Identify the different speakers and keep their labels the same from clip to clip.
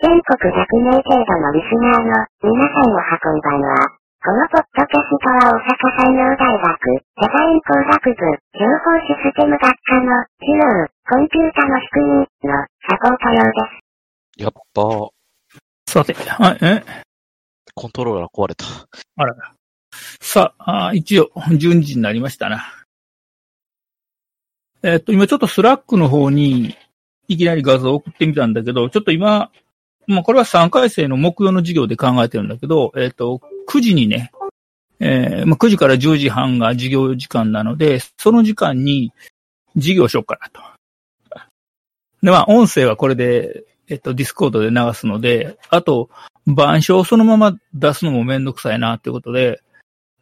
Speaker 1: 全国100名程度のリスナーの皆さんを運んばんは、このポッドキャストは大阪産業大学デザイン工学部情報システム学科の授業コンピュータの仕組みのサポート用です。
Speaker 2: やっばー、
Speaker 3: さて、あえ
Speaker 2: コントローラー壊れた。
Speaker 3: さあ、あ一応、12時になりましたな。えっと、今ちょっとスラックの方に、いきなり画像を送ってみたんだけど、ちょっと今、まあ、これは3回生の木曜の授業で考えてるんだけど、えっと、9時にね、えーまあ、9時から10時半が授業時間なので、その時間に授業しようかなと。で、まあ、音声はこれで、えっと、ディスコードで流すので、あと、板書をそのまま出すのもめんどくさいなっていうことで、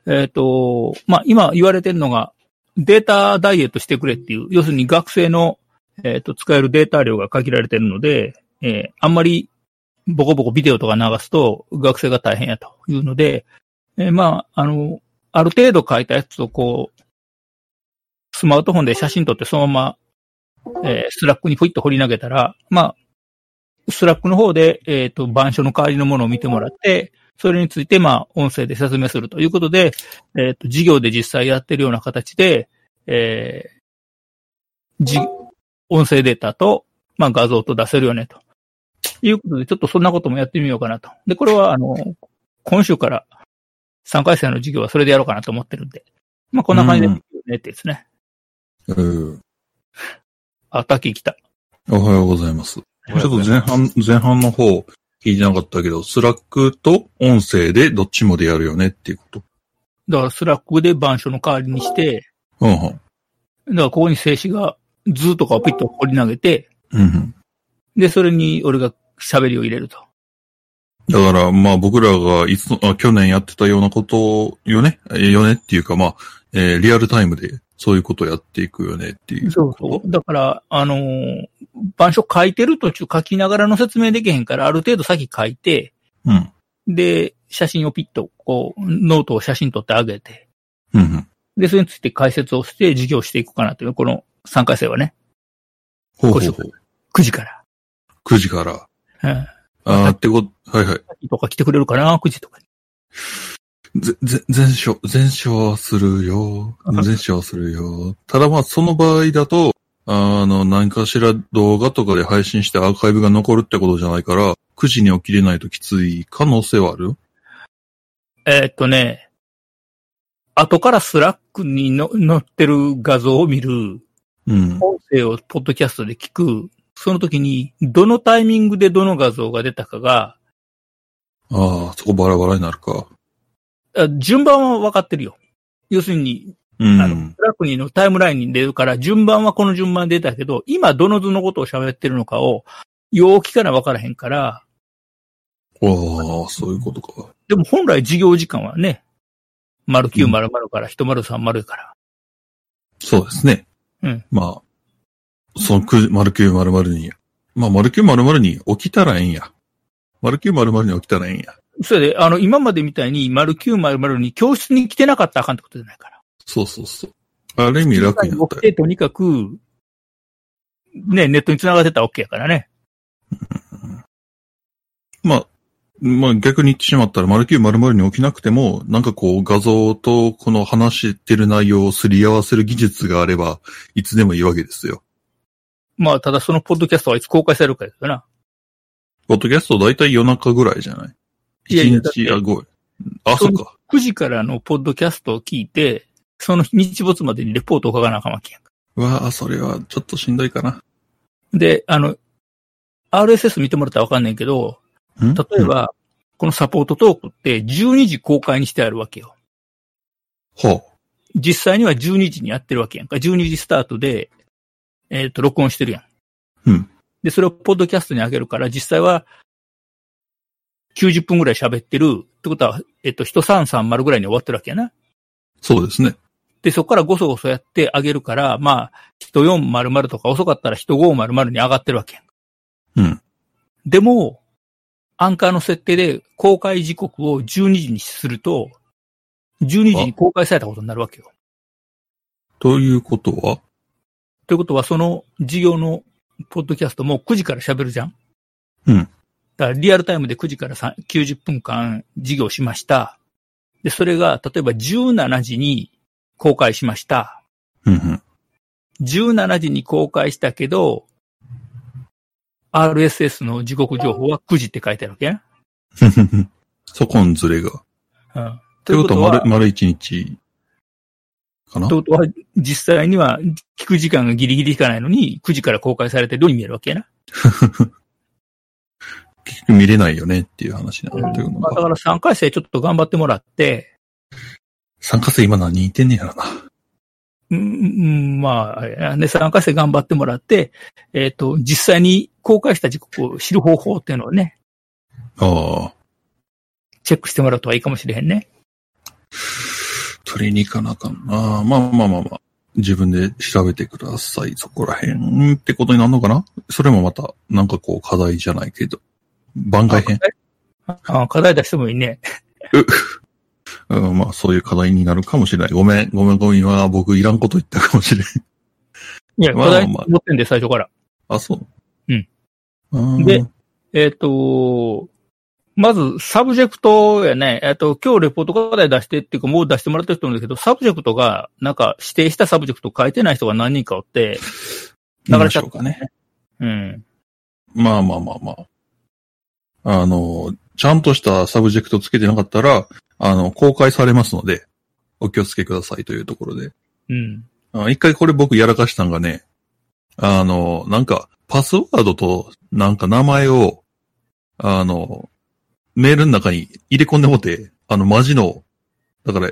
Speaker 3: えっ、と、まあ、今言われてるのが、データダイエットしてくれっていう、要するに学生の、えっ、と、使えるデータ量が限られてるので、えーあんまりボコボコビデオとか流すと学生が大変やというので、えーまあ、あの、ある程度書いたやつをこう、スマートフォンで写真撮ってそのまま、えースラックにポイッと掘り投げたら、まあ、スラックの方で、えっ、と、板書の代わりのものを見てもらって、それについて、まあ、音声で説明するということで、えっ、と、授業で実際やってるような形で、えー、じ、音声データと、まあ、画像と出せるよね、と。いうことで、ちょっとそんなこともやってみようかなと。で、これは、あの、今週から3回生の授業はそれでやろうかなと思ってるんで。まあ、こんな感じで、
Speaker 4: うん
Speaker 3: ね、ってですね。
Speaker 4: うん。
Speaker 3: あ、滝来た。
Speaker 4: おはようございます。ちょっと前半、前半の方、聞いてなかったけど、スラックと音声でどっちもでやるよねっていうこと。
Speaker 3: だから、スラックで板書の代わりにして、
Speaker 4: うんうん。
Speaker 3: だから、ここに静止が図とかをピッと掘り投げて、
Speaker 4: うんうん。
Speaker 3: で、それに俺が喋りを入れると。
Speaker 4: だから、まあ僕らがいつのあ、去年やってたようなことをよね、えよねっていうか、まあ、えーリアルタイムでそういうことをやっていくよねっていう。
Speaker 3: そうそう。だから、あのー、板書書いてる途中書きながらの説明できへんから、ある程度先書いて、
Speaker 4: うん。
Speaker 3: で、写真をピッと、こう、ノートを写真撮ってあげて、
Speaker 4: うんうん。
Speaker 3: で、それについて解説をして授業していくかなという、この3回生はね、
Speaker 4: ほうほうほう。
Speaker 3: 9時から。
Speaker 4: 9時から。
Speaker 3: うん。
Speaker 4: あーってこと、はいはい。
Speaker 3: とか来てくれるかな、9時とかに。
Speaker 4: ぜ、ぜ、全勝、全勝するよ。全勝するよ。ただまあ、その場合だと、あの、何かしら動画とかで配信してアーカイブが残るってことじゃないから、9時に起きれないときつい可能性はある
Speaker 3: えーっとね、後からスラックにの載ってる画像を見る、
Speaker 4: うん。
Speaker 3: 音声をポッドキャストで聞く、その時に、どのタイミングでどの画像が出たかが、
Speaker 4: ああ、そこバラバラになるか。
Speaker 3: あ順番は分かってるよ。要するに、
Speaker 4: う
Speaker 3: あの
Speaker 4: ん。、
Speaker 3: トラクニーのタイムラインに出るから、順番はこの順番で出たけど、今どの図のことを喋ってるのかを、よう聞かな分からへんから、
Speaker 4: ああ、そういうことか。
Speaker 3: でも本来授業時間はね、丸9丸丸から1030から。
Speaker 4: そうですね。
Speaker 3: うん。
Speaker 4: まあ、その9、丸九丸丸に、まあ、丸九丸丸に起きたらええんや。丸九丸丸に起きたらええんや。
Speaker 3: それで、あの、今までみたいに丸9丸丸に教室に来てなかったらあかんってことじゃないから。
Speaker 4: そうそうそう。ある意味楽になっ
Speaker 3: 僕
Speaker 4: た
Speaker 3: で
Speaker 4: よ
Speaker 3: とにかく、ね、ネットに繋がってたら OK やからね。
Speaker 4: まあ、まあ逆に言ってしまったら、丸九丸丸に起きなくても、なんかこう画像とこの話してる内容をすり合わせる技術があれば、いつでもいいわけですよ。
Speaker 3: まあ、ただそのポッドキャストはいつ公開されるかやけどな。
Speaker 4: ポッドキャストだいたい夜中ぐらいじゃない
Speaker 3: いやいや
Speaker 4: ?1 日、あ、ごめんあ、そっか。
Speaker 3: 9時からのポッドキャストを聞いて、その日没までにレポートを書かなあかんわけやんか。
Speaker 4: うわあ、それはちょっとしんどいかな。
Speaker 3: で、あの、RSS 見てもらったらわかんないけど、
Speaker 4: 例
Speaker 3: 例え。ば、このサポートトークって12時公開にしてあるわけよ。
Speaker 4: ほ
Speaker 3: 実際には12時にやってるわけやんか。12時スタートで、えっ、と、録音してるやん。
Speaker 4: うん
Speaker 3: で、それをポッドキャストに上げるから、実際は90分ぐらい喋ってる。ってことは、えっ、と、1330ぐらいに終わってるわけやな。
Speaker 4: う。そうですね。
Speaker 3: で、そこからごそごそやってあげるから、まあ、人400とか遅かったら人500に上がってるわけやん。
Speaker 4: うん。
Speaker 3: でも、アンカーの設定で公開時刻を12時にすると、12時に公開されたことになるわけよ。
Speaker 4: ということは、
Speaker 3: ということは、その事業のポッドキャストも9時から喋るじゃん
Speaker 4: うん。
Speaker 3: だからリアルタイムで9時からさん90分間授業しました。で、それが、例えば17時に公開しました。
Speaker 4: うんうん。
Speaker 3: 17時に公開したけど、RSS の時刻情報は9時って書いてあるわけね。
Speaker 4: ふんふんふん そこのズレが。っ
Speaker 3: うん。って
Speaker 4: ことは、
Speaker 3: は
Speaker 4: 丸、丸一日かな
Speaker 3: ということは、実際には聞く時間がギリギリいかないのに、9時から公開されてるように見えるわけやな。
Speaker 4: 結局見れないよねっていう話になってるの
Speaker 3: まあだ
Speaker 4: が。
Speaker 3: から3回生ちょっと頑張ってもらって、
Speaker 4: 参加生今何言ってんねやろな。
Speaker 3: うんうん、まあ、あれやね、3回生頑張ってもらって、えっ、と、実際に公開した時刻を知る方法っていうのをね、
Speaker 4: ああ、
Speaker 3: チェックしてもらうとはいいかもしれへんね。
Speaker 4: 取りに行かなあかんな。まあまあまあまあ。自分で調べてください。そこら辺ってことになるのかなそれもまた、なんかこう課題じゃないけど。番外編。
Speaker 3: あ課題出してもいいね。
Speaker 4: うん、まあそういう課題になるかもしれない。ごめん、ごめん、ごめん。今僕いらんこと言ったかもしれん。
Speaker 3: いや、
Speaker 4: まあ
Speaker 3: 課題持ってんで、最初から。
Speaker 4: あ、そう。
Speaker 3: うん
Speaker 4: うん。
Speaker 3: で、えっ、と、まず、サブジェクトやね、えっ、と、今日レポート課題出してっていうか、もう出してもらってる人なんだけど、サブジェクトが、なんか、指定したサブジェクト書いてない人が何人かおって、流れちゃった
Speaker 4: なんでしょうかね。
Speaker 3: うん。
Speaker 4: まあまあまあまあ。あの、ちゃんとしたサブジェクトつけてなかったら、あの、公開されますので、お気をつけくださいというところで。
Speaker 3: うん。
Speaker 4: あ一回これ僕やらかしたんがね、あの、なんか、パスワードと、なんか名前を、あの、メールの中に入れ込んでもて、あの、マジの、だから、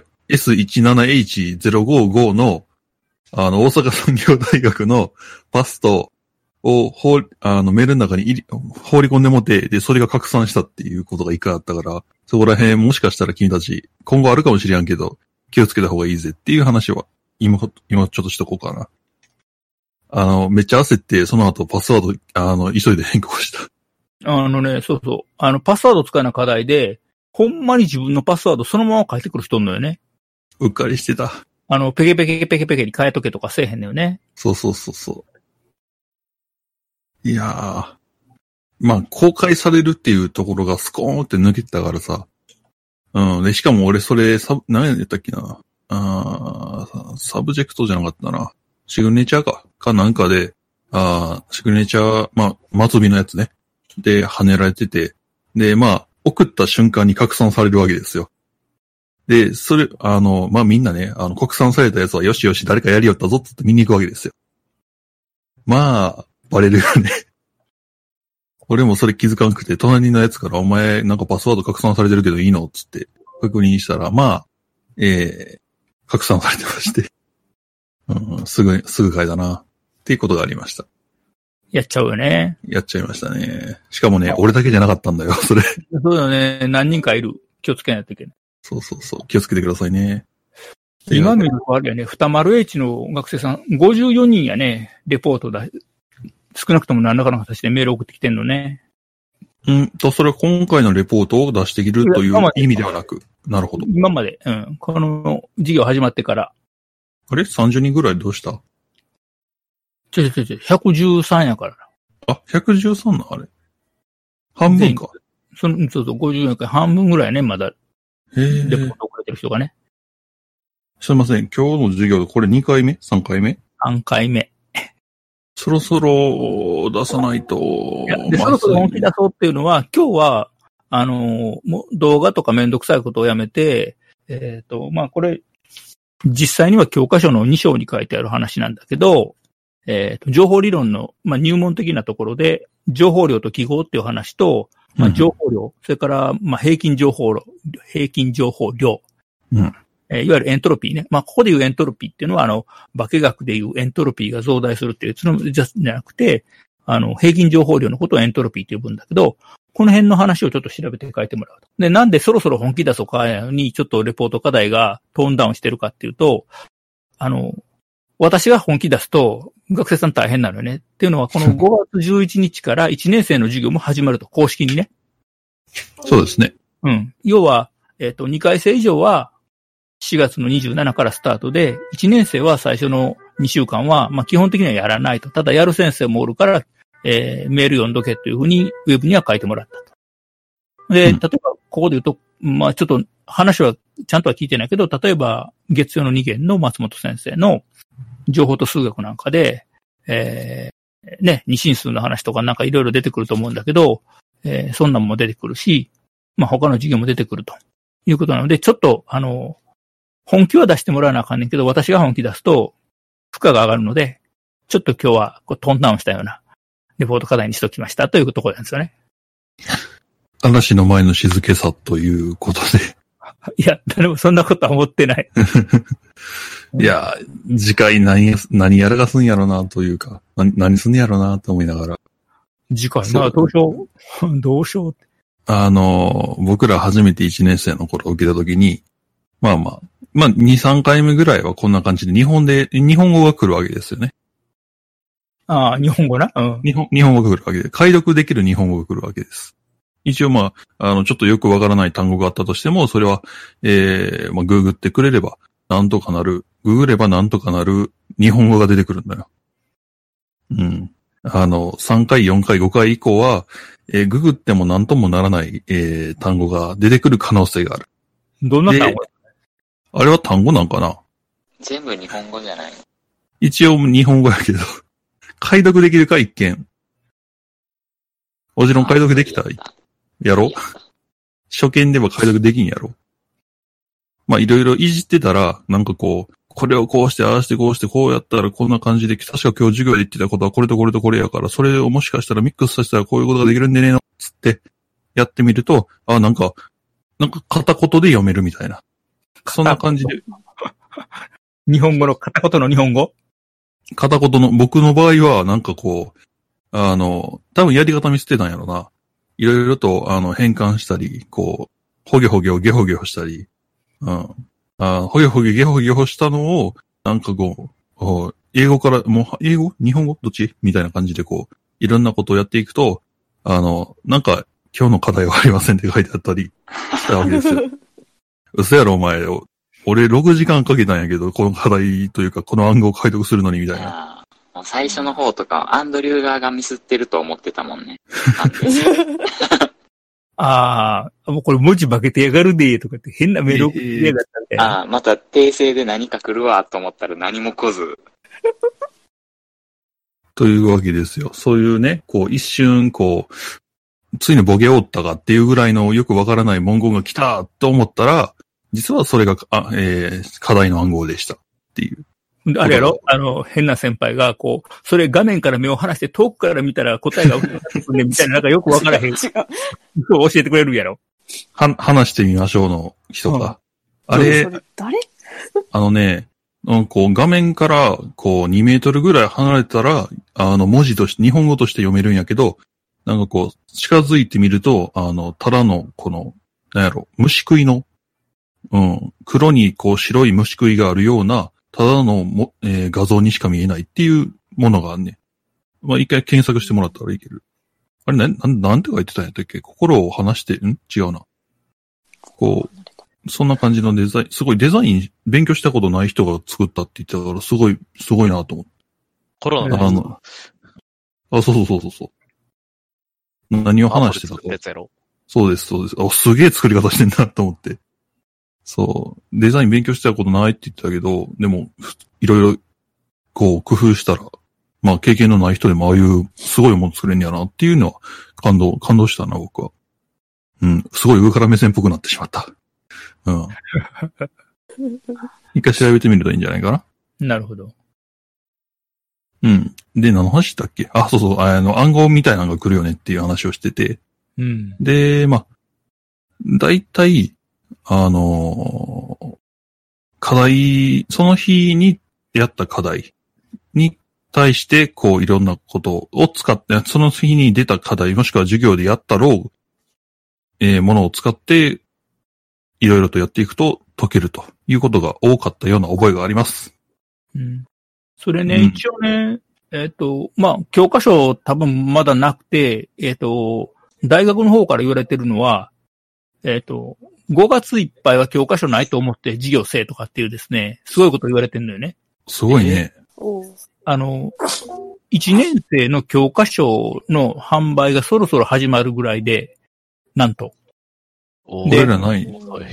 Speaker 4: S17H055 の、あの、大阪産業大学のパスと、を、ほう、あの、メールの中に入り放り込んでもて、で、それが拡散したっていうことが一回あったから、そこら辺もしかしたら君たち、今後あるかもしれんけど、気をつけた方がいいぜっていう話は今、今ちょっとしとこうかな。あの、めっちゃ焦って、その後パスワード、あの、急いで変更した。
Speaker 3: あのね、そうそう。あの、パスワード使えない課題で、ほんまに自分のパスワードそのまま書いてくる人おんのよね。
Speaker 4: うっかりしてた。
Speaker 3: あの、ペケペケペケペケに変えとけとかせえへんのよね。
Speaker 4: そうそうそうそう。いやー。まあ、公開されるっていうところがスコーンって抜けてたからさ。うん。で、しかも俺それ、サブ、何やったっけな。あーサブジェクトじゃなかったな。シグネチャーか。かなんかで、あーシグネチャー、まあ、末尾のやつね。で、跳ねられてて。で、まあ、送った瞬間に拡散されるわけですよ。で、それ、あの、まあ、みんなね、あの、国産されたやつはよしよし誰かやりよったぞっつって見に行くわけですよ。まあ、バレるよね。 俺もそれ気づかんくて、隣のやつからお前なんかパスワード拡散されてるけどいいのっつって確認したら、まあ、えー、拡散されてまして。 うん、すぐ、すぐ買いだな。っていうことがありました。
Speaker 3: やっちゃうよね。
Speaker 4: やっちゃいましたね。しかもね、俺だけじゃなかったんだよ、それ。
Speaker 3: そうだよね。何人かいる。気をつけないといけない。
Speaker 4: そうそうそう。気をつけてくださいね。
Speaker 3: 今見るとあれやね、二丸 H の学生さん、54人やね、レポートだ。少なくとも何らかの形でメール送ってきてんのね。
Speaker 4: うんと、それは今回のレポートを出しているという意味ではなく。なるほど。
Speaker 3: 今まで、うん。この授業始まってから、
Speaker 4: あれ ?30 人ぐらいどうした
Speaker 3: ちょちょちょ、113やから。
Speaker 4: あ、113なのあれ。半分か。
Speaker 3: その、そうそう、54回半分ぐらいね、まだ、
Speaker 4: へ
Speaker 3: レポー
Speaker 4: え。
Speaker 3: ト送れてる人がね。
Speaker 4: すいません。今日の授業、これ2回目 ?3 回目
Speaker 3: 3回目。
Speaker 4: そろそろ出さないと
Speaker 3: いや。で、
Speaker 4: ま
Speaker 3: そろそろ本
Speaker 4: ず
Speaker 3: 気
Speaker 4: い
Speaker 3: 出そうっていうのは、今日は、あのーもう動画とかめんどくさいことをやめて、えっ、と、まあ、これ、実際には教科書の2章に書いてある話なんだけど、えっ、と、情報理論の、まあ、入門的なところで、情報量と記号っていう話と、まあ、
Speaker 4: うん
Speaker 3: 情報量、それから、まあ、平均情報量、平均情報量、
Speaker 4: うん
Speaker 3: えーいわゆるエントロピーね。まあ、ここでいうエントロピーっていうのは、あの、化学でいうエントロピーが増大するっていう、その、じゃじゃなくて、あの、平均情報量のことをエントロピーと呼ぶんだけど、この辺の話をちょっと調べて書いてもらうと。で、なんでそろそろ本気出そうかやのに、ちょっとレポート課題がトーンダウンしてるかっていうと、あの、私が本気出すと、学生さん大変なのよね。っていうのは、この5月11日から1年生の授業も始まると、公式にね。
Speaker 4: そうですね。
Speaker 3: うん。要は、えっ、と、2回生以上は4月の27からスタートで、1年生は最初の2週間は、まあ、基本的にはやらないと。ただ、やる先生もおるから、えーメール読んどけというふうに、ウェブには書いてもらったと。で、例え
Speaker 4: うん
Speaker 3: ば、ここで言うと、まあちょっと話はちゃんとは聞いてないけど、例えば、月曜の2限の松本先生の情報と数学なんかで、えーね、二進数の話とかなんかいろいろ出てくると思うんだけど、えーそんなんも出てくるし、まあ他の授業も出てくるということなので、ちょっと、あの、本気は出してもらわなあかんねんけど、私が本気出すと、負荷が上がるので、ちょっと今日はこうトーンダウンしたような、レポート課題にしときましたというところなんですよね。
Speaker 4: 嵐の前の静けさということ
Speaker 3: いや、誰もそんなことは思ってない。
Speaker 4: で。いや、次回何や、何やらかすんやろなというか、何何すんやろなと思いながら。
Speaker 3: 次回
Speaker 4: そう
Speaker 3: まあ、どうしよう。 どうしようって。
Speaker 4: あの、僕ら初めて1年生の頃受けた時に、まあまあ、まあ2、3回目ぐらいはこんな感じで日本で、日本語が来るわけですよね。
Speaker 3: ああ、日本語な。うん。
Speaker 4: 日本、日本語が来るわけで、解読できる日本語が来るわけです。一応まあ、あの、ちょっとよくわからない単語があったとしても、それは、ええまあ、ググってくれれば、なんとかなる。ググればなんとかなる日本語が出てくるんだよ。うん。あの、3回、4回、5回以降は、えーググってもなんともならない、えー単語が出てくる可能性がある。
Speaker 3: どんな単語
Speaker 4: あれは単語なんかな
Speaker 5: 全部日本語じゃない
Speaker 4: 一応日本語やけど、 解読できるか一見。もちろん解読できたやろ初見では解読できんやろ。まあ、いろいろいじってたら、なんかこう、これをこうして、ああして、こうして、こうやったらこんな感じで、確か今日授業で言ってたことはこれとこれとこれやから、それをもしかしたらミックスさせたらこういうことができるんでねえの、つって、やってみると、ああ、なんか、なんか片言で読めるみたいな。そんな感じで、
Speaker 3: 日本語の片言の日本語
Speaker 4: 片言の、僕の場合は、なんかこう、あの、多分やり方見捨てたんやろな。いろいろと、あの、変換したり、こう、ほげほげをゲホゲホしたり、うん。あほげほげゲホゲホしたのを、なんかこう、お英語から、もう、英語日本語どっちみたいな感じでこう、いろんなことをやっていくと、あの、なんか、今日の課題はありませんって書いてあったり したわけですよ。嘘やろ、お前。俺6時間かけたんやけど、この課題というか、この暗号を解読するのに、みたいな。
Speaker 5: あーもう最初の方とか、アンドリュー側がミスってると思ってた もんね。
Speaker 3: ああ、もうこれ文字化けてやがるで、とかって変なメール送ってやがったみたいな。
Speaker 5: ああ、また訂正で何か来るわと思ったら何も来ず。
Speaker 4: というわけですよ。そういうね、こう一瞬、こう、ついにボケおったかっていうぐらいのよくわからない文言が来たと思ったら、実はそれが、あえー課題の暗号でしたっていう。
Speaker 3: であれやろあの、変な先輩が、こう、それ画面から目を離して遠くから見たら答えが浮かんでくるね、みたいな、なんかよくわからへん。
Speaker 6: 違う。
Speaker 3: そう教えてくれるやろ
Speaker 4: は、話してみましょうの人が。あれ
Speaker 6: そ、れ誰
Speaker 4: あのね、うんこう画面からこう2メートルぐらい離れたら、あの文字として、日本語として読めるんやけど、なんかこう近づいてみると、あの、ただのこの、なんやろ、虫食いの、うん、黒にこう白い虫食いがあるような、ただのも、えー画像にしか見えないっていうものがあんね。まあ、一回検索してもらったらいける。あれ、なん、なんなんて書いてたんやったっけ心を離して、ん違うな。こう、そんな感じのデザイン、すごいデザイン勉強したことない人が作ったって言ってたから、すごい、すごいなと思って。
Speaker 2: コロナの
Speaker 4: あの、あ、そうそうそうそうそう。何を話してた
Speaker 2: ア
Speaker 4: か
Speaker 2: プリ作っ。やつやろ
Speaker 4: そうです、そうです。あ、すげえ作り方してんなと思って。そう。デザイン勉強したことないって言ってたけど、でも、ふいろいろ、こう、工夫したら、まあ、経験のない人でもああいう、すごいもの作れんやなっていうのは、感動、感動したな、僕は。うん。すごい上から目線っぽくなってしまった。うん。一回調べてみるといいんじゃないかな。
Speaker 3: なるほど。
Speaker 4: うん。で、何の話したっけあ、そうそう、あの、暗号みたいなのが来るよねっていう話をしてて、
Speaker 3: うん。
Speaker 4: で、まあ、大体、あのー課題、その日にやった課題に対して、こう、いろんなことを使って、その日に出た課題、もしくは授業でやったろう、えーものを使って、いろいろとやっていくと解けるということが多かったような覚えがあります。
Speaker 3: うんそれね、
Speaker 4: うん
Speaker 3: 一応ね、えっ、と、まあ、教科書多分まだなくて、えっ、と、大学の方から言われてるのは、えっ、と、5月いっぱいは教科書ないと思って授業生とかっていうですね、すごいこと言われてるのよね。
Speaker 4: すごいね。
Speaker 6: おう
Speaker 3: あの、1年生の教科書の販売がそろそろ始まるぐらいで、なんと、
Speaker 2: おー
Speaker 4: 俺らない
Speaker 2: 遅い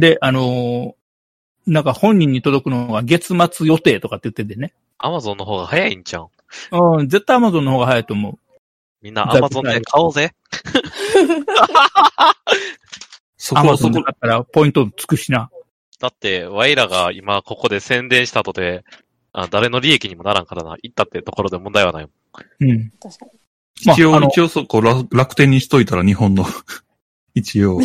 Speaker 3: で、あのーなんか本人に届くのが月末予定とかって言っててね。
Speaker 2: アマゾンの方が早いんじゃん。
Speaker 3: うん、絶対 Amazon の方が早いと思。
Speaker 2: みんなアマゾンで買おうぜ。
Speaker 4: そうこはそ
Speaker 3: Amazon
Speaker 4: こ
Speaker 3: だったらポイントつくしな。
Speaker 2: だって、ワイらが今ここで宣伝した後で、あ誰の利益にもならんからな。行ったってところで問題はないもん。
Speaker 3: うん。
Speaker 6: 確かに。
Speaker 3: まあ
Speaker 4: 一
Speaker 3: あ
Speaker 4: 応、
Speaker 3: の
Speaker 4: 一応そこ楽楽天にしといたら日本の。 一応。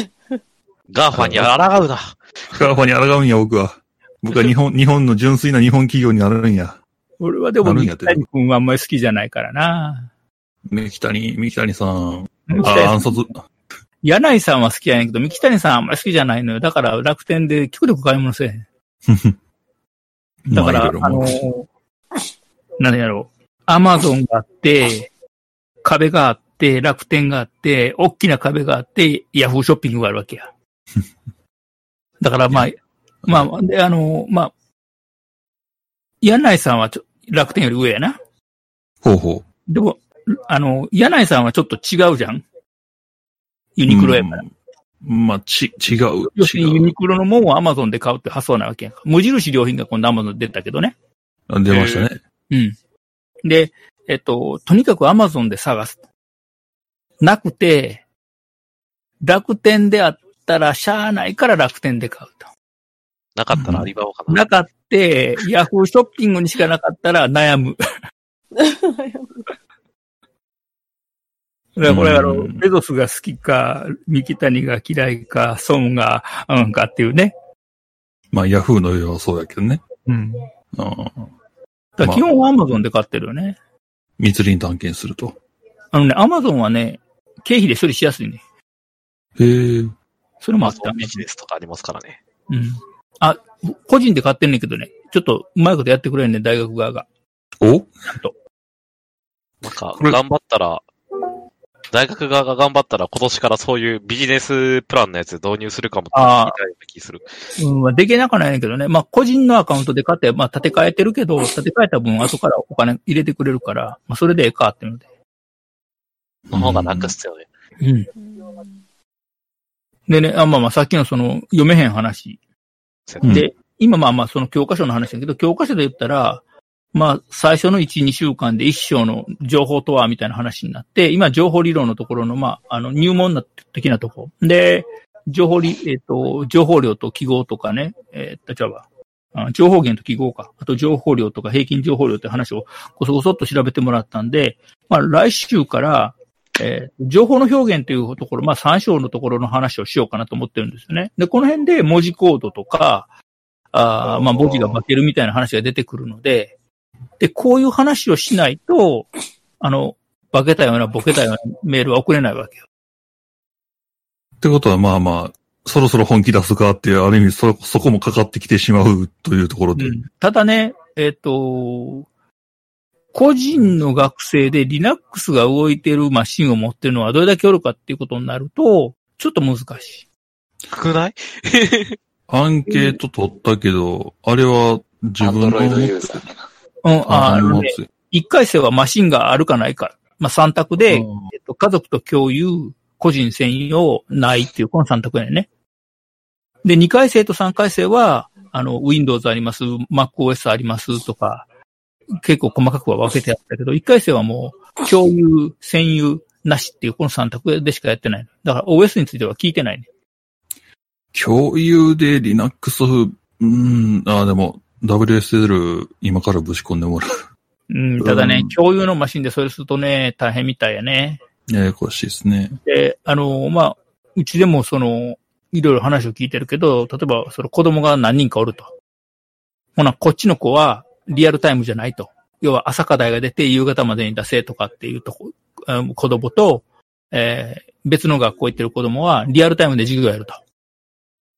Speaker 2: ガーファに抗うな。
Speaker 4: ガーファに抗うんや、僕は。僕は 日本、日本の純粋な日本企業になるんや。
Speaker 3: 俺はでも、
Speaker 4: 何
Speaker 3: 三
Speaker 4: やってる
Speaker 3: 谷君はあんまり好きじゃないからな。
Speaker 4: 三木谷、三木谷さん。
Speaker 3: 三木谷
Speaker 4: あ、暗殺。
Speaker 3: 柳井さんは好きやねんけど、三木谷さんはあんまり好きじゃないのよ。だから楽天で極力買い物せえへん。 だから、あ
Speaker 4: まいろいろも
Speaker 3: のー、何やろう。アマゾンがあって、壁があって、楽天があって、大きな壁があって、ヤフーショッピングがあるわけ や。だからまあ、まあ、で、あのー、まあ、柳井さんはちょ楽天より上やな。
Speaker 4: ほうほ
Speaker 3: でも、あのー、柳井さんはちょっと違うじゃん。ユ
Speaker 4: う。
Speaker 3: ニクロやから。
Speaker 4: うんまあ、ち、違う。
Speaker 3: 要するにユ
Speaker 4: 違う。
Speaker 3: ニクロのもんをアマゾンで買うって発想なわけやんか。無印良品が今度アマゾンで出たけどね。
Speaker 4: あ出ましたね。
Speaker 3: うん。で、えっと、とにかく Amazon で探す。なくて、楽天であったら、しゃあないから楽天で買うと。
Speaker 2: なかったらアリババかな。
Speaker 3: なかって、ヤフーショッピングにしかなかったら悩む。だからこれあ
Speaker 4: う
Speaker 3: の、
Speaker 4: ん
Speaker 3: ベゾスが好きか、三木谷が嫌いか、孫が、うんかっていうね。
Speaker 4: まあ、ヤフーのようはそうやけどね。
Speaker 3: うん。だ
Speaker 4: うん
Speaker 3: から基本は Amazon で買ってるよね。
Speaker 4: 密林探検すると。
Speaker 3: あのね、Amazon はね、経費で処理しやすいね。
Speaker 4: へえ。
Speaker 3: それも
Speaker 2: アマ
Speaker 3: あっ
Speaker 2: ゾ
Speaker 3: た
Speaker 2: ンビジネスとかありますからね。
Speaker 3: うん。あ、個人で買ってんねんけどね、ちょっとうまいことやってくれんねん、大学側が。
Speaker 4: お
Speaker 2: なんか、
Speaker 4: これ
Speaker 2: 頑張ったら、大学側が頑張ったら今年からそういうビジネスプランのやつ導入するかもって聞いたような気する。
Speaker 3: うん、まあできなくはないねんけどね。まあ、個人のアカウントで買って、まあ、立て替えてるけど、立て替えた分、後からお金入れてくれるから、まあ、それでええかっていうので。
Speaker 2: の方が楽っすよね。
Speaker 3: うん。でね、あまあまあ、さっきのその、読めへん話。
Speaker 4: うん
Speaker 3: で、今まあまあ、その教科書の話だけど、教科書で言ったら、まあ、最初の1、2週間で1章の情報とは、みたいな話になって、今、情報理論のところの、まあ、あの、入門な的なとこ。で、情報理、えっ、と、情報量と記号とかね、えっ、と、違うわあ情報源と記号か。あと、情報量とか平均情報量って話をごそごそっと調べてもらったんで、まあ、来週から、えー情報の表現というところ、まあ、参照のところの話をしようかなと思ってるんですよね。で、この辺で文字コードとか、あーまあ、文字が化けるみたいな話が出てくるので、で、こういう話をしないと、あの、化けたような、ボケたようなメールは送れないわけよ。
Speaker 4: ってことは、まあまあ、そろそろ本気出すかっていう、ある意味そ、そこもかかってきてしまうというところで。
Speaker 3: ただね、えっ、と、個人の学生で Linux が動いてるマシンを持ってるのはどれだけおるかっていうことになると、ちょっと難しい。
Speaker 2: 少ない
Speaker 4: アンケート取ったけど、あれは自
Speaker 5: アン
Speaker 4: 分
Speaker 5: ド
Speaker 4: の
Speaker 5: ロイドユ
Speaker 4: 持
Speaker 5: ー
Speaker 4: つ。
Speaker 5: ザーね。
Speaker 3: うん、あ
Speaker 4: あ
Speaker 3: あ
Speaker 4: あ
Speaker 3: の
Speaker 4: の
Speaker 3: ね、一回生はマシンがあるかないか。まあ、三択で、えっと、家族と共有、個人専用、ないっていう、この三択やね。で、二回生と三回生は、あの、Windows あります、MacOS ありますとか、結構細かくは分けてあったけど、一回生はもう、共有、専有、なしっていう、この三択でしかやってない。だから OS については聞いてないね。
Speaker 4: 共有で Linux、うん、ああ、でも、WSL 今からぶち込んでもらう。
Speaker 3: うん、ただね
Speaker 4: うん、
Speaker 3: 共有のマシンでそれするとね、大変みたいやね。
Speaker 4: ややこしいですね。
Speaker 3: で、あの、まあ、うちでもその、いろいろ話を聞いてるけど、例えば、その子供が何人かおると。ほな、こっちの子はリアルタイムじゃないと。要は朝課題が出て夕方までに出せとかっていうとこ、あの子供と、えー別の学校行ってる子供はリアルタイムで授業やると。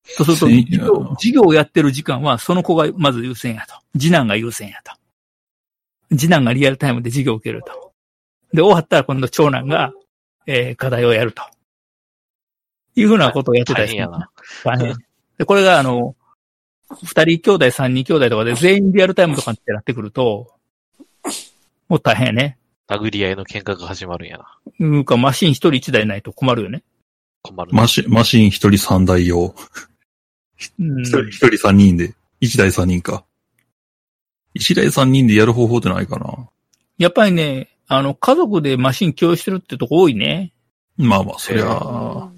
Speaker 3: そうすると、
Speaker 4: せん
Speaker 3: 授業授業をやってる時間はその子がまず優先やと。次男が優先やと。次男がリアルタイムで授業を受けると。で、終わったら今度長男が、えー課題をやると。いうふうなことをやってた
Speaker 2: 大
Speaker 3: りす
Speaker 2: 変
Speaker 3: る
Speaker 2: やな。
Speaker 3: 大変。で、これがあの、二人兄弟、三人兄弟とかで全員リアルタイムとかってなってくると、もう大変やね。
Speaker 2: 殴り合いの喧嘩が始まるんやな。
Speaker 3: うんか、マシン一人一台ないと困るよね。
Speaker 2: 困るな。
Speaker 4: マシン、マシン一人三台用。
Speaker 3: うん
Speaker 4: 一人一人三人で。一台三人か。一台三人でやる方法ってないかな。
Speaker 3: やっぱりね、あの、家族でマシン共有してるってとこ多いね。
Speaker 4: まあまあ、そりゃあ、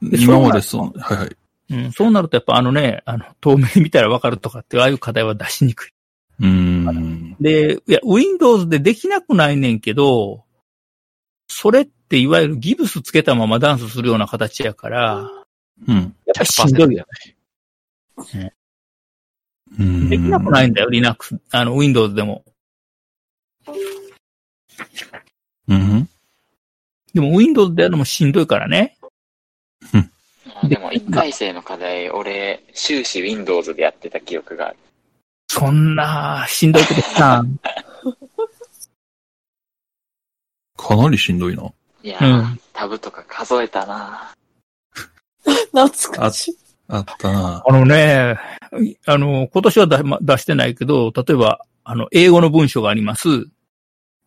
Speaker 4: 今までその、はいはい。
Speaker 3: うん、そうなるとやっぱあのね、あの、透明見たらわかるとかっていう、ああいう課題は出しにくい。
Speaker 4: うーん。
Speaker 3: で、いや、Windows でできなくないねんけど、それっていわゆるギブスつけたままダンスするような形やから、
Speaker 4: うん。
Speaker 3: やっぱりしんどいよ
Speaker 4: うん
Speaker 3: ね。できなくないんだよ、Linux、あの、Windows でも。
Speaker 4: うん。
Speaker 3: でも Windows でやるのもしんどいからね。
Speaker 5: あでも、1回生の課題、俺、終始 Windows でやってた記憶がある。
Speaker 3: そんな、しんどい ことしたん。
Speaker 4: かなりしんどいな。
Speaker 5: いや
Speaker 3: う
Speaker 5: ー、
Speaker 3: ん。
Speaker 5: タブとか数えたな
Speaker 6: 懐かしい。
Speaker 4: あったな。
Speaker 3: あのね、あの、今年はだま出してないけど、例えば、あの、英語の文章があります。じ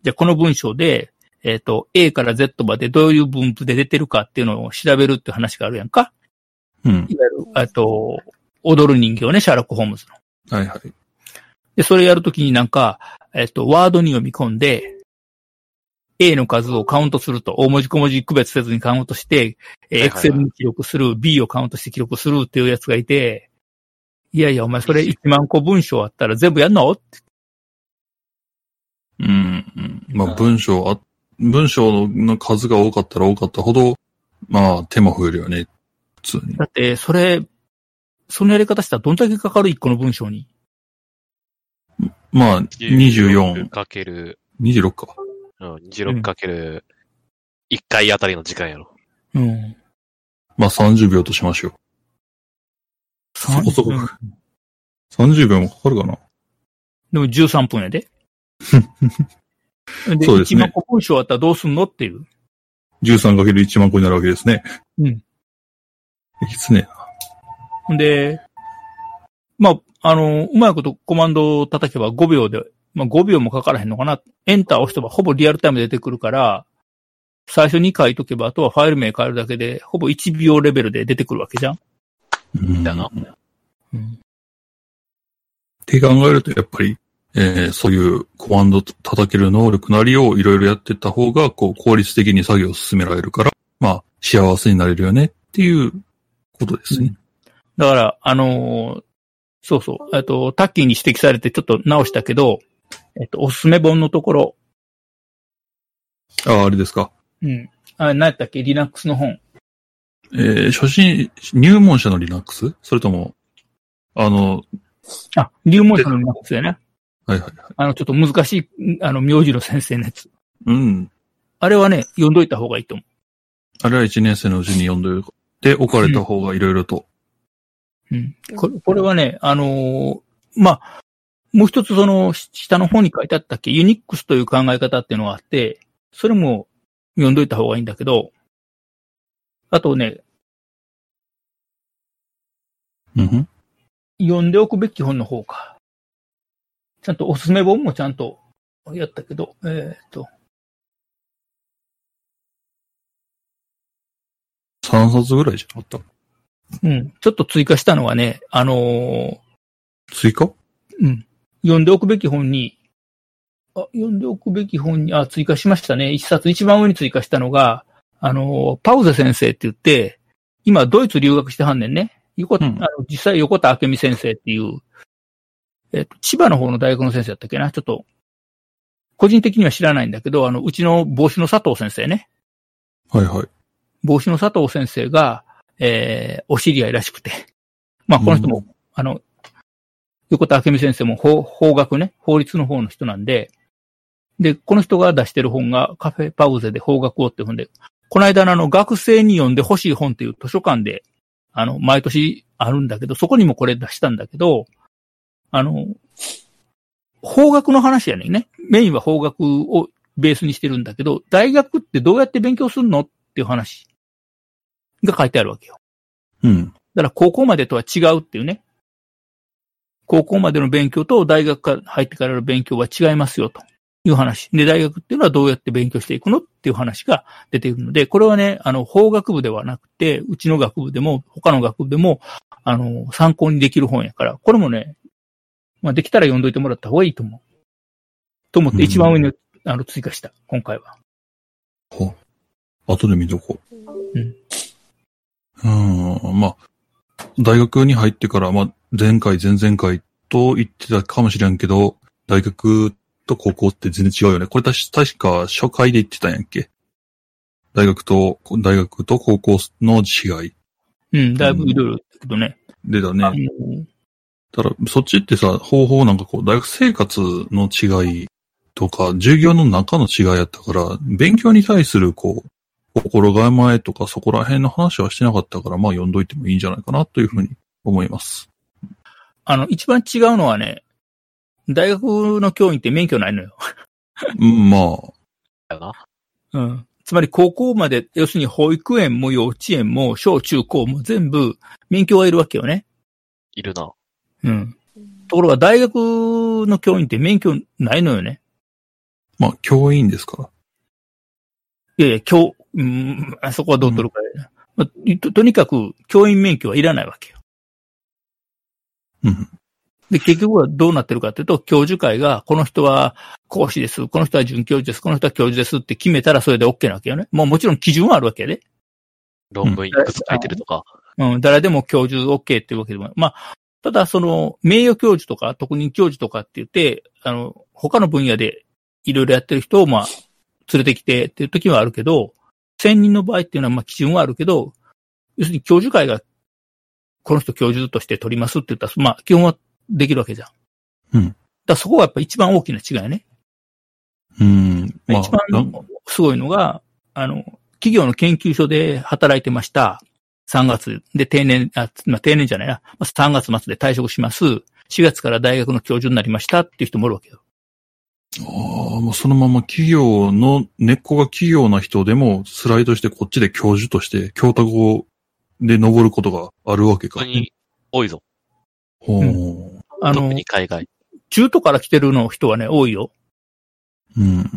Speaker 3: ゃあ、この文章で、えっ、と、A から Z までどういう分布で出てるかっていうのを調べるっていう話があるやんか。
Speaker 4: うん。
Speaker 3: いわゆる、えっと、踊る人形ね、シャーロック・ホームズの。
Speaker 4: はいはい。
Speaker 3: で、それやるときになんか、えっと、ワードに読み込んで、A の数をカウントすると、大文字小文字区別せずにカウントして、えー
Speaker 2: はいはいはい
Speaker 3: Excel に記録する、B をカウントして記録するっていうやつがいて、いやいや、お前それ1万個文章あったら全部やんのって
Speaker 4: うん。うんま
Speaker 5: う
Speaker 4: あ、
Speaker 5: ん
Speaker 4: 文章あ、文章の数が多かったら多かったほど、まあ、手も増えるよね。普通に。
Speaker 3: だって、それ、そのやり方したらどんだけかかる ?1 個の文章に。
Speaker 4: まあ、24、
Speaker 2: かける、
Speaker 4: 26か。
Speaker 2: うん、26かける、1回あたりの時間やろ。
Speaker 3: うん。
Speaker 4: まあ、30秒としましょう。そこそこ
Speaker 3: うん。
Speaker 4: 30秒もかかるかな。
Speaker 3: でも13分やで。で、
Speaker 4: そうです
Speaker 3: 1
Speaker 4: ね
Speaker 3: 万個文章あったらどうすんのっていう。
Speaker 4: 13×1 万個になるわけですね。
Speaker 3: うん。
Speaker 4: えげつね
Speaker 3: ほんで、まあ、あの、うまいことコマンドを叩けば5秒で、まあ、5秒もかからへんのかな。エンターを押せばほぼリアルタイムで出てくるから、最初に書いとけば、あとはファイル名変えるだけで、ほぼ1秒レベルで出てくるわけじゃん。
Speaker 4: えな。うん
Speaker 2: だな。
Speaker 3: うん。
Speaker 4: って考えると、やっぱり、えーそういうコマンド叩ける能力なりをいろいろやってった方が、こう、効率的に作業を進められるから、まあ、幸せになれるよねっていうことですね。
Speaker 3: だから、あのーそうそう、えっと、タッキーに指摘されてちょっと直したけど、えっと、おすすめ本のところ、
Speaker 4: ああ、あれですか。
Speaker 3: うん。あれ、何やったっけ ?Linux の本。
Speaker 4: えー初心、入門者の Linux? それとも、あの、
Speaker 3: あ、入門者の Linux だよね。
Speaker 4: はいはいはい。
Speaker 3: あの、ちょっと難しい、あの、名字の先生のやつ。
Speaker 4: うん。
Speaker 3: あれはね、読んどいた方がいいと思
Speaker 4: あれは1年生のうちに読んで、で、置かれた方がいろいろと。
Speaker 3: う。うん。これこれはね、あのーまあ、もう一つその、し下の方に書いてあったっけ、ユニックスという考え方っていうのがあって、それも読んどいた方がいいんだけど、あとね、
Speaker 4: うん。
Speaker 3: 読んでおくべき本の方か。ちゃんとおすすめ本もちゃんとやったけど、えーっと、
Speaker 4: 3冊ぐらいじゃなかっ
Speaker 3: うん、ちょっと追加したのはね、あのー
Speaker 4: た。追加
Speaker 3: うん。読んでおくべき本に、あ、読んでおくべき本に、あ、追加しましたね。一冊、一番上に追加したのが、あの、パウゼ先生って言って、今、ドイツ留学してはんねんね。横
Speaker 4: うん
Speaker 3: あの実際、横田明美先生っていう、えっと、千葉の方の大学の先生だったっけな。ちょっと、個人的には知らないんだけど、あの、うちの帽子の佐藤先生ね。
Speaker 4: はいはい。
Speaker 3: 帽子の佐藤先生が、えー、お知り合いらしくて。まあ、この人も、あの、横田明美先生も法法学ね、法律の方の人なんで、で、この人が出してる本がカフェパウゼで法学をっていう本で、この間のあの、学生に読んで欲しい本っていう図書館で、あの、毎年あるんだけど、そこにもこれ出したんだけど、あの、法学の話やねんね。メインは法学をベースにしてるんだけど、大学ってどうやって勉強するのっていう話が書いてあるわけよ。
Speaker 4: うん。
Speaker 3: だから高校までとは違うっていうね。高校までの勉強と大学から入ってからの勉強は違いますよという話。で、大学っていうのはどうやって勉強していくのっっていう話が出てくるので、これはね、あの、法学部ではなくて、うちの学部でも、他の学部でも、あの、参考にできる本やから、これもね、まあ、できたら読んどいてもらった方がいいと思う。と思って一番上に、あの、追加した、今回は。
Speaker 4: ほう。後で見とこう。うん、まあ、大学に入ってから、まあ、前回、前々回と言ってたかもしれんけど、大学と高校って全然違うよね。これたし確か初回で言ってたんやっけ大学と、大学と高校の違い。
Speaker 3: うん、だいぶいろいろだけどね。
Speaker 4: でだ
Speaker 3: あ
Speaker 4: ね。
Speaker 3: の
Speaker 4: ただ、そっちってさ、方法なんかこう、大学生活の違いとか、授業の中の違いやったから、勉強に対するこう、心構えとかそこら辺の話はしてなかったから、まあ読んどいてもいいんじゃないかなというふうに思います。
Speaker 3: あの、一番違うのはね、大学の教員って免許ないのよ。
Speaker 4: うんまあ、
Speaker 2: だよな。
Speaker 3: うん。つまり高校まで、要するに保育園も幼稚園も小中高も全部免許がいるわけよね。
Speaker 2: いるな。
Speaker 3: うん。ところが大学の教員って免許ないのよね。
Speaker 4: まあ教員ですから。
Speaker 3: いやいや、教、うん、あそこはどう取るかやな、まあと。とにかく教員免許はいらないわけよ。
Speaker 4: うん。
Speaker 3: で、結局はどうなってるかっていうと、教授会が、この人は講師です、この人は准教授です、この人は教授ですって決めたらそれで OK なわけよね。もうもちろん基準はあるわけやで。
Speaker 2: 論文いくつ書いてるとか。
Speaker 3: うん、誰でも教授 OK っていうわけでもない。まあ、ただその、名誉教授とか特任教授とかって言って、あの、他の分野でいろいろやってる人を、まあ、連れてきてっていう時はあるけど、専任の場合っていうのは、まあ、基準はあるけど、要するに教授会が、この人教授として取りますって言ったら、まあ、基本はできるわけじゃん。
Speaker 4: うん
Speaker 3: だからそこがやっぱ一番大きな違いやね。
Speaker 4: うん。まあ、
Speaker 3: 一番
Speaker 4: な
Speaker 3: すごいのが、あの、企業の研究所で働いてました。3月で定年、あ、まあ、定年じゃないな。まあ3月末で退職します。4月から大学の教授になりましたっていう人もおるわけよ。
Speaker 4: ああ、もうそのまま企業の、根っこが企業な人でも、スライドしてこっちで教授として、教託をで登ることがあるわけ
Speaker 2: 本当
Speaker 4: か。
Speaker 2: に多いぞ。
Speaker 4: ほう。
Speaker 3: うあ
Speaker 2: 特
Speaker 3: の、
Speaker 2: に海外。
Speaker 3: 中途から来てるの人はね、多いよ。
Speaker 4: うん。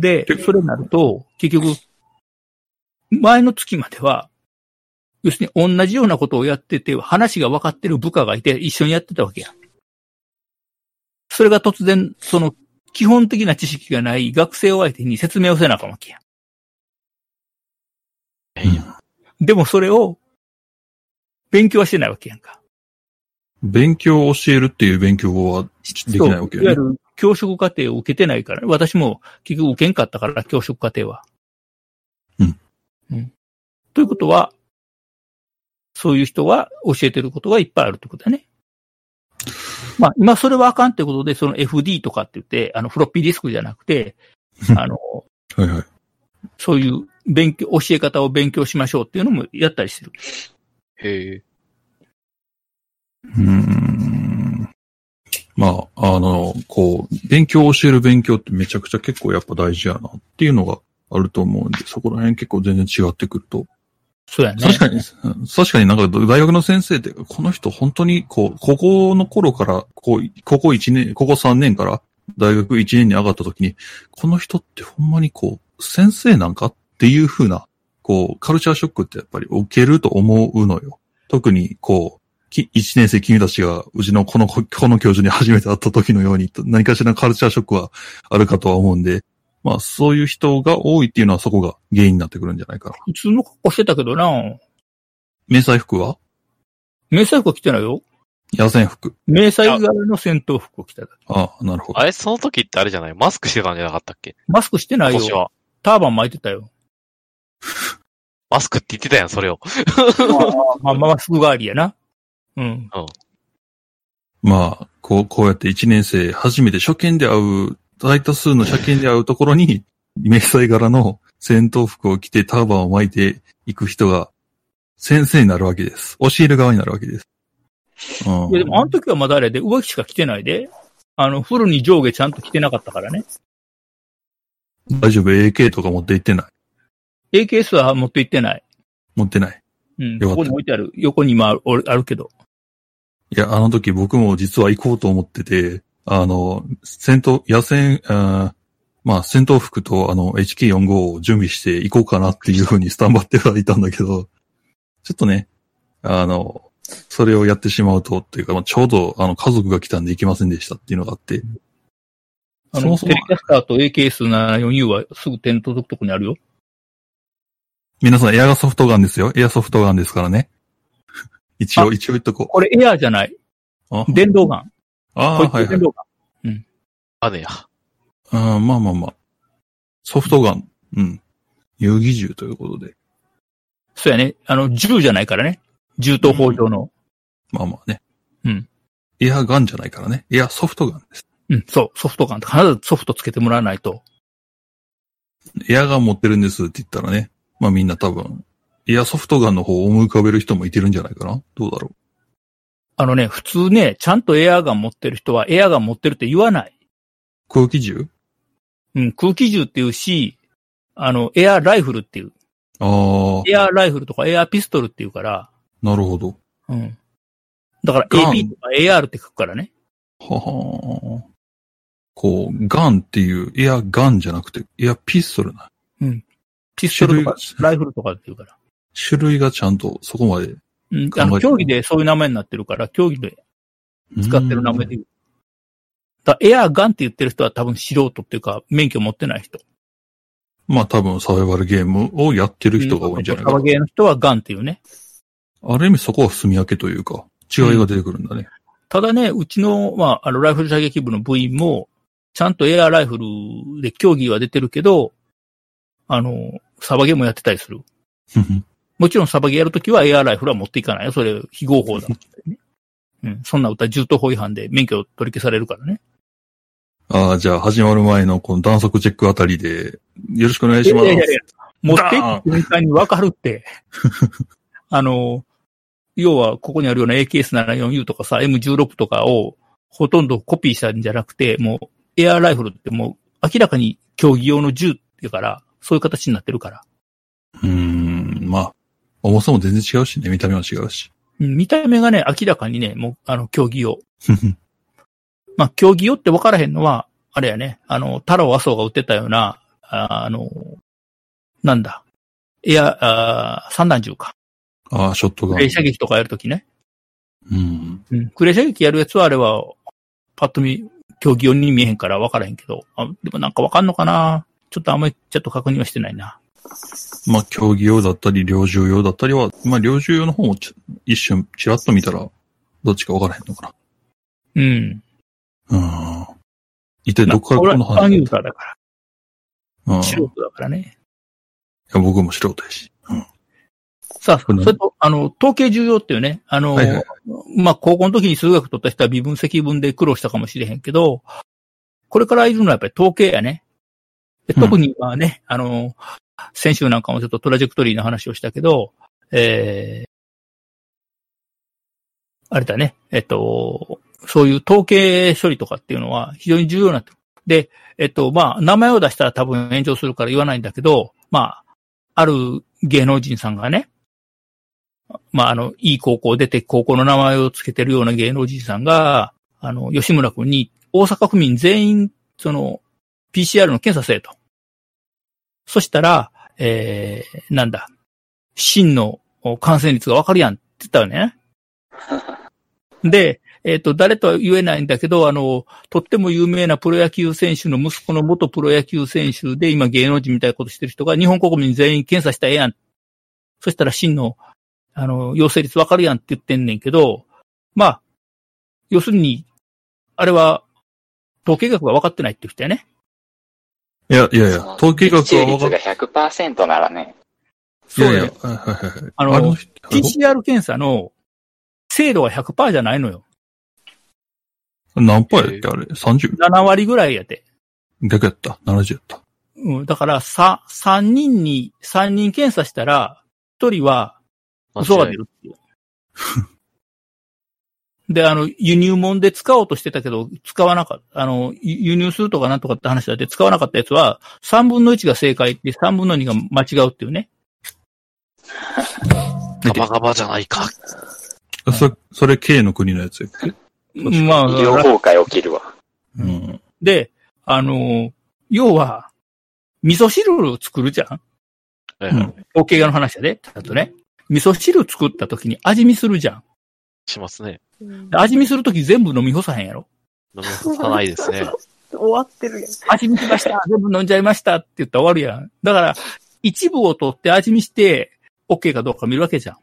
Speaker 3: で、それになると、結局、前の月までは、要するに同じようなことをやってて、話が分かってる部下がいて、一緒にやってたわけや。それが突然、その、基本的な知識がない学生を相手に説明をせなあかんわけや。
Speaker 2: 変や
Speaker 3: でもそれを、勉強はしてないわけやんか。
Speaker 4: 勉強を教えるっていう勉強はできないわけ
Speaker 3: そういわ
Speaker 4: よ
Speaker 3: ゆ
Speaker 4: ね。
Speaker 3: る教職課程を受けてないから、私も結局受けんかったから、教職課程は。
Speaker 4: うん。
Speaker 3: うん。ということは、そういう人は教えてることがいっぱいあるってことだね。まあ、今それはあかんってことで、その FD とかって言って、あの、フロッピーディスクじゃなくて、あの、
Speaker 4: はいはい。
Speaker 3: そういう勉強、教え方を勉強しましょうっていうのもやったりしてる。
Speaker 2: へえ。
Speaker 4: うん。まあ、あの、こう、勉強を教える勉強ってめちゃくちゃ結構やっぱ大事やなっていうのがあると思うんで、そこら辺結構全然違ってくると
Speaker 3: そうやね。
Speaker 4: 確かに、うん確かになんか大学の先生って、この人本当にこう、高校の頃から、こう、ここ1年、ここ3年から大学1年に上がった時に、この人ってほんまにこう、先生なんかっていう風な、こう、カルチャーショックってやっぱり受けると思うのよ。特にこう、き1年生君たちがうちのこの、この教授に初めて会った時のように、何かしらのカルチャーショックはあるかとは思うんで、まあそういう人が多いっていうのはそこが原因になってくるんじゃないかな。
Speaker 3: 普通の格好してたけどな
Speaker 4: 迷彩服は
Speaker 3: 迷彩服は着てないよ。
Speaker 4: 野戦服。
Speaker 3: 迷彩柄の戦闘服を着ただけ。
Speaker 4: ああ、なるほど。
Speaker 2: あれ、その時ってあれじゃないマスクしてたんじゃなかったっけ
Speaker 3: マスクしてな
Speaker 2: 今
Speaker 3: い
Speaker 2: 年
Speaker 3: よ。
Speaker 2: は。
Speaker 3: ターバン巻いてたよ。
Speaker 2: マスクって言ってたやん、それを。
Speaker 3: まあ、まあ、マスク代わりやな。うん。
Speaker 4: まあ、こう、こうやって一年生、初めて初見で会う、大多数の初見で会うところに、迷彩柄の戦闘服を着てターバンを巻いていく人が、先生になるわけです。教える側になるわけです。うん
Speaker 3: いや、でも、あの時はまだあれで、上着しか着てないで、あの、フルに上下ちゃんと着てなかったからね。
Speaker 4: 大丈夫 ?AK とか持って行ってない。
Speaker 3: AKS は持って行ってない。
Speaker 4: 持ってない。
Speaker 3: うん。
Speaker 4: よか
Speaker 3: こ
Speaker 4: った
Speaker 3: こに置いてある。横に今ある俺あるけど。
Speaker 4: いや、あの時僕も実は行こうと思ってて、あの、戦闘、野戦、あーまあ、戦闘服とあの、HK45 を準備していこうかなっていうふうにスタンバってはいたんだけど、ちょっとね、あの、それをやってしまうと、っていうか、まあ、ちょうど、あの、家族が来たんで行きませんでしたっていうのがあって、
Speaker 3: あ
Speaker 4: そ
Speaker 3: の、
Speaker 4: もそ
Speaker 3: テ
Speaker 4: も
Speaker 3: レキャスターと AKS74U はすぐ点届くとこにあるよ。
Speaker 4: 皆さんエアがソフトガンですよ。エアソフトガンですか らね。一応、一応言っとこ
Speaker 3: これエアーじゃない。
Speaker 4: う。あ
Speaker 3: 電動ガン。
Speaker 4: あ
Speaker 3: こ
Speaker 4: ー、
Speaker 3: いつ
Speaker 4: はいはい
Speaker 3: 電。動ガン。
Speaker 2: あねや。
Speaker 4: あーまあまあまあ。ソフトガン。うん。遊戯銃ということで。
Speaker 3: そうやね。あの、銃じゃないからね。銃刀法上の。
Speaker 4: まあまあね。
Speaker 3: うん。
Speaker 4: エアガンじゃないからね。エアソフトガンです。
Speaker 3: うん、そう、ソフトガンって必ずソフトつけてもらわないと。
Speaker 4: エアガン持ってるんですって言ったらね。まあみんな多分、エアソフトガンの方を思い浮かべる人もいてるんじゃないかな。どうだろ
Speaker 3: あのね、普通ね、ちゃんとエアガン持ってる人はエアガン持ってるって言わない。
Speaker 4: う。空気銃
Speaker 3: うん、空気銃って言うし、あの、エアライフルっていう。
Speaker 4: あ
Speaker 3: エアライフルとかエアピストルっていうから、
Speaker 4: あ、なるほど。
Speaker 3: うん。だから
Speaker 4: ガン
Speaker 3: AP とか AR って書くからね。
Speaker 4: ははーこう、ガンっていう、エアガンじゃなくて、エアピストルな。
Speaker 3: ピストルとか
Speaker 4: 種類が
Speaker 3: ライフルとかっていうから。
Speaker 4: 種類がちゃんとそこまで
Speaker 3: うん、
Speaker 4: 考え
Speaker 3: あ
Speaker 4: て
Speaker 3: の、
Speaker 4: る
Speaker 3: 競技でそういう名前になってるから、競技で使ってる名前で
Speaker 4: で。
Speaker 3: 言う。だからエアガンって言ってる人は多分素人っていうか、免許持ってない人。
Speaker 4: まあ多分サバイバルゲームをやってる人が多いんじゃないか
Speaker 3: サ
Speaker 4: な
Speaker 3: バゲーの人はガンっていうね。
Speaker 4: ある意味そこは住み分けというか、違いが出てくるんだね。
Speaker 3: ただね、うちの、まあ、あの、ライフル射撃部の部員も、ちゃんとエアライフルで競技は出てるけど、あの、サバゲーもやってたりする。もちろんサバゲーやるときはエアライフルは持っていかないよ。それ、非合法だ、ね。うん。そんな歌、銃刀法違反で免許取り消されるからね。
Speaker 4: ああ、じゃあ始まる前のこの弾速チェックあたりで、よろしくお願いします。
Speaker 3: いやいやいや持って行く瞬間にわかるって。あの、要は、ここにあるような AKS74U とかさ、M16 とかをほとんどコピーしたんじゃなくて、もう、エアーライフルってもう、明らかに競技用の銃ってから、そういう形になってるから。
Speaker 4: うーん、まあ、重さも全然違うしね、見た目も違うし。
Speaker 3: うん見た目がね、明らかにね、もう、あの、競技用。まあ、競技用って分からへんのは、あれやね、あの、太郎麻生が打ってたような、ああの、なんだ、エア、あー散弾銃か。
Speaker 4: ああ、ショットガン
Speaker 3: 連。射撃とかやるときね。
Speaker 4: うん。
Speaker 3: うん。クレ射撃やるやつはあれは、パッと見、競技用に見えへんから分からへんけど、あでもなんか分かんのかなちょっとあんまりちょっと確認はしてないな。
Speaker 4: まあ、競技用だったり、猟銃用だったりは、まあ、猟銃用の方もち一瞬、ちらっと見たら、どっちかわからへんのか
Speaker 3: うん。
Speaker 4: な。うん。一体どっからこの
Speaker 3: まあ俺は一般
Speaker 4: 話
Speaker 3: ユーザーだか
Speaker 4: うん
Speaker 3: ら、
Speaker 4: い
Speaker 3: 素人だからね。
Speaker 4: や僕も素人やし。うん。
Speaker 3: さあ、そ
Speaker 4: これ
Speaker 3: れと、あの、統計重要っていうね、あの、
Speaker 4: はいはい
Speaker 3: まあ、高校の時に数学取った人は微分積分で苦労したかもしれへんけど、これからいるのはやっぱり統計やね。で
Speaker 4: うん
Speaker 3: 特に今はね、あの、先週なんかもちょっとトラジェクトリーの話をしたけど、えー、あれだね、えっと、そういう統計処理とかっていうのは非常に重要なと。で、えっと、まあ、名前を出したら多分炎上するから言わないんだけど、まあ、ある芸能人さんがね、まあ、あの、いい高校出て高校の名前をつけてるような芸能人さんが、あの、吉村君に大阪府民全員、その、PCR の検査せえと。そしたら、えー、なんだ、真の感染率がわかるやんって言ったよね。で、えっ、と、誰とは言えないんだけど、あの、とっても有名なプロ野球選手の息子の元プロ野球選手で、今芸能人みたいなことしてる人が、日本国民全員検査したらええやん。そしたら真のあの、陽性率わかるやんって言ってんねんけど、まあ、要するに、あれは、統計学が分かってないって言ってやね。
Speaker 4: いや、いやいや、統計学はわか
Speaker 5: 率が100%ならね。
Speaker 4: いやいや、
Speaker 3: そう
Speaker 4: はいはいはいはい。
Speaker 3: あの
Speaker 4: 人
Speaker 3: PCR 検査の精度が100%じゃないのよ。
Speaker 4: 何パーやっけあれ ?30?
Speaker 3: 7割ぐらいやて。
Speaker 4: 逆やった。70やった。
Speaker 3: うん、だから、さ、3人に、3人検査したら、1人は嘘が出るっていう。 で、あの、輸入物で使おうとしてたけど、使わなかった。あの、輸輸入するとかなんとかって話だって、使わなかったやつは、3分の1が正解で、3分の2が間違うっていうね。
Speaker 2: ガバガバじゃないか。
Speaker 4: そ、それ K の国のやつやっけ
Speaker 3: まあ、
Speaker 5: 医療崩壊起きるわ。
Speaker 4: うん。
Speaker 3: で、あの、要は、味噌汁を作るじゃん
Speaker 2: はいはい。
Speaker 3: オーケーの話やで。あとね、味噌汁作った時に味見するじゃん。
Speaker 2: しますね。
Speaker 6: うん
Speaker 3: で味見する時全部飲み干さへんやろ。
Speaker 2: 飲み干さないです ね。
Speaker 6: 終わってるやん。
Speaker 3: 味見しました全部飲んじゃいましたって言ったら終わるやん。だから、一部を取って味見して、OK かどうか見るわけじゃん。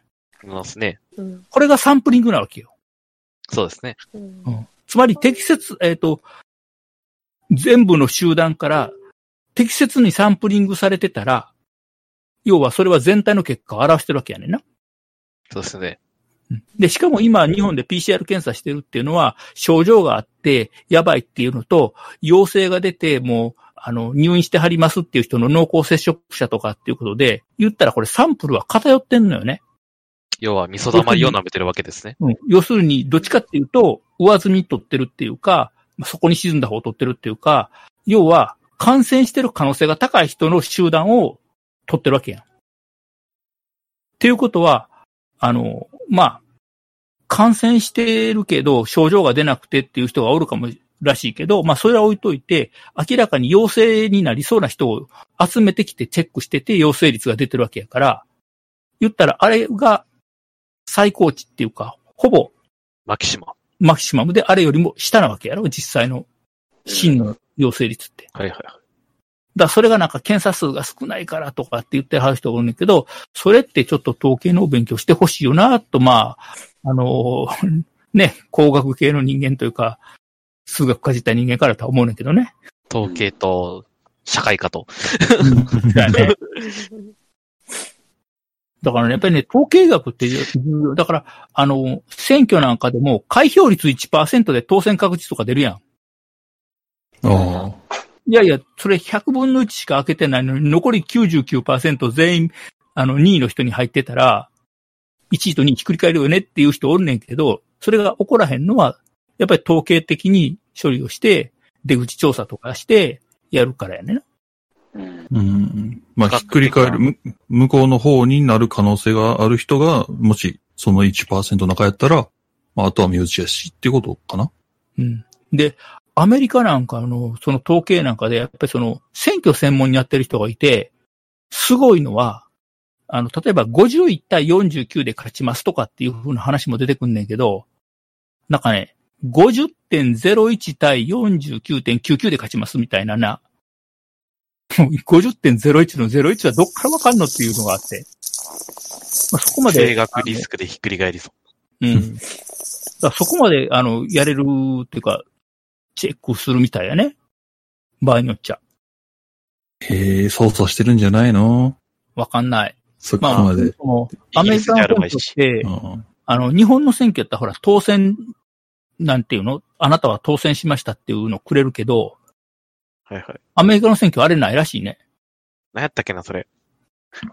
Speaker 2: 飲みますね。
Speaker 6: うん
Speaker 3: これがサンプリングなわけよ。
Speaker 2: そうですね。
Speaker 6: うん
Speaker 3: つまり適切、えっ、と、全部の集団から適切にサンプリングされてたら、要はそれは全体の結果を表してるわけやねんな。
Speaker 2: そうですね。
Speaker 3: で、しかも今日本で PCR 検査してるっていうのは症状があってやばいっていうのと、陽性が出てもう、あの、入院してはりますっていう人の濃厚接触者とかっていうことで、言ったらこれサンプルは偏ってんのよね。
Speaker 2: 要は、味噌だまりを舐めてるわけですね。
Speaker 3: うん、要するに、どっちかっていうと、上積み取ってるっていうか、まあそこに沈んだ方を取ってるっていうか、要は、感染してる可能性が高い人の集団を取ってるわけやん。っていうことは、あの、まあ、感染してるけど、症状が出なくてっていう人がおるかもらしいけど、まあ、それは置いといて、明らかに陽性になりそうな人を集めてきてチェックしてて、陽性率が出てるわけやから、言ったら、あれが最高値っていうか、ほぼ
Speaker 2: マキシマ。
Speaker 3: マキシマムであれよりも下なわけやろ実際の真の陽性率って。
Speaker 2: はいはいはい。
Speaker 3: だからそれがなんか検査数が少ないからとかって言ってはる人がおるんだけど、それってちょっと統計のお勉強してほしいよなと、まあ、あのーね、工学系の人間というか、数学かじった人間からとは思うんだけどね。
Speaker 2: 統計と、社会科と。
Speaker 3: だよね だからね、やっぱりね、統計学って重要。だから、あの、選挙なんかでも、開票率1%で当選確率とか出るやん。
Speaker 4: あ
Speaker 3: いやいや、それ100分の1しか開けてないのに、残り99%全員、あの、2位の人に入ってたら、1位と2位ひっくり返るよねっていう人おるねんけど、それが起こらへんのは、やっぱり統計的に処理をして、出口調査とかして、やるからやねんな。
Speaker 5: うん。
Speaker 4: あ。うん。まあ、ひっくり返る、む向こうの方になる可能性がある人が、もし、その1%中やったら、まあ、あとは身内やし、っていうことかな。
Speaker 3: うん。で、アメリカなんかの、その統計なんかで、やっぱりその、選挙専門にやってる人がいて、すごいのは、あの、例えば51対49で勝ちますとかっていう風な話も出てくんねんけど、なんかね、50.01対49.99で勝ちますみたいな な。もう50.01の01はどっからわかんのっていうのがあって。まあ、そこまで。
Speaker 2: 定額リスクでひっくり返りそう。
Speaker 3: うん。だからそこまで、あの、やれるっていうか、チェックするみたいやね。場合によっちゃ。
Speaker 4: へえ、操作してるんじゃないの
Speaker 3: わかんない。
Speaker 4: そこ
Speaker 3: まあ、
Speaker 4: まで。
Speaker 3: そのアメリカの選挙って、
Speaker 4: うん
Speaker 3: あの、日本の選挙やったらほら、当選、なんていうのあなたは当選しましたっていうのくれるけど、
Speaker 2: はいはい。
Speaker 3: アメリカの選挙あれないらしいね。
Speaker 2: 何やったっけな、それ。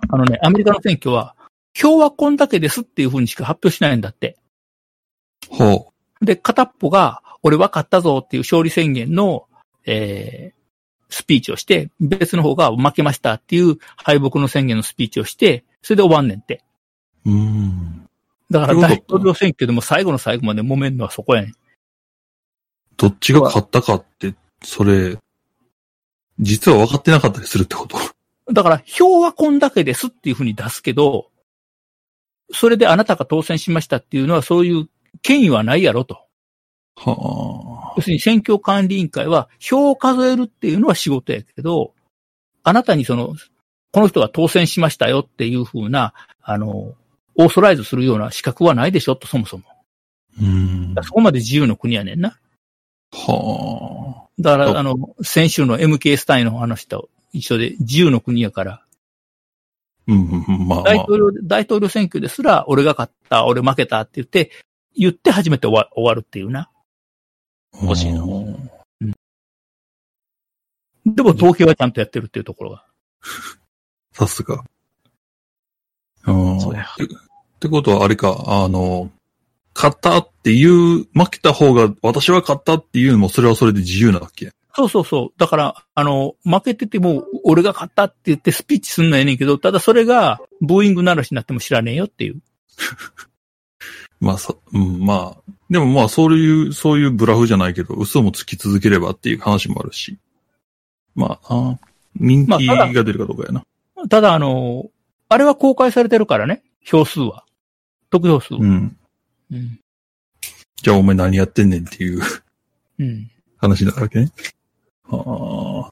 Speaker 3: あのね、アメリカの選挙は、票はこんだけですっていうふうにしか発表しないんだって。
Speaker 4: ほ
Speaker 3: で、片っぽが、俺分かったぞっていう勝利宣言の、えー、スピーチをして、別の方が負けましたっていう敗北の宣言のスピーチをして、それで終わんねんって。
Speaker 4: う。うん。
Speaker 3: だから
Speaker 4: そういうこと
Speaker 3: 大統領選挙でも最後の最後まで揉めんのはそこやねん。
Speaker 4: どっちが勝ったかって、それ、実は分かってなかったりするってこと。
Speaker 3: だから、票はこんだけですっていうふうに出すけど、それであなたが当選しましたっていうのはそういう権威はないやろと。
Speaker 4: は
Speaker 3: 要するに選挙管理委員会は票を数えるっていうのは仕事やけど、あなたにその、この人が当選しましたよっていうふうな、あの、オーソライズするような資格はないでしょと、そもそも。
Speaker 4: あ。うん。
Speaker 3: そこまで自由の国やねんな。
Speaker 4: は
Speaker 3: だか
Speaker 4: そう
Speaker 3: ら、あの、先週の MK スタインの話と一緒で自由の国やから、
Speaker 4: あ。うんうんうん、まあま
Speaker 3: 大
Speaker 4: あ。
Speaker 3: 統領、大統領選挙ですら、俺が勝った、俺負けたって言って、言って初めて終わ終わるっていうな。
Speaker 2: 欲しいな
Speaker 4: うん
Speaker 3: でも統計はちゃんとやってるっていうところが。
Speaker 4: さすが。うん。
Speaker 2: そうや
Speaker 4: ってってことはあれか、あの、勝ったっていう、負けた方が私は勝ったっていうのもそれはそれで自由なわけ。
Speaker 3: そうそうそう。だから、あの、負けてても、俺が勝ったって言ってスピーチすんのやねんけど、ただそれが、ブーイングならしになっても知らねえよっていう。
Speaker 4: まあさ、うん、まあ、でもまあそういう、そういうブラフじゃないけど、嘘もつき続ければっていう話もあるし。まあ、ああ人気が出るかどうかやな。
Speaker 3: ただ、あの、あれは公開されてるからね、票数は。得票数は。
Speaker 4: うん。
Speaker 3: うん。
Speaker 4: じゃあお前何やってんねんっていう
Speaker 3: うん。
Speaker 4: 話だわけね。は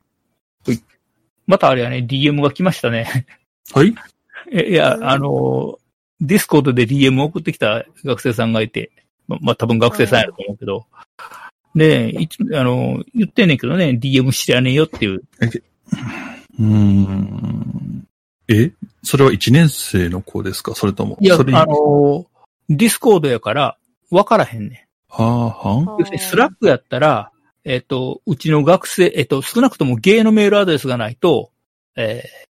Speaker 3: またあれやね、DM が来ましたね。
Speaker 4: あ。はい
Speaker 3: えいや、あの、ディスコードで DM 送ってきた学生さんがいて、ま、まあ、多分学生さんやると思うけど、で、いつ、あの、言ってんねんけどね、DM 知らねえよっていう、
Speaker 4: うーん。えそれは1年生の子ですかそれとも。
Speaker 3: いや、あ
Speaker 4: それに
Speaker 3: の、ディスコードやから、わからへんねん。
Speaker 4: はあ、はあ、
Speaker 3: 要するにスラックやったら、えっ、と、うちの学生、えっ、と、少なくともゲーのメールアドレスがないと、えー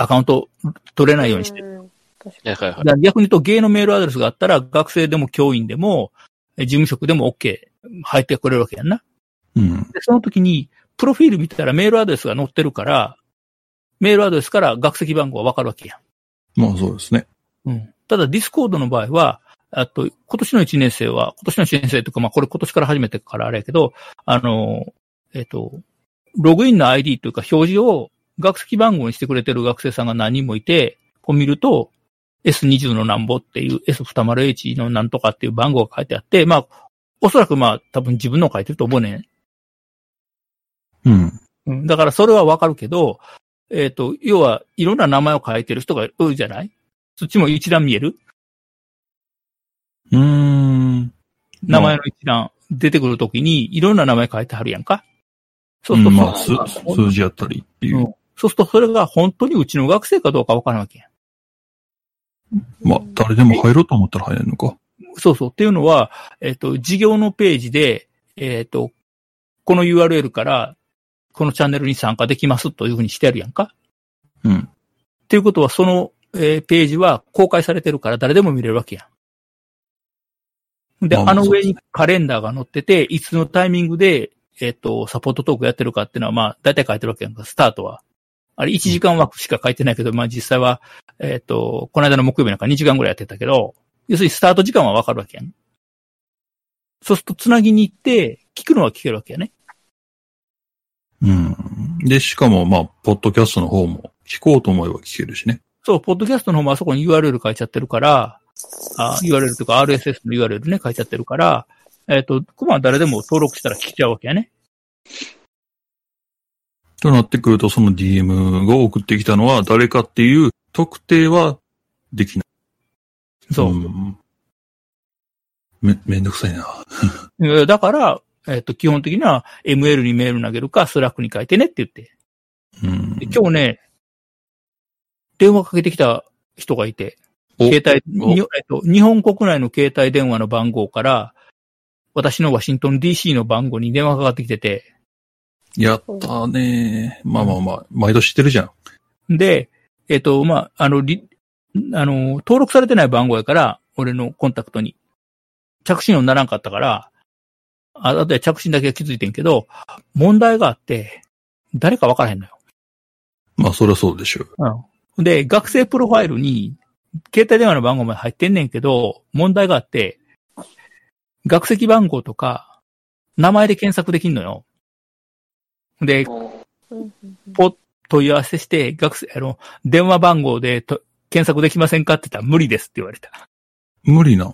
Speaker 3: アカウント取れないようにしてる。
Speaker 6: る。確
Speaker 2: い
Speaker 6: か
Speaker 2: やはいは
Speaker 3: だ
Speaker 2: い。
Speaker 3: から逆に言うと、ゲーのメールアドレスがあったら、学生でも教員でも、え事務職でも OK、入ってくれるわけやんな。
Speaker 4: うん。
Speaker 3: で、その時に、プロフィール見てたらメールアドレスが載ってるから、メールアドレスから学籍番号はわかるわけやん。
Speaker 4: まあそうですね。
Speaker 3: うん。ただ、ディスコードの場合は、あと、今年の1年生は、今年の1年生というか、まあ、これ今年から始めてからあれやけど、あの、えっ、と、ログインの ID というか表示を学籍番号にしてくれてる学生さんが何人もいて、こう見ると、S20 のなんぼっていう、S201 のなんとかっていう番号が書いてあって、まあ、おそらくまあ、多分自分の書いてると思うねん。
Speaker 4: うん。
Speaker 3: うん。だからそれはわかるけど、えっ、と、要は、いろんな名前を書いてる人がいるじゃないそっちも一覧見える
Speaker 4: うーん。
Speaker 3: 名前の一覧出てくるときに、いろんな名前書いてはるやんか。そう
Speaker 4: う
Speaker 3: する
Speaker 4: ん、
Speaker 3: と、
Speaker 4: まあ、
Speaker 3: そ
Speaker 4: す
Speaker 3: う
Speaker 4: 数字やったりっていう。
Speaker 3: そうするとそれが本当にうちの学生かどうかわからんわけやん。
Speaker 6: に
Speaker 4: まあ、誰でも入ろうと思ったら入れるのか。
Speaker 3: そうそう。っていうのは、えっ、と、事業のページで、えっ、と、この URL から、このチャンネルに参加できますというふうにしてあるやんか。
Speaker 4: うん。
Speaker 3: っていうことは、その、えーページは公開されてるから誰でも見れるわけやん。で、
Speaker 4: まあまあ
Speaker 3: あの上にカレンダーが載ってて、いつのタイミングで、えっ、と、サポートトークやってるかっていうのは、まあ、大体書いてるわけやんか、スタートは。あれ、1時間枠しか書いてないけど、まあ実際は、えっ、と、この間の木曜日なんか2時間ぐらいやってたけど、要するにスタート時間はわかるわけやん。そうすると、つなぎに行って、聞くのは聞けるわけやね。
Speaker 4: うん。で、しかも、まあ、ポッドキャストの方も聞こうと思えば聞けるしね。
Speaker 3: そう、ポッドキャストの方もあそこに URL 書いちゃってるから、あ URL とか RSS の URL ね、書いちゃってるから、えっ、と、ここは誰でも登録したら聞けちゃうわけやね。
Speaker 4: となってくると、その DM を送ってきたのは誰かっていう特定はできない。
Speaker 3: そう。
Speaker 4: んめ、めんどくさいな。
Speaker 3: えーだから、えっ、と、基本的には ML にメール投げるか、スラックに書いてねって言って。
Speaker 4: うん
Speaker 3: で。今日ね、電話かけてきた人がいて、
Speaker 4: お
Speaker 3: 携帯、
Speaker 4: お
Speaker 3: にえっと、日本国内の携帯電話の番号から、私のワシントン DC の番号に電話かかってきてて、
Speaker 4: やったねまあまあまあ、毎年してるじゃん。
Speaker 3: で、えっ、と、まあ、あの、り、あの、登録されてない番号やから、俺のコンタクトに。着信音ならんかったから、あ後で着信だけは気づいてんけど、問題があって、誰かわからへんのよ。
Speaker 4: まあ、そりゃそうでしょう。
Speaker 3: うん。で、学生プロファイルに、携帯電話の番号まで入ってんねんけど、問題があって、学籍番号とか、名前で検索できんのよ。で、
Speaker 6: に。
Speaker 3: 問い合わせして、学生、あの、電話番号でと検索できませんかって言ったら無理ですって言われた。
Speaker 4: 無理な。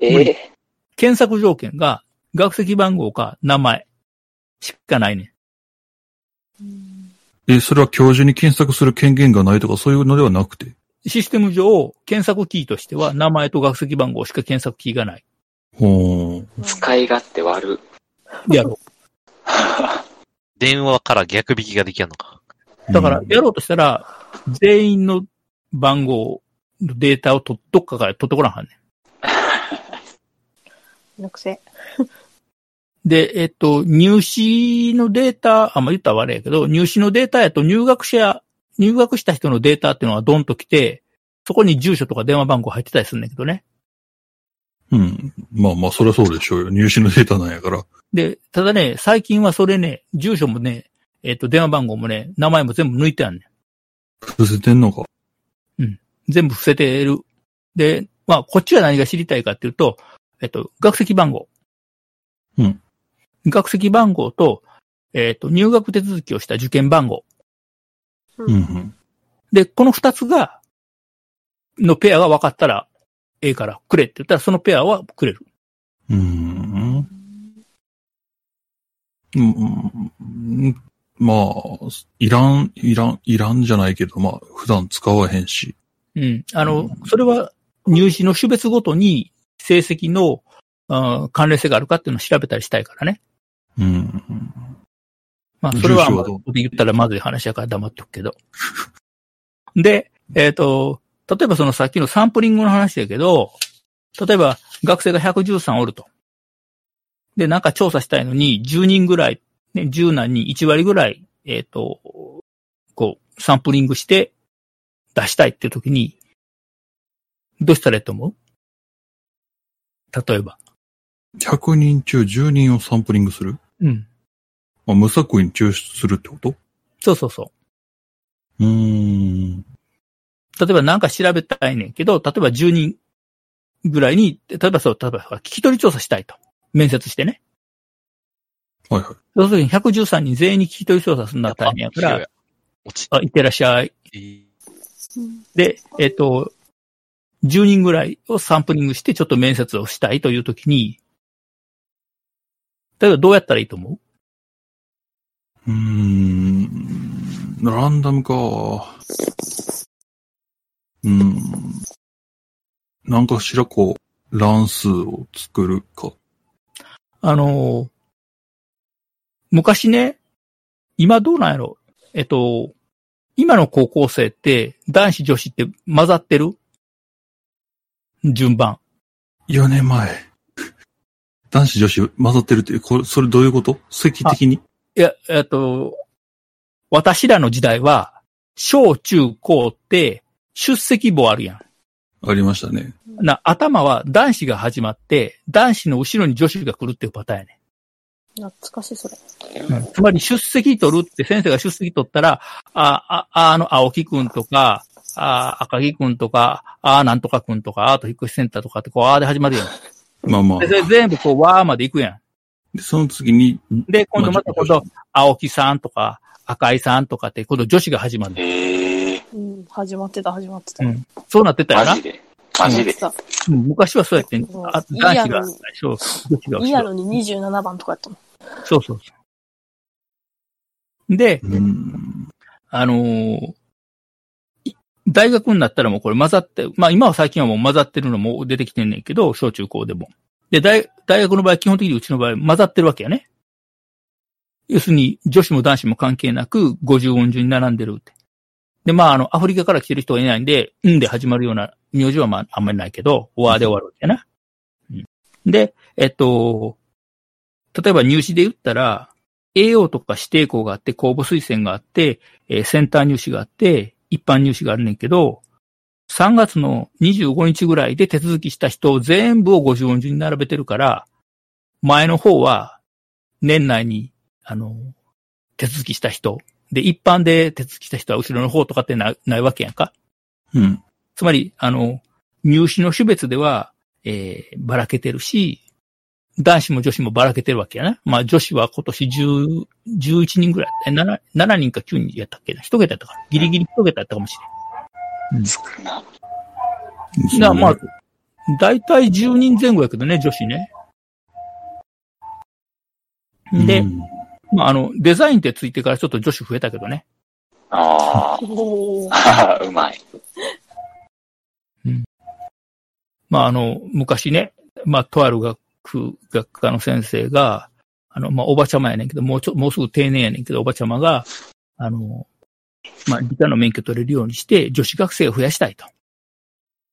Speaker 5: ええ
Speaker 3: 検索条件が、学籍番号か名前しかないねん。
Speaker 4: え、それは教授に検索する権限がないとかそういうのではなくて。
Speaker 3: システム上、検索キーとしては、名前と学籍番号しか検索キーがない。
Speaker 4: ほー。
Speaker 5: 使い勝手悪。
Speaker 3: やろ
Speaker 2: 電話から逆引きができやんのか。
Speaker 3: う。だから
Speaker 4: う、ん
Speaker 3: やろうとしたら、全員の番号、データをとどっかから取ってこなはんね
Speaker 6: めんどくせ
Speaker 3: ん。で、えっと、入試のデータ、あ、まあ、言ったら悪いやけど、入試のデータやと入学者、入学した人のデータっていうのはドンと来て、そこに住所とか電話番号入ってたりするんだけどね。
Speaker 4: うん。まあまあ、そりゃそうでしょうよ。入試のデータなんやから。
Speaker 3: で、ただね、最近はそれね、住所もね、えっ、と、電話番号もね、名前も全部抜いてあんね
Speaker 4: 伏せてんのか。
Speaker 3: ん。全部伏せてる。で、まあ、こっちは何が知りたいかっていうと、えっ、と、学籍番号。
Speaker 4: うん。
Speaker 3: 学籍番号と、えっ、と、入学手続きをした受験番号。
Speaker 4: うんうん。
Speaker 3: で、この二つが、のペアが分かったら、ええからくれって言ったら、そのペアはくれる。
Speaker 4: うん。うんうん。まあ、いらん、いらん、いらんじゃないけど、まあ、普段使わへんし。
Speaker 3: うん。あの、それは入試の種別ごとに成績の、あー関連性があるかっていうのを調べたりしたいからね。
Speaker 4: うん。
Speaker 3: まあ、それは、
Speaker 4: 住所
Speaker 3: ま
Speaker 4: は
Speaker 3: あ
Speaker 4: どう
Speaker 3: 言ったらまずい話やから黙っとくけど。 で、えっ、と、例えばそのさっきのサンプリングの話だけど、例えば学生が113おると。で、なんか調査したいのに、10人ぐらい、ね、10何人、1割ぐらい、えっ、と、こう、サンプリングして出したいっていう時に、どうしたらいいと思う例えば。
Speaker 4: 100人中10人をサンプリングする
Speaker 3: うん。
Speaker 4: まあ、無作為に抽出するってこと
Speaker 3: そうそうそう。
Speaker 4: うーん。
Speaker 3: 例えばなんか調べたいねんけど、例えば10人ぐらいに、例えばそう、例えば聞き取り調査したいと。面接してね。
Speaker 4: はいはい。
Speaker 3: そうするに113人全員に聞き取り調査するんだったら大変やから、
Speaker 2: 落ち
Speaker 3: あ、いってらっしゃい。
Speaker 2: い。
Speaker 3: で、えっ、と、10人ぐらいをサンプリングしてちょっと面接をしたいというときに、例えばどうやったらいいと思う
Speaker 4: うーん。ランダムか。うーん。なんかしらこう、乱数を作るか。
Speaker 3: あのー昔ね、今どうなんやろえっと、今の高校生って男子女子って混ざってる順番。
Speaker 4: 4年前。男子女子混ざってるって、これ、それどういうこと席的に
Speaker 3: いや、えっと、私らの時代は、小中高って出席簿あるやん。
Speaker 4: ありましたね。
Speaker 3: な、頭は男子が始まって、男子の後ろに女子が来るっていうパターンやねん。
Speaker 6: 懐かしい、それ。
Speaker 3: つまり出席取るって、先生が出席取ったら、あ、あ、ああの、青木くんとか、あ、赤木くんとか、あ、なんとかくんとか、あと引っ越しセンターとかって、こう、あーで始まるやん。
Speaker 4: まあまあ
Speaker 3: で、。それ全部こう、わーまで行くや
Speaker 4: でその次に、
Speaker 3: ん。で、今度また今度、青木さんとか、赤井さんとかって、今度女子が始まる。
Speaker 5: ええ
Speaker 6: うん、始まってた、始まってた。
Speaker 3: うんそうなってたよな
Speaker 5: マジ。でマジで
Speaker 6: 始まって
Speaker 3: うん昔はそうやってん、あ
Speaker 6: うん
Speaker 3: 男子
Speaker 6: リア
Speaker 3: が
Speaker 6: ルに
Speaker 3: 最初、女子が
Speaker 6: た。いいや
Speaker 3: 後
Speaker 6: ろ
Speaker 3: ろ。
Speaker 6: に27番とかやったもん。
Speaker 3: そうそうそう。で、
Speaker 4: うーん。
Speaker 3: あのーい大学になったらもうこれ混ざって、まあ今は最近はもう混ざってるのも出てきてんねんけど、小中高でも。で、大大学の場合、基本的にうちの場合混ざってるわけやね。要するに女子も男子も関係なく50音順に並んでるって。で、まああの、アフリカから来てる人はいないんで、うんで始まるような名字はまああんまりないけど、わーで終わるわけやな。うん、で、えっと、例えば入試で言ったら、AO とか指定校があって、公募推薦があって、えーセンター入試があって、一般入試があるねんけど、3月の25日ぐらいで手続きした人を全部を50音順に並べてるから、前の方は年内に、あの、手続きした人、で、一般で手続きした人は後ろの方とかってなないわけやんか。
Speaker 4: うん。
Speaker 3: つまり、あの、入試の種別では、えーばらけてるし、男子も女子もばらけてるわけやな。まあ女子は今年10 11人ぐらい、え7、7人か9人やったっけな。一桁やったから。ギリギリ一桁やったかもしれん。だか
Speaker 5: 少な
Speaker 3: らまあ、だいたい10人前後やけどね、女子ね。で、
Speaker 4: うん
Speaker 3: まああの、デザインってついてからちょっと女子増えたけどね。
Speaker 5: あ
Speaker 6: おー
Speaker 5: あ うまい
Speaker 3: まああの、昔ね、まあとある学区、学科の先生が、あの、まあおばちゃまやねんけど、もうちょ、もうすぐ定年やねんけど、おばちゃまが、あの、まあ理科の免許取れるようにして、女子学生を増やしたいと。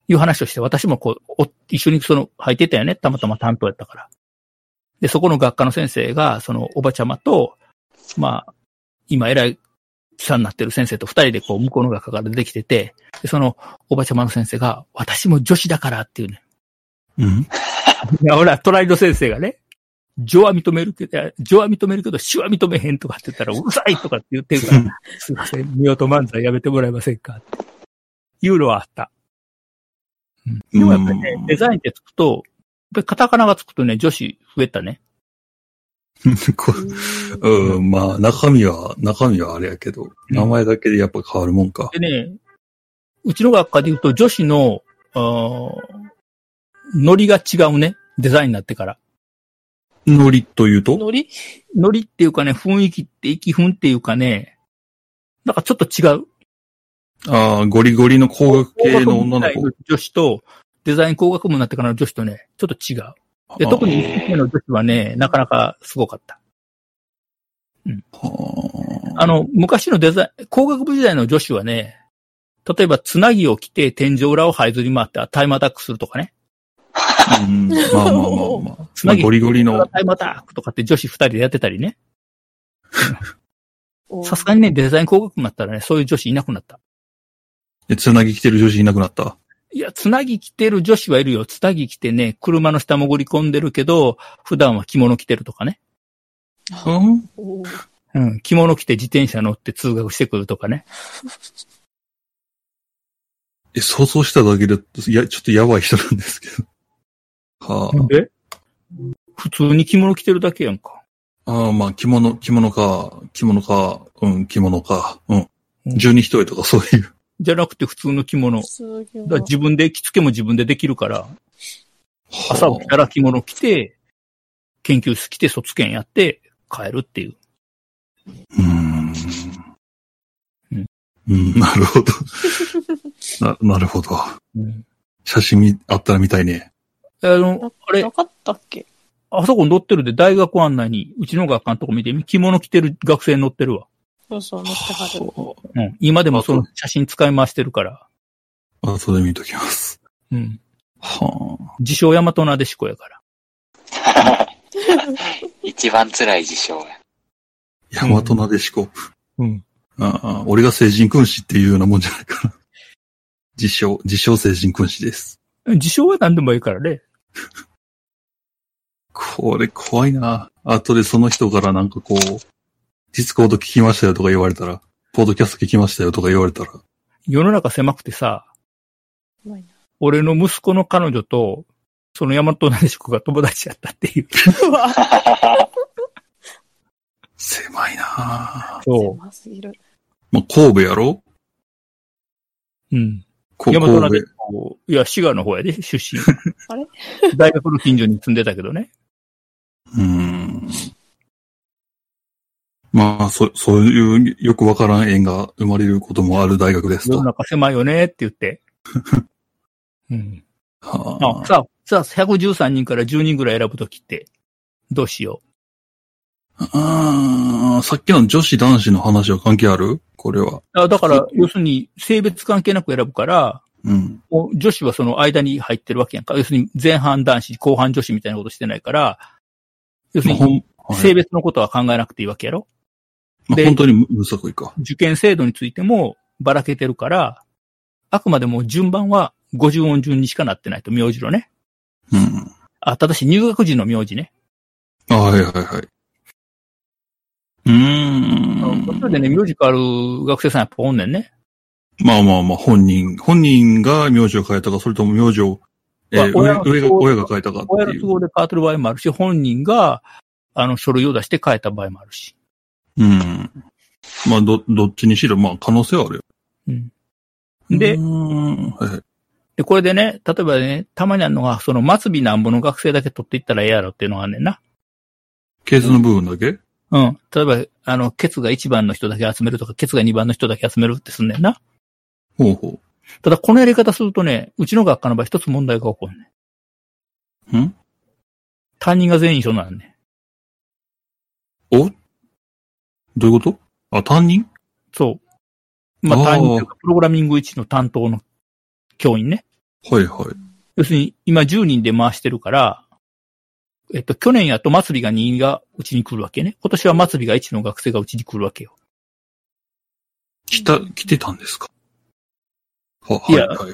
Speaker 3: いう話をして、私もこう、お一緒にその、入ってたよね。たまたま担当やったから。で、そこの学科の先生が、その、おばちゃまと、まあ、今偉いさんになってる先生と二人でこう、向こうの学科から出てきてて、でその、おばちゃまの先生が、私も女子だからっていうね。
Speaker 4: うん。
Speaker 3: いや、ほら、隣の先生がね、女は認めるけど、いや女は認めるけど、死は認めへんとかって言ったら、うるさいとかって言ってるから、すいませ ん、見事漫才やめてもらえませんかっていうのはあった。でもやっぱりね
Speaker 4: う、ん
Speaker 3: デザインってつくと、やっぱりカタカナがつくとね、女子増えたね。
Speaker 4: こうん、まあ、中身は、中身はあれやけど、名前だけでやっぱ変わるもんか。
Speaker 3: でね、うちの学科で言うと女子の、あーノリが違うね。デザインになってから。
Speaker 4: ノリというと
Speaker 6: ノリ
Speaker 3: ノリっていうかね、雰囲気って、意気分っていうかね、なんかちょっと違う。
Speaker 4: ああ、ゴリゴリの工学系の女の
Speaker 3: 工学部時代
Speaker 4: 子。
Speaker 3: 女子と、デザイン工学部になってからの女子とね、ちょっと違う。で特に1年の女子はね、なかなかすごかった。
Speaker 4: あー
Speaker 3: あの、昔のデザイン、工学部時代の女子はね、例えば、つなぎを着て天井裏を這いずり回ってタイムアタックするとかね。
Speaker 4: うんまあまあまあまあ。
Speaker 3: つ
Speaker 4: ま
Speaker 3: な
Speaker 4: あ、
Speaker 3: ぎ、
Speaker 4: ゴリゴリの。
Speaker 3: タイムアタックとかって女子二人でやってたりね。
Speaker 6: おー
Speaker 3: さすがにね、デザイン工学部になったらね、そういう女子いなくなった。
Speaker 4: え、つなぎ着てる女子いなくなった。
Speaker 3: いや、つなぎ着てる女子はいるよ。つなぎ着てね、車の下潜り込んでるけど、普段は着物着てるとかね。
Speaker 4: うん
Speaker 6: おー
Speaker 3: うん、着物着て自転車乗って通学してくるとかね。
Speaker 4: え、想像しただけで、いや、ちょっとやばい人なんですけど。は
Speaker 3: え普通に着物着てるだけやんか。
Speaker 4: あ。ああ、まあ、着物、着物か、着物か、うん、着物か、うん。
Speaker 3: うん
Speaker 4: 十二一重とかそういう。
Speaker 3: じゃなくて普通の着物。だか
Speaker 6: すげえ
Speaker 3: ら自分で着付けも自分でできるから、朝
Speaker 4: は
Speaker 3: 起きたら着物着て、研究室来て卒検やって帰るっていう。
Speaker 4: あうーん
Speaker 3: うん。
Speaker 4: うん、なる ほど。な、なるほど。写真み、あったら見たいね。
Speaker 3: あの、あれ
Speaker 6: な、かったっけ
Speaker 3: あそこに乗ってるで大学案内に、うちの学科のとこ見てみ、着物着てる学生乗ってるわ。
Speaker 6: そうそう、乗ってはる。
Speaker 3: うん。今でもその写真使い回してるから。
Speaker 4: 後で見ときます。
Speaker 3: うん。
Speaker 4: はあ。
Speaker 3: 自称大和なでしこやから。
Speaker 5: 一番辛い事象や。
Speaker 4: 大和なでしこ。
Speaker 3: うん。
Speaker 4: ああ、俺が成人君子っていうようなもんじゃないかな。自称、自称成人君子です。
Speaker 3: 自称は何でもいいからね。
Speaker 4: これ怖いな。後でその人からなんかこう、ディスコード聞きましたよとか言われたら、ポードキャスト聞きましたよとか言われたら、
Speaker 3: 世の中狭くてさ、
Speaker 6: うまい
Speaker 3: 俺の息子の彼女と、その大和なでしこが友達やったっていう。
Speaker 6: なうわ
Speaker 4: 狭いな。
Speaker 3: そ
Speaker 6: 狭すぎる。。
Speaker 4: まあ、神戸やろ
Speaker 3: う。うん。
Speaker 4: こ
Speaker 3: 大
Speaker 4: 神
Speaker 3: 和な
Speaker 4: 戸
Speaker 3: でし。こ、いや、滋賀の方やで、出身
Speaker 6: あれ
Speaker 3: 大学の近所に住んでたけどね。
Speaker 4: うーん。まあ、そ、そういうよくわからん縁が生まれることもある大学です
Speaker 3: 世の
Speaker 4: と。
Speaker 3: 中狭いよねって言って。うん。
Speaker 4: は
Speaker 3: あ、さあ、さあ、113人から10人ぐらい選ぶときって、どうしよ
Speaker 4: ああー、さっきの女子男子の話は関係あるこれは。
Speaker 3: う。あだから、要するに、性別関係なく選ぶから、
Speaker 4: うん。
Speaker 3: もう女子はその間に入ってるわけやんか。要するに、前半男子、後半女子みたいなことしてないから、要する
Speaker 4: まあほ
Speaker 3: に、
Speaker 4: んはい
Speaker 3: 性別のことは考えなくていいわけやろ。
Speaker 4: まあ
Speaker 3: で
Speaker 4: 本当にむむさこいか。
Speaker 3: 受験制度についても、ばらけてるから、あくまでも順番は50音順にしかなってないと、名字のね。
Speaker 4: うん。
Speaker 3: あ、ただし入学時の名字ね。
Speaker 4: あはいはいはい。う
Speaker 3: 途
Speaker 4: ー
Speaker 3: 中
Speaker 4: ん。
Speaker 3: でね、名字変わる学生さんやっぱおんねんね。
Speaker 4: まあまあまあ、本人、本人が名字を変えたか、それとも名字を、えー
Speaker 3: まあ親の都合
Speaker 4: 上上が、親が変えたか
Speaker 3: 親
Speaker 4: って
Speaker 3: の
Speaker 4: い
Speaker 3: 都
Speaker 4: う。
Speaker 3: 合で変わってる場合もあるし、本人が、あの、書類を出して変えた場合もあるし。
Speaker 4: うん。まあ、ど、どっちにしろ、まあ、可能性はあるよ。
Speaker 3: うん。で
Speaker 4: うー、んはいはい
Speaker 3: で、これでね、例えばね、たまにあるのが、その末尾なんぼの学生だけ取っていったらええやろっていうのがあんねんな。
Speaker 4: ケースの部分だけ
Speaker 3: うん。例えば、あの、ケツが1番の人だけ集めるとか、ケツが2番の人だけ集めるってすんねんな。
Speaker 4: ほうほ
Speaker 3: ただ、このやり方するとね、うちの学科の場合一つ問題が起こるね。
Speaker 4: う。ん
Speaker 3: 担任が全員一緒なんね。
Speaker 4: おどういうことあ、担任
Speaker 3: そう。まあ
Speaker 4: あ、ー
Speaker 3: 担任というか、プログラミング1の担当の教員ね。
Speaker 4: はいはい。
Speaker 3: 要するに、今10人で回してるから、えっと、去年やと末尾が2がうちに来るわけね。今年は末尾が1の学生がうちに来るわけよ。
Speaker 4: 来た、来てたんですかは、はいい
Speaker 3: や
Speaker 4: はい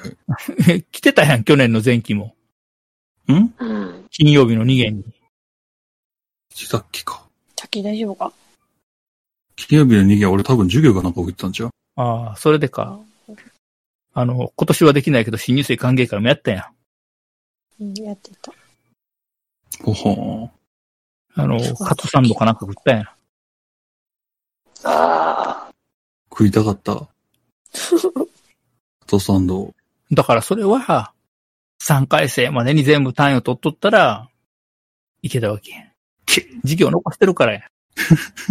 Speaker 4: はい。
Speaker 3: 来てたやん、去年の前期も。
Speaker 4: ん
Speaker 5: うん。
Speaker 3: 金曜日の2限に。
Speaker 4: 来たっきか。
Speaker 6: 滝大丈夫か
Speaker 4: 金曜日の逃げは俺多分授業がなんか送ってたんちゃう
Speaker 3: ああ、それでか。あの、今年はできないけど、新入生歓迎会もやったやん。
Speaker 6: うん、やってた。
Speaker 4: ほほー
Speaker 3: あの、カツサンドかなんか食ったんやな。
Speaker 5: ああ。
Speaker 4: 食いたかった。トサンド。
Speaker 3: だからそれは、3回生までに全部単位を取っとったら、いけたわけやん。け授業残してるからや。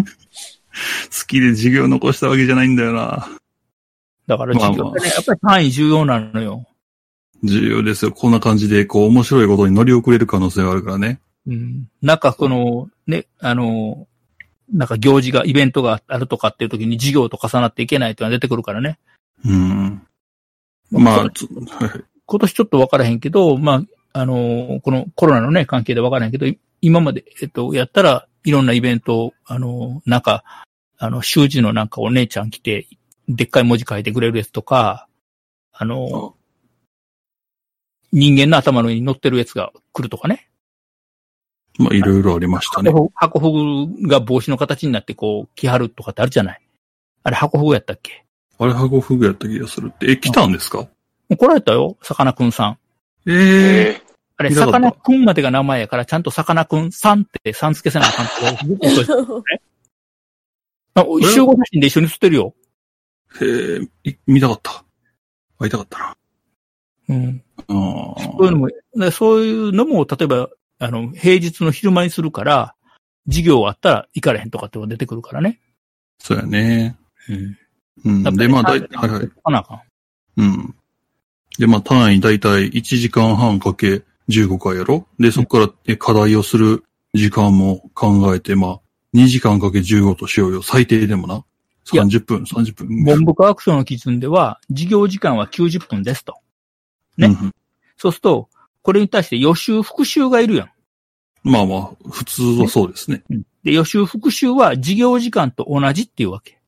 Speaker 4: 好きで授業残したわけじゃないんだよな。
Speaker 3: だから
Speaker 4: まあ
Speaker 3: 授業ってね、やっぱり単位重要なのよ。
Speaker 4: 重要ですよ。こんな感じで、こう、面白いことに乗り遅れる可能性はあるからね。
Speaker 3: うん。なんかこの、ね、あの、なんか行事が、イベントがあるとかっていう時に授業と重なっていけないっていうのが出てくるからね。
Speaker 4: うん。まあ、
Speaker 3: 今
Speaker 4: つはいはい。
Speaker 3: 今年ちょっと分からへんけど、まあ、あの、このコロナのね、関係で分からへんけど、い今まで、えっと、やったら、いろんなイベントを、あの、なんか、あの、習字のなんかお姉ちゃん来て、でっかい文字書いてくれるやつとか、あの、人間の頭の上に乗ってるやつが来るとかね。
Speaker 4: まあ、いろいろありましたね。
Speaker 3: 箱箱フグが帽子の形になってこう、着はるとかってあるじゃないあれ箱フグやったっけ
Speaker 4: あれ、ハゴフグやった気がするって。え、来たんですか
Speaker 3: 怒られたよ、さかなクンさん。
Speaker 4: ええ
Speaker 5: え
Speaker 3: あれ、
Speaker 4: 見た
Speaker 3: さ
Speaker 4: こと
Speaker 3: か
Speaker 4: ない
Speaker 3: なクンまでが名前やから、ちゃんとさかなクンさんってさん付けせなあかんって僕 ずっと言ってた。あ集合写真で一緒に写ってるよ。
Speaker 4: へえい見たかった。会いたかったな。
Speaker 3: うん。
Speaker 4: あ
Speaker 3: そういうのも、でそういうのも、例えば、あの、平日の昼間にするから、授業あったら行かれへんとかってのが出てくるからね。
Speaker 4: そうやね。
Speaker 3: うん。
Speaker 4: うん。で、まあ、だい、はいはい。
Speaker 3: かなあかん。
Speaker 4: うん。で、まあ、単位だいたい1時間半かけ15回やろで、そこからえ課題をする時間も考えて、まあ、2時間かけ15としようよ。最低でもな。
Speaker 3: いや
Speaker 4: 30分、30分。
Speaker 3: 文部科学省の基準では、授業時間は90分ですと。ね
Speaker 4: うん
Speaker 3: そうすると、これに対して予習復習がいるやん。
Speaker 4: まあまあ、普通はそうですね。
Speaker 3: で、予習復習は授業時間と同じっていうわけ。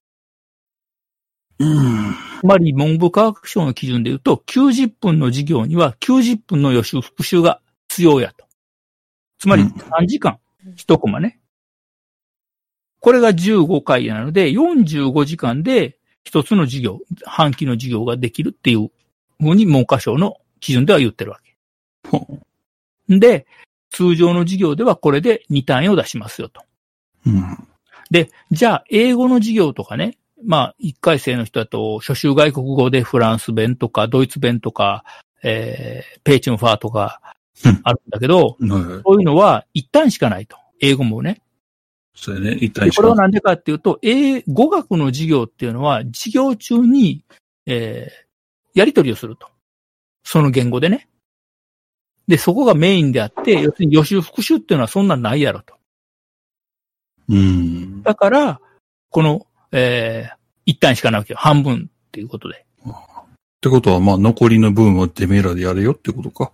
Speaker 4: うん。
Speaker 3: つまり、文部科学省の基準で言うと、90分の授業には90分の予習復習が必要やと。つまり、
Speaker 4: うん
Speaker 3: 3時間、1コマね。これが15回なので、45時間で1つの授業、半期の授業ができるっていうふうに文科省の基準では言ってるわけ。
Speaker 4: ほ
Speaker 3: で、通常の授業ではこれで2単位を出しますよと。
Speaker 4: ううん。
Speaker 3: で、じゃあ、英語の授業とかね、まあ、1回生の人だと、初習外国語でフランス弁とか、ドイツ弁とか、えー、ペーチンファーとか
Speaker 4: うん、
Speaker 3: あるんだけど、
Speaker 4: はいはい。
Speaker 3: そういうのは1単しかないと。英語もね。
Speaker 4: そうやね。一
Speaker 3: で
Speaker 4: 体
Speaker 3: これはなんでかっていうと、英語学の授業っていうのは、授業中に、えー、やり取りをすると。その言語でね。で、そこがメインであって、要するに予習復習っていうのはそんなんないやろと。
Speaker 4: うん。
Speaker 3: だから、この、えー、一単しかないわけよ。半分っていうことで。
Speaker 4: ってことは、まあ、残りの分はてめえらでやれよってことか。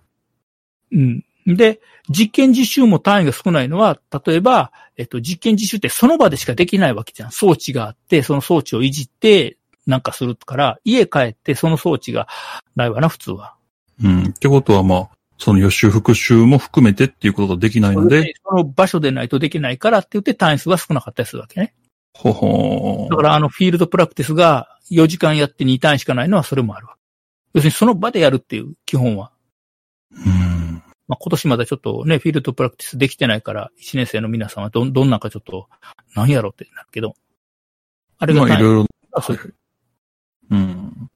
Speaker 3: うん。で、実験実習も単位が少ないのは、例えば、えっと、実験実習ってその場でしかできないわけじゃん。装置があって、その装置をいじって、なんかするから、家帰ってその装置がないわな、普通は。
Speaker 4: うん。ってことは、まあ、その予習復習も含めてっていうことができないので、
Speaker 3: その場所でないとできないからって言って単位数が少なかったりするわけね。
Speaker 4: ほほ
Speaker 3: だ
Speaker 4: ー
Speaker 3: からあのフィールドプラクティスが4時間やって2単位しかないのはそれもあるわけ。要するにその場でやるっていう基本は。
Speaker 4: うん。
Speaker 3: まあ、今年まだちょっとね、フィールドプラクティスできてないから、1年生の皆さんはどん、どんなんかちょっと、なんやろってなるけど。あれが
Speaker 4: まあ、い
Speaker 3: 単位
Speaker 4: ろいろ。
Speaker 3: あそう
Speaker 4: うん。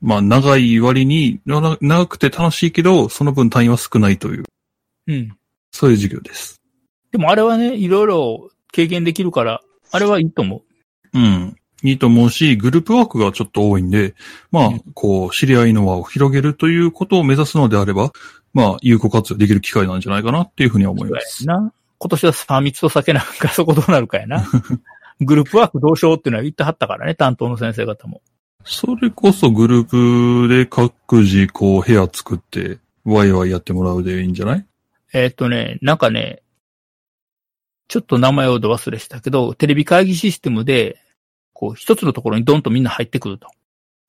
Speaker 4: まあ、長い割に、な長くて楽しいけど、その分単位は少ないという、
Speaker 3: うん。
Speaker 4: そういう授業です。
Speaker 3: でもあれはね、いろいろ経験できるから、あれはいいと思う。
Speaker 4: うん。いいと思うし、グループワークがちょっと多いんで、まあ
Speaker 3: うん、
Speaker 4: こう、知り合いの輪を広げるということを目指すのであれば、まあ、有効活用できる機会なんじゃないかなっていうふうには思います。
Speaker 3: な。今年は3密と酒なんかそこどうなるかや な。グループワークどうしようっていうのは言ってはったからね、担当の先生方も。
Speaker 4: それこそグループで各自こう部屋作ってワイワイやってもらうでいいんじゃない
Speaker 3: えーっ、とね、なんかね、ちょっと名前をど忘れしたけど、テレビ会議システムで、こう、一つのところにドンとみんな入ってくると。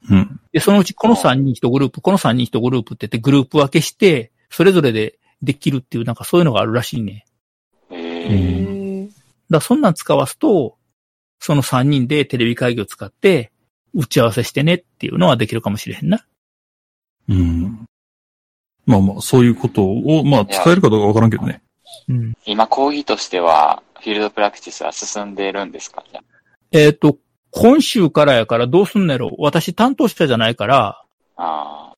Speaker 4: うん。
Speaker 3: で、そのうちこの3人1グループ、この3人1グループって言ってグループ分けして、それぞれでできるっていう、なんかそういうのがあるらしいね。
Speaker 5: え
Speaker 6: へ
Speaker 5: え
Speaker 6: ー
Speaker 3: だからそんなん使わすと、その3人でテレビ会議を使って、打ち合わせしてねっていうのはできるかもしれへんな。
Speaker 4: うん。まあまあ、そういうことを、まあ、使えるかどうかわからんけどね。
Speaker 3: うん。
Speaker 5: 今、講義としては、フィールドプラクティスは進んでるんですかじゃ
Speaker 3: えっ、と、今週からやからどうすんのやろ私担当者じゃないから、
Speaker 5: あ。あ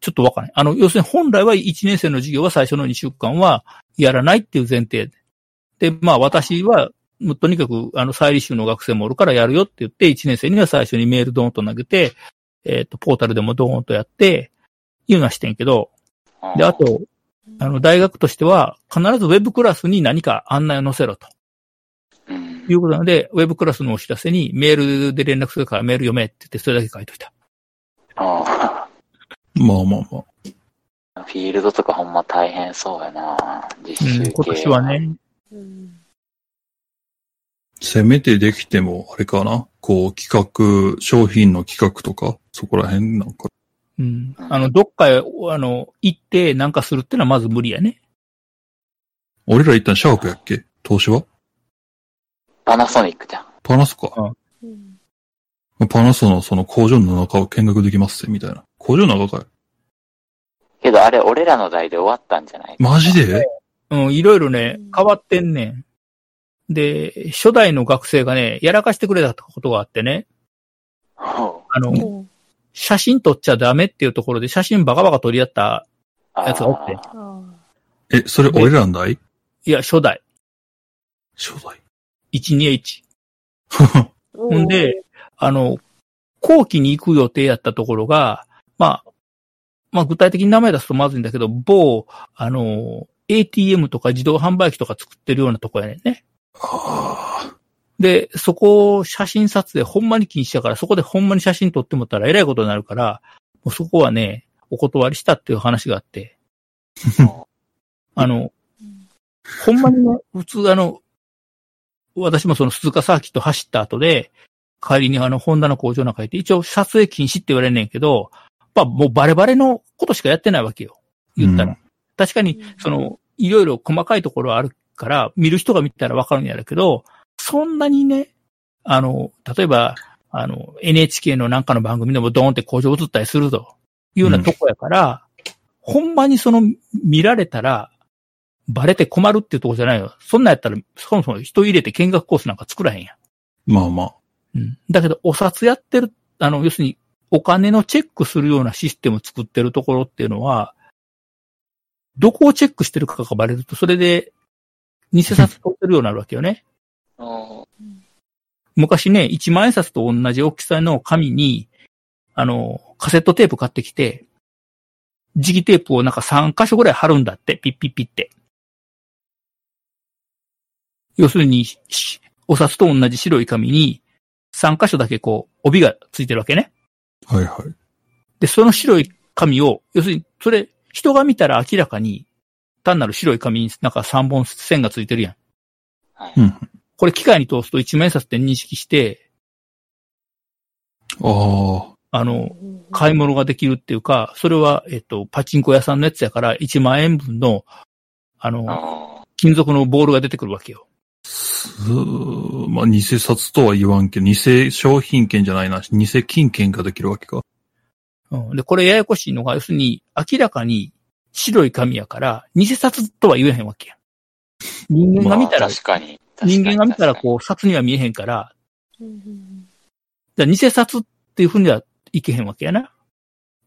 Speaker 3: ちょっとわかんない。あの、要するに本来は1年生の授業は最初の2週間はやらないっていう前提で。で、まあ私は、もうとにかく、あの、再履修の学生もおるからやるよって言って、1年生には最初にメールドーンと投げて、えっ、と、ポータルでもドーンとやって、いうのはしてんけど、
Speaker 5: あ。うん
Speaker 3: で、あと、あの、大学としては、必ずウェブクラスに何か案内を載せろと。
Speaker 5: うん
Speaker 3: いうことなので、ウェブクラスのお知らせにメールで連絡するからメール読めって言って、それだけ書いといた。
Speaker 5: あ
Speaker 4: まあまあまあ。
Speaker 5: あフィールドとかほんま大変そうやな。
Speaker 3: う
Speaker 5: 実習系、
Speaker 3: ん、今年は。ね。
Speaker 6: うん。
Speaker 4: せめてできても、あれかな。こう、企画、商品の企画とか、そこら辺なんか。
Speaker 3: うん。あの、どっかへ、あの、行ってなんかするってのはまず無理やね。
Speaker 4: 俺ら一旦シャープやっけ東芝
Speaker 5: パナソニックじゃん。
Speaker 4: パナソか。
Speaker 6: うん。
Speaker 4: パナソのその工場の中を見学できますぜみたいな。工場の中かい
Speaker 5: けどあれ、俺らの代で終わったんじゃない
Speaker 4: マジで
Speaker 3: うん、いろいろね
Speaker 6: うん、
Speaker 3: 変わってんねん。で、初代の学生がね、やらかしてくれたことがあってね、
Speaker 5: ほう
Speaker 3: あの、
Speaker 6: おう
Speaker 3: 写真撮っちゃダメっていうところで写真バカバカ撮り合った、
Speaker 5: あー
Speaker 3: やつがおって
Speaker 6: ああ。
Speaker 4: え、それ俺らんだい
Speaker 3: いや、初代、
Speaker 4: 初代。
Speaker 3: 12H。
Speaker 6: ほ
Speaker 3: ほんで、あの、後期に行く予定やったところが、まあ、まあ具体的に名前出すとまずいんだけど、某、あの、ATM とか自動販売機とか作ってるようなとこやねんね。
Speaker 4: あ
Speaker 3: で、そこを写真撮影ほんまに禁止だから、そこでほんまに写真撮ってもったらえらいことになるから、もうそこはね、お断りしたっていう話があ って、あの、
Speaker 6: うん
Speaker 3: ほんまにね、普通あの、私もその鈴鹿サーキット走った後で、帰りにあの、ホンダの工場なんか行って、一応撮影禁止って言われんねんけど、まあもうバレバレのことしかやってないわけよ。言ったら。
Speaker 4: うん
Speaker 3: 確かに、その、いろいろ細かいところはあるから、見る人が見たらわかるんやろうけど、そんなにね、あの、例えば、あの、NHK のなんかの番組でもドーンって工場映ったりするというようなとこやから、ほんまにその見られたら、バレて困るっていうとこじゃないよ。そんなんやったら、そもそも人入れて見学コースなんか作らへんやん。
Speaker 4: まあまあ。
Speaker 3: うん。だけど、お札やってる、あの、要するに、お金のチェックするようなシステムを作ってるところっていうのは、どこをチェックしてるかがバレると、それで、偽札取ってるようになるわけよね。
Speaker 5: うん
Speaker 3: 昔ね、1万円札と同じ大きさの紙に、あの、カセットテープ買ってきて、磁気テープをなんか3箇所ぐらい貼るんだって、ピッピッピッって。要するに、しお札と同じ白い紙に、3箇所だけこう、帯がついてるわけね。
Speaker 4: はいはい。
Speaker 3: で、その白い紙を、要するに、それ、人が見たら明らかに、単なる白い紙になんか3本線がついてるやん。
Speaker 5: はい
Speaker 4: うん。
Speaker 3: これ機械に通すと一面札って認識して、
Speaker 4: ああ。
Speaker 3: あ
Speaker 6: う
Speaker 3: の、
Speaker 6: ん、
Speaker 3: 買い物ができるっていうか、それは、えっと、パチンコ屋さんのやつやから、1万円分の、あの、
Speaker 5: あ
Speaker 3: 金属のボールが出てくるわけよ。
Speaker 4: すーまあ、偽札とは言わんけど、偽商品券じゃないな、偽金券ができるわけか。
Speaker 3: うん、で、これややこしいのが、要するに、明らかに白い紙やから、偽札とは言えへんわけやん。人間
Speaker 5: ー
Speaker 3: が見た
Speaker 5: ま
Speaker 3: ら
Speaker 5: あ、確かに。
Speaker 3: 人間が見たら
Speaker 5: う。
Speaker 3: こう、札には見えへんから、
Speaker 6: うんうん
Speaker 3: じゃあ偽札っていうふうにはいけへんわけやな。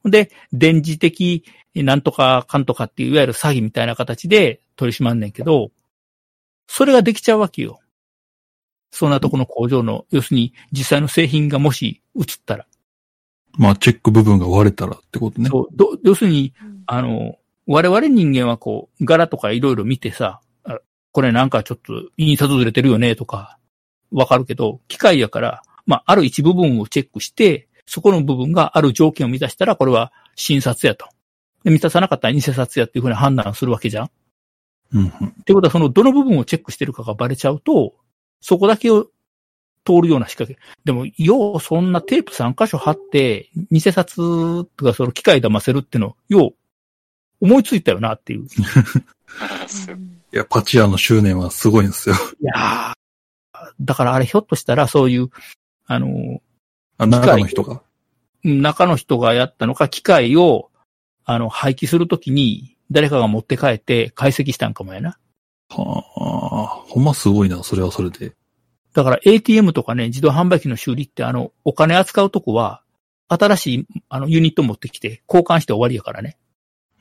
Speaker 3: で、電磁的なんとかかんとかっていう、いわゆる詐欺みたいな形で取り締まんねんけど、それができちゃうわけよ。そんなとこの工場の、要するに実際の製品がもし映ったら、
Speaker 4: まあ、チェック部分が割れたらってことね。
Speaker 3: そうど要するに、
Speaker 6: うん
Speaker 3: あの、我々人間はこう、柄とかいろいろ見てさ、あこれなんかちょっと印刷ずれてるよねとか、わかるけど、機械やから、まあ、ある一部分をチェックして、そこの部分がある条件を満たしたら、これは新札やと。で満たさなかったら偽札やっていうふうに判断するわけじゃん。っ
Speaker 4: うんうん。
Speaker 3: てことは、その、どの部分をチェックしてるかがバレちゃうと、そこだけを通るような仕掛け。でも、よう、そんなテープ3箇所貼って、偽札とか、その機械騙せるっての、よう、思いついたよなっていう。
Speaker 5: す
Speaker 4: いや、パチ屋の執念はすごいんですよ。
Speaker 3: いやーだからあれひょっとしたらそういう、あのー、
Speaker 4: あ、中の人が。
Speaker 3: 中の人がやったのか、機械を、あの、廃棄するときに誰かが持って帰って解析したんかもやな。
Speaker 4: はあ、ほんますごいな、それはそれで。
Speaker 3: だから ATM とかね、自動販売機の修理ってあの、お金扱うとこは、新しいあのユニット持ってきて交換して終わりやからね。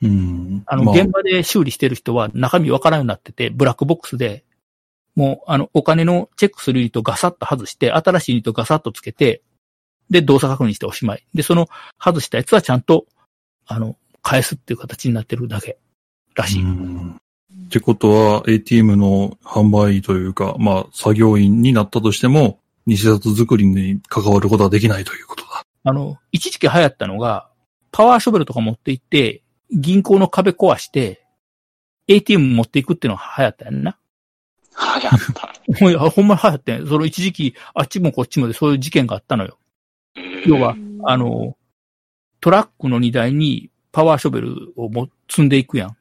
Speaker 4: うん。
Speaker 3: あの、
Speaker 4: ま
Speaker 3: 現場で修理してる人は中身わからんようになってて、ブラックボックスで、もう、あの、お金のチェックするユニットをガサッと外して、新しいユニットをガサッとつけて、で、動作確認しておしまい。で、その外したやつはちゃんと、あの、返すっていう形になってるだけらしい。
Speaker 4: うんってことは、ATM の販売というか、まあ、作業員になったとしても、偽札作りに関わることはできないということだ。
Speaker 3: あの、一時期流行ったのが、パワーショベルとか持って行って、銀行の壁壊して、ATM 持っていくっていうのが流行ったやんな。
Speaker 5: はやった。
Speaker 3: ほんやほんまに流行ってん。その一時期、あっちもこっちもでそういう事件があったのよ。要は、あの、トラックの荷台にパワーショベルをも積んでいくやん。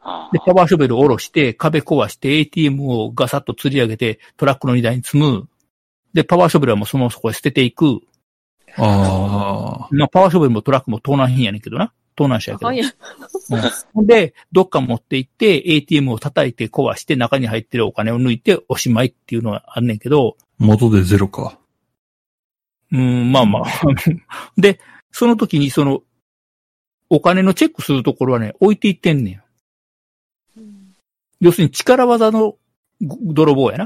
Speaker 5: あ
Speaker 3: で、パワーショベルを下ろして、壁壊して、ATM をガサッと吊り上げて、トラックの荷台に積む。で、パワーショベルはもうそのままそこへ捨てていく。
Speaker 4: ああ。
Speaker 3: まあ、パワーショベルもトラックも盗難品やねんけどな。盗難車やけど
Speaker 6: あ。いや。
Speaker 3: ほんで、どっか持って行って、ATM を叩いて壊して、中に入ってるお金を抜いておしまいっていうのがあんねんけど、
Speaker 4: 元でゼロか。
Speaker 3: うん、まあ まあ。で、その時にその、お金のチェックするところはね、置いていってんねん。
Speaker 6: うん
Speaker 3: 要するに力技のご泥棒やな。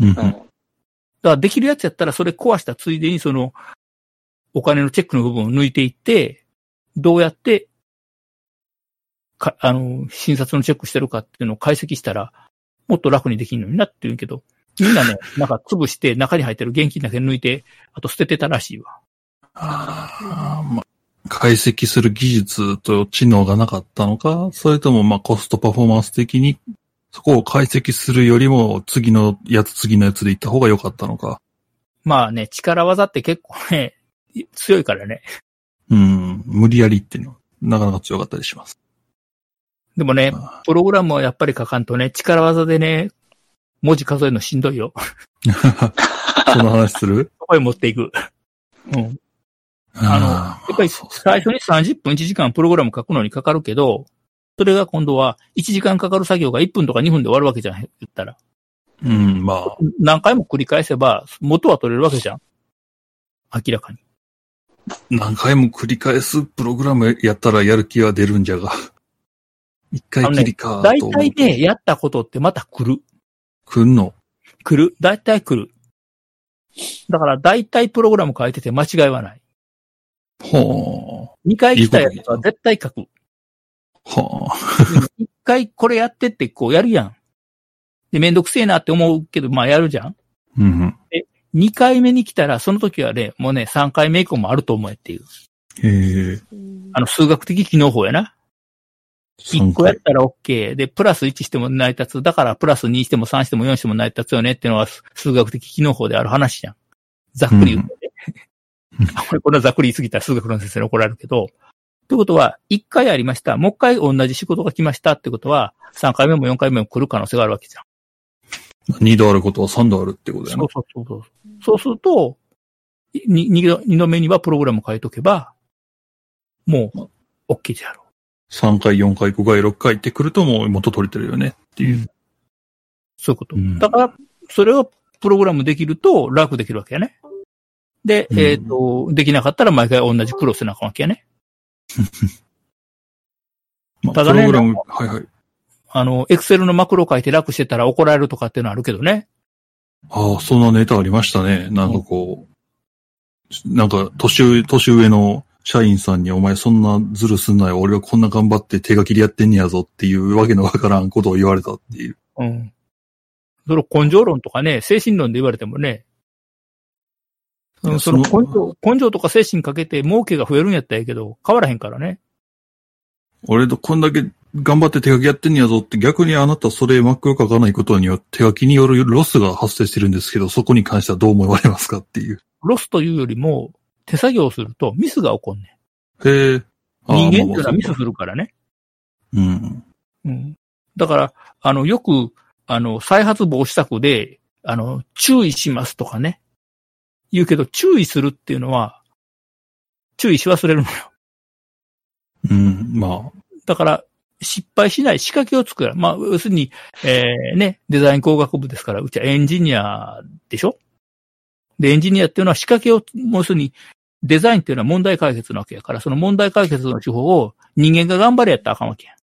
Speaker 3: だか
Speaker 4: うん
Speaker 5: ー。うん
Speaker 3: らできるやつやったらそれ壊したついでにその、お金のチェックの部分を抜いていって、どうやって、か、あの、診察のチェックしてるかっていうのを解析したら、もっと楽にできるのになって言うけど、みんなね、なんか潰して中に入ってる現金だけ抜いて、あと捨ててたらしいわ。
Speaker 4: あーまあ、解析する技術と知能がなかったのか、それともまあコストパフォーマンス的に、そこを解析するよりも次のやつ次のやつで行った方が良かったのか。
Speaker 3: まあね、力技って結構ね、強いからね。
Speaker 4: うん、無理やりっていうのは、なかなか強かったりします。
Speaker 3: でもね、
Speaker 4: あ
Speaker 3: プログラムはやっぱり書かんとね、力技でね、文字数えるのしんどいよ。
Speaker 4: ーその話する
Speaker 3: そこへ持っていく。うん。 あの
Speaker 4: あ
Speaker 3: やっぱり
Speaker 4: そう
Speaker 3: 最初に30分1時間プログラム書くのにかかるけど、それが今度は1時間かかる作業が1分とか2分で終わるわけじゃん、言ったら。
Speaker 4: ーうん、まあ、
Speaker 3: 何回も繰り返せば元は取れるわけじゃん。明らかに。
Speaker 4: 何回も繰り返すプログラムやったらやる気は出るんじゃが。一回きりか
Speaker 3: 大
Speaker 4: と思うと。
Speaker 3: 体ね、やったことってまた来る。
Speaker 4: 来んの。
Speaker 3: 来る。大体来る。だから大体プログラム書いてて間違いはない。
Speaker 4: ほ
Speaker 3: 二回来たやつは絶対書く。
Speaker 4: ーはあ。
Speaker 3: 一回これやってってこうやるやん。で、めんどくせえなって思うけど、まあやるじゃん。
Speaker 4: うん。
Speaker 3: 二回目に来たら、その時はね、もうね、三回目以降もあると思えっていう。
Speaker 4: へえ。
Speaker 6: うん
Speaker 3: あの、数学的機能法やな。一
Speaker 4: 参
Speaker 3: 個
Speaker 4: 加
Speaker 3: やったら OK。で、プラス1しても成り立つ。だから、プラス2しても3しても4しても成り立つよねっていうのは、す数学的機能法である話じゃん。ざっくり言うとね。あ これ、これはざっくり言いすぎたら数学の先生に怒られるけど。ということは、1回やりました。もう1回同じ仕事が来ましたってことは、3回目も4回目も来る可能性があるわけじゃん。
Speaker 4: 二度あることは三度あるってことや
Speaker 3: そ
Speaker 4: な
Speaker 3: う。そうそうそう。そうすると、に二度二度目にはプログラム変えとけば、もう、OK であろう。
Speaker 4: 三回、四回、五回、六回ってくるともう元取れてるよねっていう。
Speaker 3: そういうこと。
Speaker 4: うん
Speaker 3: だから、それをプログラムできると楽できるわけやね。で、
Speaker 4: うん
Speaker 3: えっ、と、できなかったら毎回同じ苦労せなあかんわけやね。
Speaker 4: まあ
Speaker 3: た
Speaker 4: プ
Speaker 3: だね
Speaker 4: ログラム、はいはい。
Speaker 3: あの、エクセルのマクロ書いて楽してたら怒られるとかっていうのはあるけどね。
Speaker 4: ああ、そんなネタありましたね。なんかこう、なんか年上、年上の社員さんにお前そんなズルすんなよ。俺はこんな頑張って手書きでやってんねやぞっていうわけのわからんことを言われたっていう。
Speaker 3: うん。その根性論とかね、精神論で言われてもね、そのその根性、根性とか精神かけて儲けが増えるんやったらええけど、変わらへんからね。
Speaker 4: 俺とこんだけ頑張って手書きやってんねやぞって逆にあなたそれマックを書かないことによって手書きによるロスが発生してるんですけど、そこに関してはどう思われますかっていう。
Speaker 3: ロスというよりも、手作業するとミスが起こんね
Speaker 4: へえ。ああ
Speaker 3: ん。人間っていうの
Speaker 4: まあ
Speaker 3: は
Speaker 4: まあ
Speaker 3: ミスするからね。
Speaker 4: うん。
Speaker 3: うんだから、あの、よく、あの、再発防止策で、あの、注意しますとかね。言うけど、注意するっていうのは、注意し忘れるのよ。
Speaker 4: うん。まあ、
Speaker 3: だから、失敗しない仕掛けを作る。まあ、要するに、えー、ね、デザイン工学部ですから、うちはエンジニアでしょで、エンジニアっていうのは仕掛けを、もう要するに、デザインっていうのは問題解決なわけやから、その問題解決の手法を人間が頑張れやったらあかんわけや。
Speaker 4: うん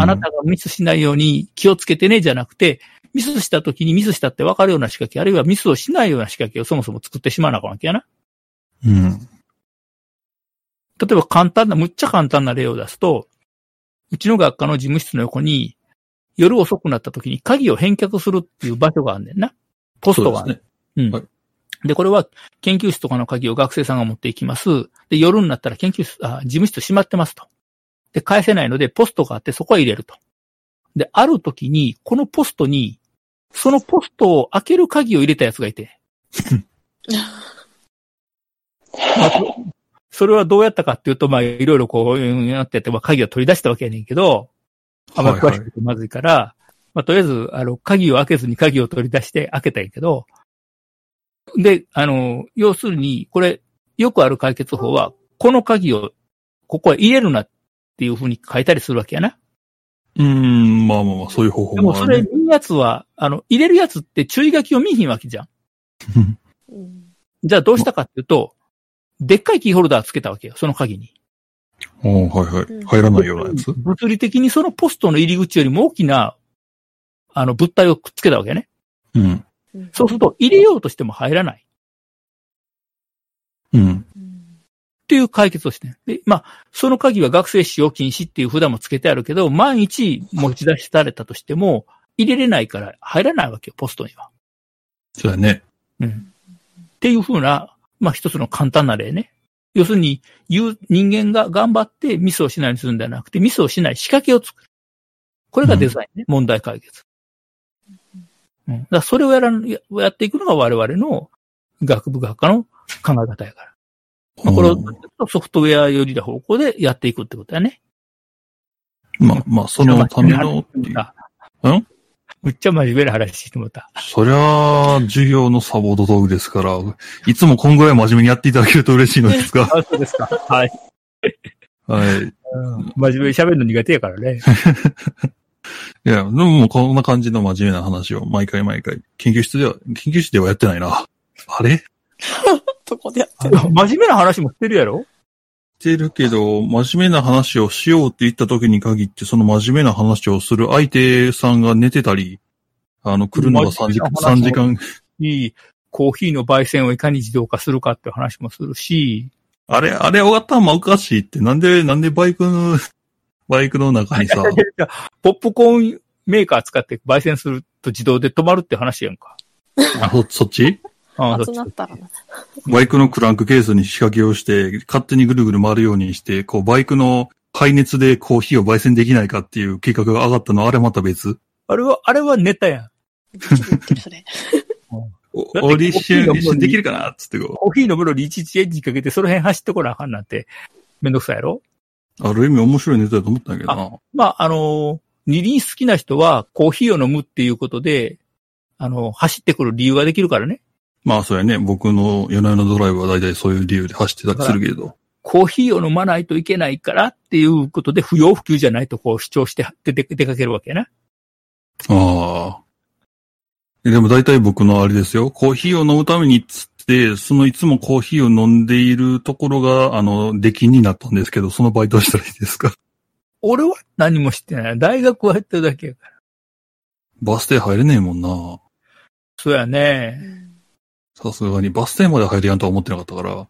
Speaker 3: あなたがミスしないように気をつけてね、じゃなくて、ミスした時にミスしたって分かるような仕掛け、あるいはミスをしないような仕掛けをそもそも作ってしまわなあかんわけやな。
Speaker 4: うん。
Speaker 3: 例えば簡単な、むっちゃ簡単な例を出すと、うちの学科の事務室の横に、夜遅くなった時に鍵を返却するっていう場所があんねんな。ポス
Speaker 4: そ
Speaker 3: ト
Speaker 4: うで
Speaker 3: があ
Speaker 4: す
Speaker 3: んねんう
Speaker 4: ね。
Speaker 3: ん。
Speaker 4: はい
Speaker 3: で、これは研究室とかの鍵を学生さんが持っていきます。で、夜になったら研究室、あ、事務室閉まってますと。で、返せないので、ポストがあって、そこは入れると。で、ある時に、このポストに、そのポストを開ける鍵を入れたやつがい て。まあそそれはどうやったかっていうと、まあ、いろいろこう、うんやってやって、まあ、鍵を取り出したわけやねんけど、あんまり詳しくてまずいから、まあ、とりあえず、あの、鍵を開けずに鍵を取り出して開けたんやけど、で、あの、要するに、これ、よくある解決法は、この鍵を、ここへ入れるなっていうふうに書いたりするわけやな。
Speaker 4: うん、まあまあまあ、そういう方法
Speaker 3: でも
Speaker 4: もあ
Speaker 3: そ
Speaker 4: る
Speaker 3: れ
Speaker 4: ね。
Speaker 3: 見るやつは、あの、入れるやつって注意書きを見ひんわけじゃん。
Speaker 6: うん
Speaker 3: じゃあどうしたかっていうと、でっかいキーホルダーつけたわけよ、その鍵に。
Speaker 4: うん、はいはい。入らないようなやつ。
Speaker 3: 物理的にそのポストの入り口よりも大きな、あの、物体をくっつけたわけやね。
Speaker 4: うん。
Speaker 6: うん
Speaker 3: そうすると、入れようとしても入らない。
Speaker 4: うん。
Speaker 6: うん
Speaker 3: っていう解決をしてる。で、まあ、その鍵は学生使用禁止っていう札もつけてあるけど、万一持ち出しされたとしても、入れれないから入らないわけよ、ポストには。
Speaker 4: そうやね。
Speaker 3: うん。っていうふうな、まあ一つの簡単な例ね。要するに、言う、人間が頑張ってミスをしないようにするんではなくて、ミスをしない仕掛けを作る。これがデザインね。問題解決。うん。だからそれをやらん、ややっていくのが我々の学部学科の考え方やから。まあこれをソフトウェア寄りな方向でやっていくってことだね。
Speaker 4: まあまあ、そのためのっていう。
Speaker 3: うんむっちゃ真面目な話してもらった。
Speaker 4: そりゃあ、授業のサポート道具ですから、いつもこんぐらい真面目にやっていただけると嬉しいので すが。
Speaker 3: あ、そうですか。はい。
Speaker 4: はい。い
Speaker 3: 真面目に喋るの苦手やからね。
Speaker 4: や、でももうこんな感じの真面目な話を毎回毎回。研究室では、研究室ではやってないな。あれ
Speaker 7: そこでやってる。
Speaker 3: 真面目な話もしてるやろ
Speaker 4: してるけど、真面目な話をしようって言った時に限って、その真面目な話をする相手さんが寝てたり、あの、来るのが3時間、
Speaker 3: 真面
Speaker 4: 3
Speaker 3: 目
Speaker 4: 時
Speaker 3: な
Speaker 4: 間、
Speaker 3: いい、コーヒーの焙煎をいかに自動化するかっていう話もするし、
Speaker 4: あれ、あれ、頭おかしいって、なんで、なんでバイクの、 バイクの 中にさ、
Speaker 3: ポップコーンメーカー使って焙煎すると自動で止まるって話やんか。
Speaker 4: あそそっち
Speaker 3: あ
Speaker 7: 熱なったらな。
Speaker 4: バイクのクランクケースに仕掛けをして、勝手にぐるぐる回るようにして、こう、バイクの排熱でコーヒーを焙煎できないかっていう計画が上がったの、あれまた別。
Speaker 3: あれは、あれはネタやん。
Speaker 7: 言ってるそれ。
Speaker 4: お
Speaker 3: て
Speaker 4: 俺一
Speaker 3: コーヒーが
Speaker 4: 瞬、
Speaker 3: もう
Speaker 4: 一瞬できるかなっつってこ
Speaker 3: コーヒーのムロにいちいちエンジンかけてその辺走ってこなあかんなんて、めんどくさいやろ
Speaker 4: う。ある意味面白いネタだと思ったんやけどな。
Speaker 3: まあ、あの、二輪好きな人はコーヒーを飲むっていうことで、あの、走ってくる理由ができるからね。
Speaker 4: まあ、そうやね。僕の夜な夜なドライブは大体そういう理由で走ってたりするけど。
Speaker 3: コーヒーを飲まないといけないからっていうことで不要不急じゃないとこう主張して出て出かけるわけやな。
Speaker 4: ああ。えでも大体僕のあれですよ。コーヒーを飲むためにっつって、そのいつもコーヒーを飲んでいるところが、あの、出禁になったんですけど、そのバイトはしたらいいですか
Speaker 3: 俺は何もしてない。大学はやってるだけやから。
Speaker 4: バス停入れねえもんな。
Speaker 3: そうやね。
Speaker 4: さすがに。バス停まで入れやんとは思ってなかったから。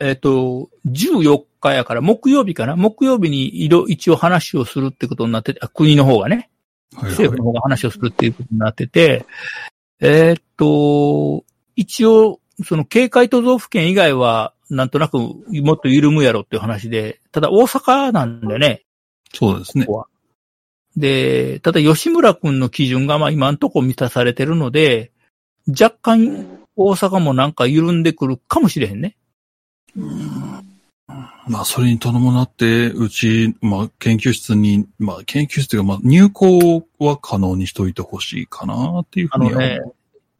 Speaker 3: えっ、と、14日やから木曜日かな。木曜日に色一応話をするってことになってて、あ国の方がね。
Speaker 4: はいはい
Speaker 3: 政府の方が話をするっていうことになってて、えーっと、一応、その警戒都道府県以外は、なんとなくもっと緩むやろっていう話で、ただ大阪なんでね、
Speaker 4: そうですね
Speaker 3: こ。こは。で、ただ吉村くんの基準がまあ今んとこ満たされてるので、若干大阪もなんか緩んでくるかもしれへんね。
Speaker 4: まあ、それに伴って、うち、まあ、研究室に、まあ、研究室というか、まあ、入校は可能にしといてほしいかなっていうふ
Speaker 3: あ
Speaker 4: うに
Speaker 3: の
Speaker 4: は思う
Speaker 3: ね、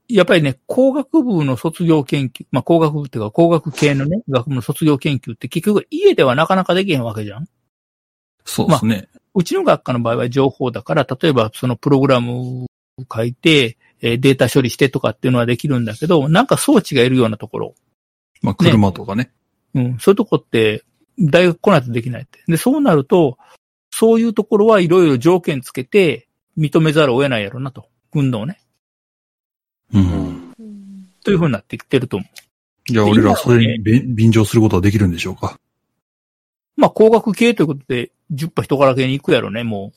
Speaker 3: やっぱりね、工学部の卒業研究、まあ工学部っていうか工学系のね、学部の卒業研究って結局家ではなかなかできへんわけじゃん
Speaker 4: そうですね。
Speaker 3: うちの学科の場合は情報だから、例えばそのプログラムを書いて、えーデータ処理してとかっていうのはできるんだけど、なんか装置がいるようなところ、
Speaker 4: まあ、車とかね。
Speaker 3: うん、そういうとこって、大学来ないとできないって。で、そうなると、そういうところはいろいろ条件つけて認めざるを得ないやろなと。運動ね。
Speaker 4: うん。
Speaker 6: うん
Speaker 3: というふうになってきてると思
Speaker 4: じゃあ、
Speaker 3: で
Speaker 4: 俺らそれに便便乗することはできるんでしょうか。
Speaker 3: う。まあ、工学系ということで、10波人から系に行くやろね、も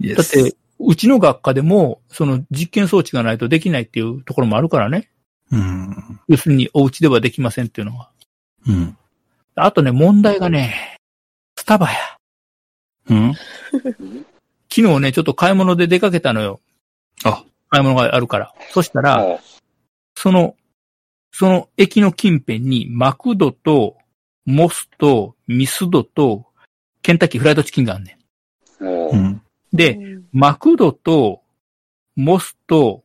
Speaker 4: イ
Speaker 3: う。
Speaker 4: エ
Speaker 3: だっ
Speaker 4: ス。
Speaker 3: て、うちの学科でも、その実験装置がないとできないっていうところもあるからね。
Speaker 4: うん。
Speaker 3: 要するに、お家ではできませんっていうのは。
Speaker 4: うん。
Speaker 3: あとね、問題がね、スタバや。
Speaker 4: うん。
Speaker 3: 昨日ね、ちょっと買い物で出かけたのよ。
Speaker 4: あ。
Speaker 3: 買い物があるから。そしたら、
Speaker 5: も
Speaker 3: その、その駅の近辺にマクドと、モスと、ミスドと、ケンタッキーフライドチキンがあんね
Speaker 5: う、も
Speaker 4: う
Speaker 5: う、
Speaker 4: ん。
Speaker 3: ん。で、マクドと、モスと、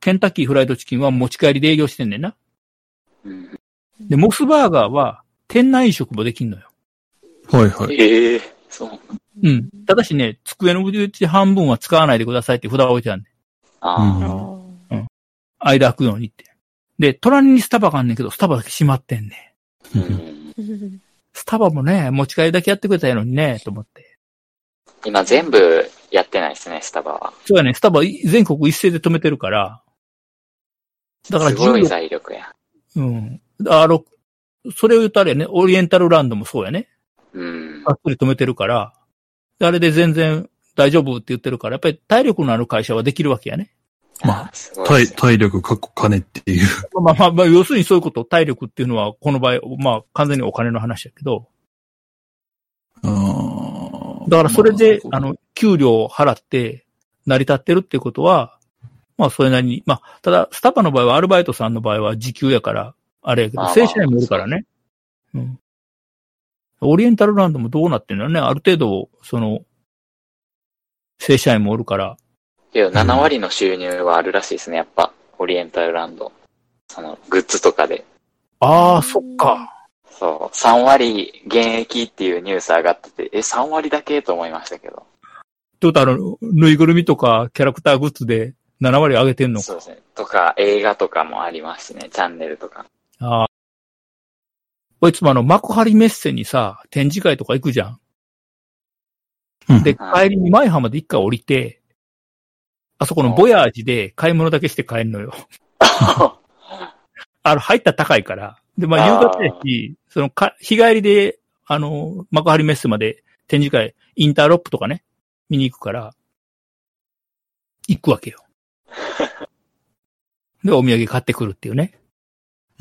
Speaker 3: ケンタッキーフライドチキンは持ち帰りで営業してんねんな。
Speaker 5: うん
Speaker 3: で、モスバーガーは店内飲食もできんのよ。
Speaker 4: はいはい。
Speaker 5: ええそう。
Speaker 3: うん。ただしね、机のうち半分は使わないでくださいって札が置いてあんねん。
Speaker 5: あ
Speaker 4: うん
Speaker 6: あ
Speaker 3: 間空くようにって。で、隣にスタバがあんねんけど、スタバだけ閉まってんねん。
Speaker 5: あ、う
Speaker 4: うん
Speaker 5: ん。
Speaker 6: ー
Speaker 3: スタバもね、持ち帰りだけやってくれたやのにね、と思って。
Speaker 5: 今全部やってないですね、スタバは。
Speaker 3: そうやね、スタバい全国一斉で止めてるから。だから
Speaker 5: すごい
Speaker 3: 14、
Speaker 5: 財力や。
Speaker 3: うん。あの、それを言うとあれやね、オリエンタルランドもそうやね。
Speaker 5: うん。
Speaker 3: がっつり止めてるから、あれで全然大丈夫って言ってるから、やっぱり体力のある会社はできるわけやね。
Speaker 4: まあ、
Speaker 5: すご
Speaker 4: 体、
Speaker 5: いですよ。
Speaker 4: 体力かっこ金っていう。
Speaker 3: まあまあまあ、要するにそういうこと、体力っていうのは、この場合、まあ完全にお金の話やけど、
Speaker 4: あ
Speaker 3: だからそれで、
Speaker 4: ま
Speaker 3: あ、の、給料を払って成り立ってるっていうことは、まあそれなりに、まあ、ただ、スタバの場合はアルバイトさんの場合は時給やから、あれやけど
Speaker 5: まあ、まあ
Speaker 3: 正社員もいるからね。うん。オリエンタルランドもどうなってんのね、ある程度、その、正社員もおるから、
Speaker 5: けど、7割の収入はあるらしいですね、やっぱ。オリエンタルランド。その、グッズとかで。
Speaker 3: ああ、そっか。
Speaker 5: そう。3割現役っていうニュース上がってて、え、3割だけと思いましたけど。
Speaker 3: ちょっとあの、ぬいぐるみとかキャラクターグッズで7割上げてんのか。
Speaker 5: そうですね。とか、映画とかもありますしね、チャンネルとか。
Speaker 3: ああ。こいつもあの、幕張メッセにさ、展示会とか行くじゃん。
Speaker 4: うん
Speaker 3: で、
Speaker 5: はい
Speaker 3: 帰りに舞浜で一回降りて、あそこのボヤージで買い物だけして帰るのよ。 あの、入ったら高いから。で、まあ、夕
Speaker 5: あー
Speaker 3: 方やし、そのか、日帰りで、あの、幕張メッセまで展示会、インターロップとかね、見に行くから、行くわけよ。で、お土産買ってくるっていうね。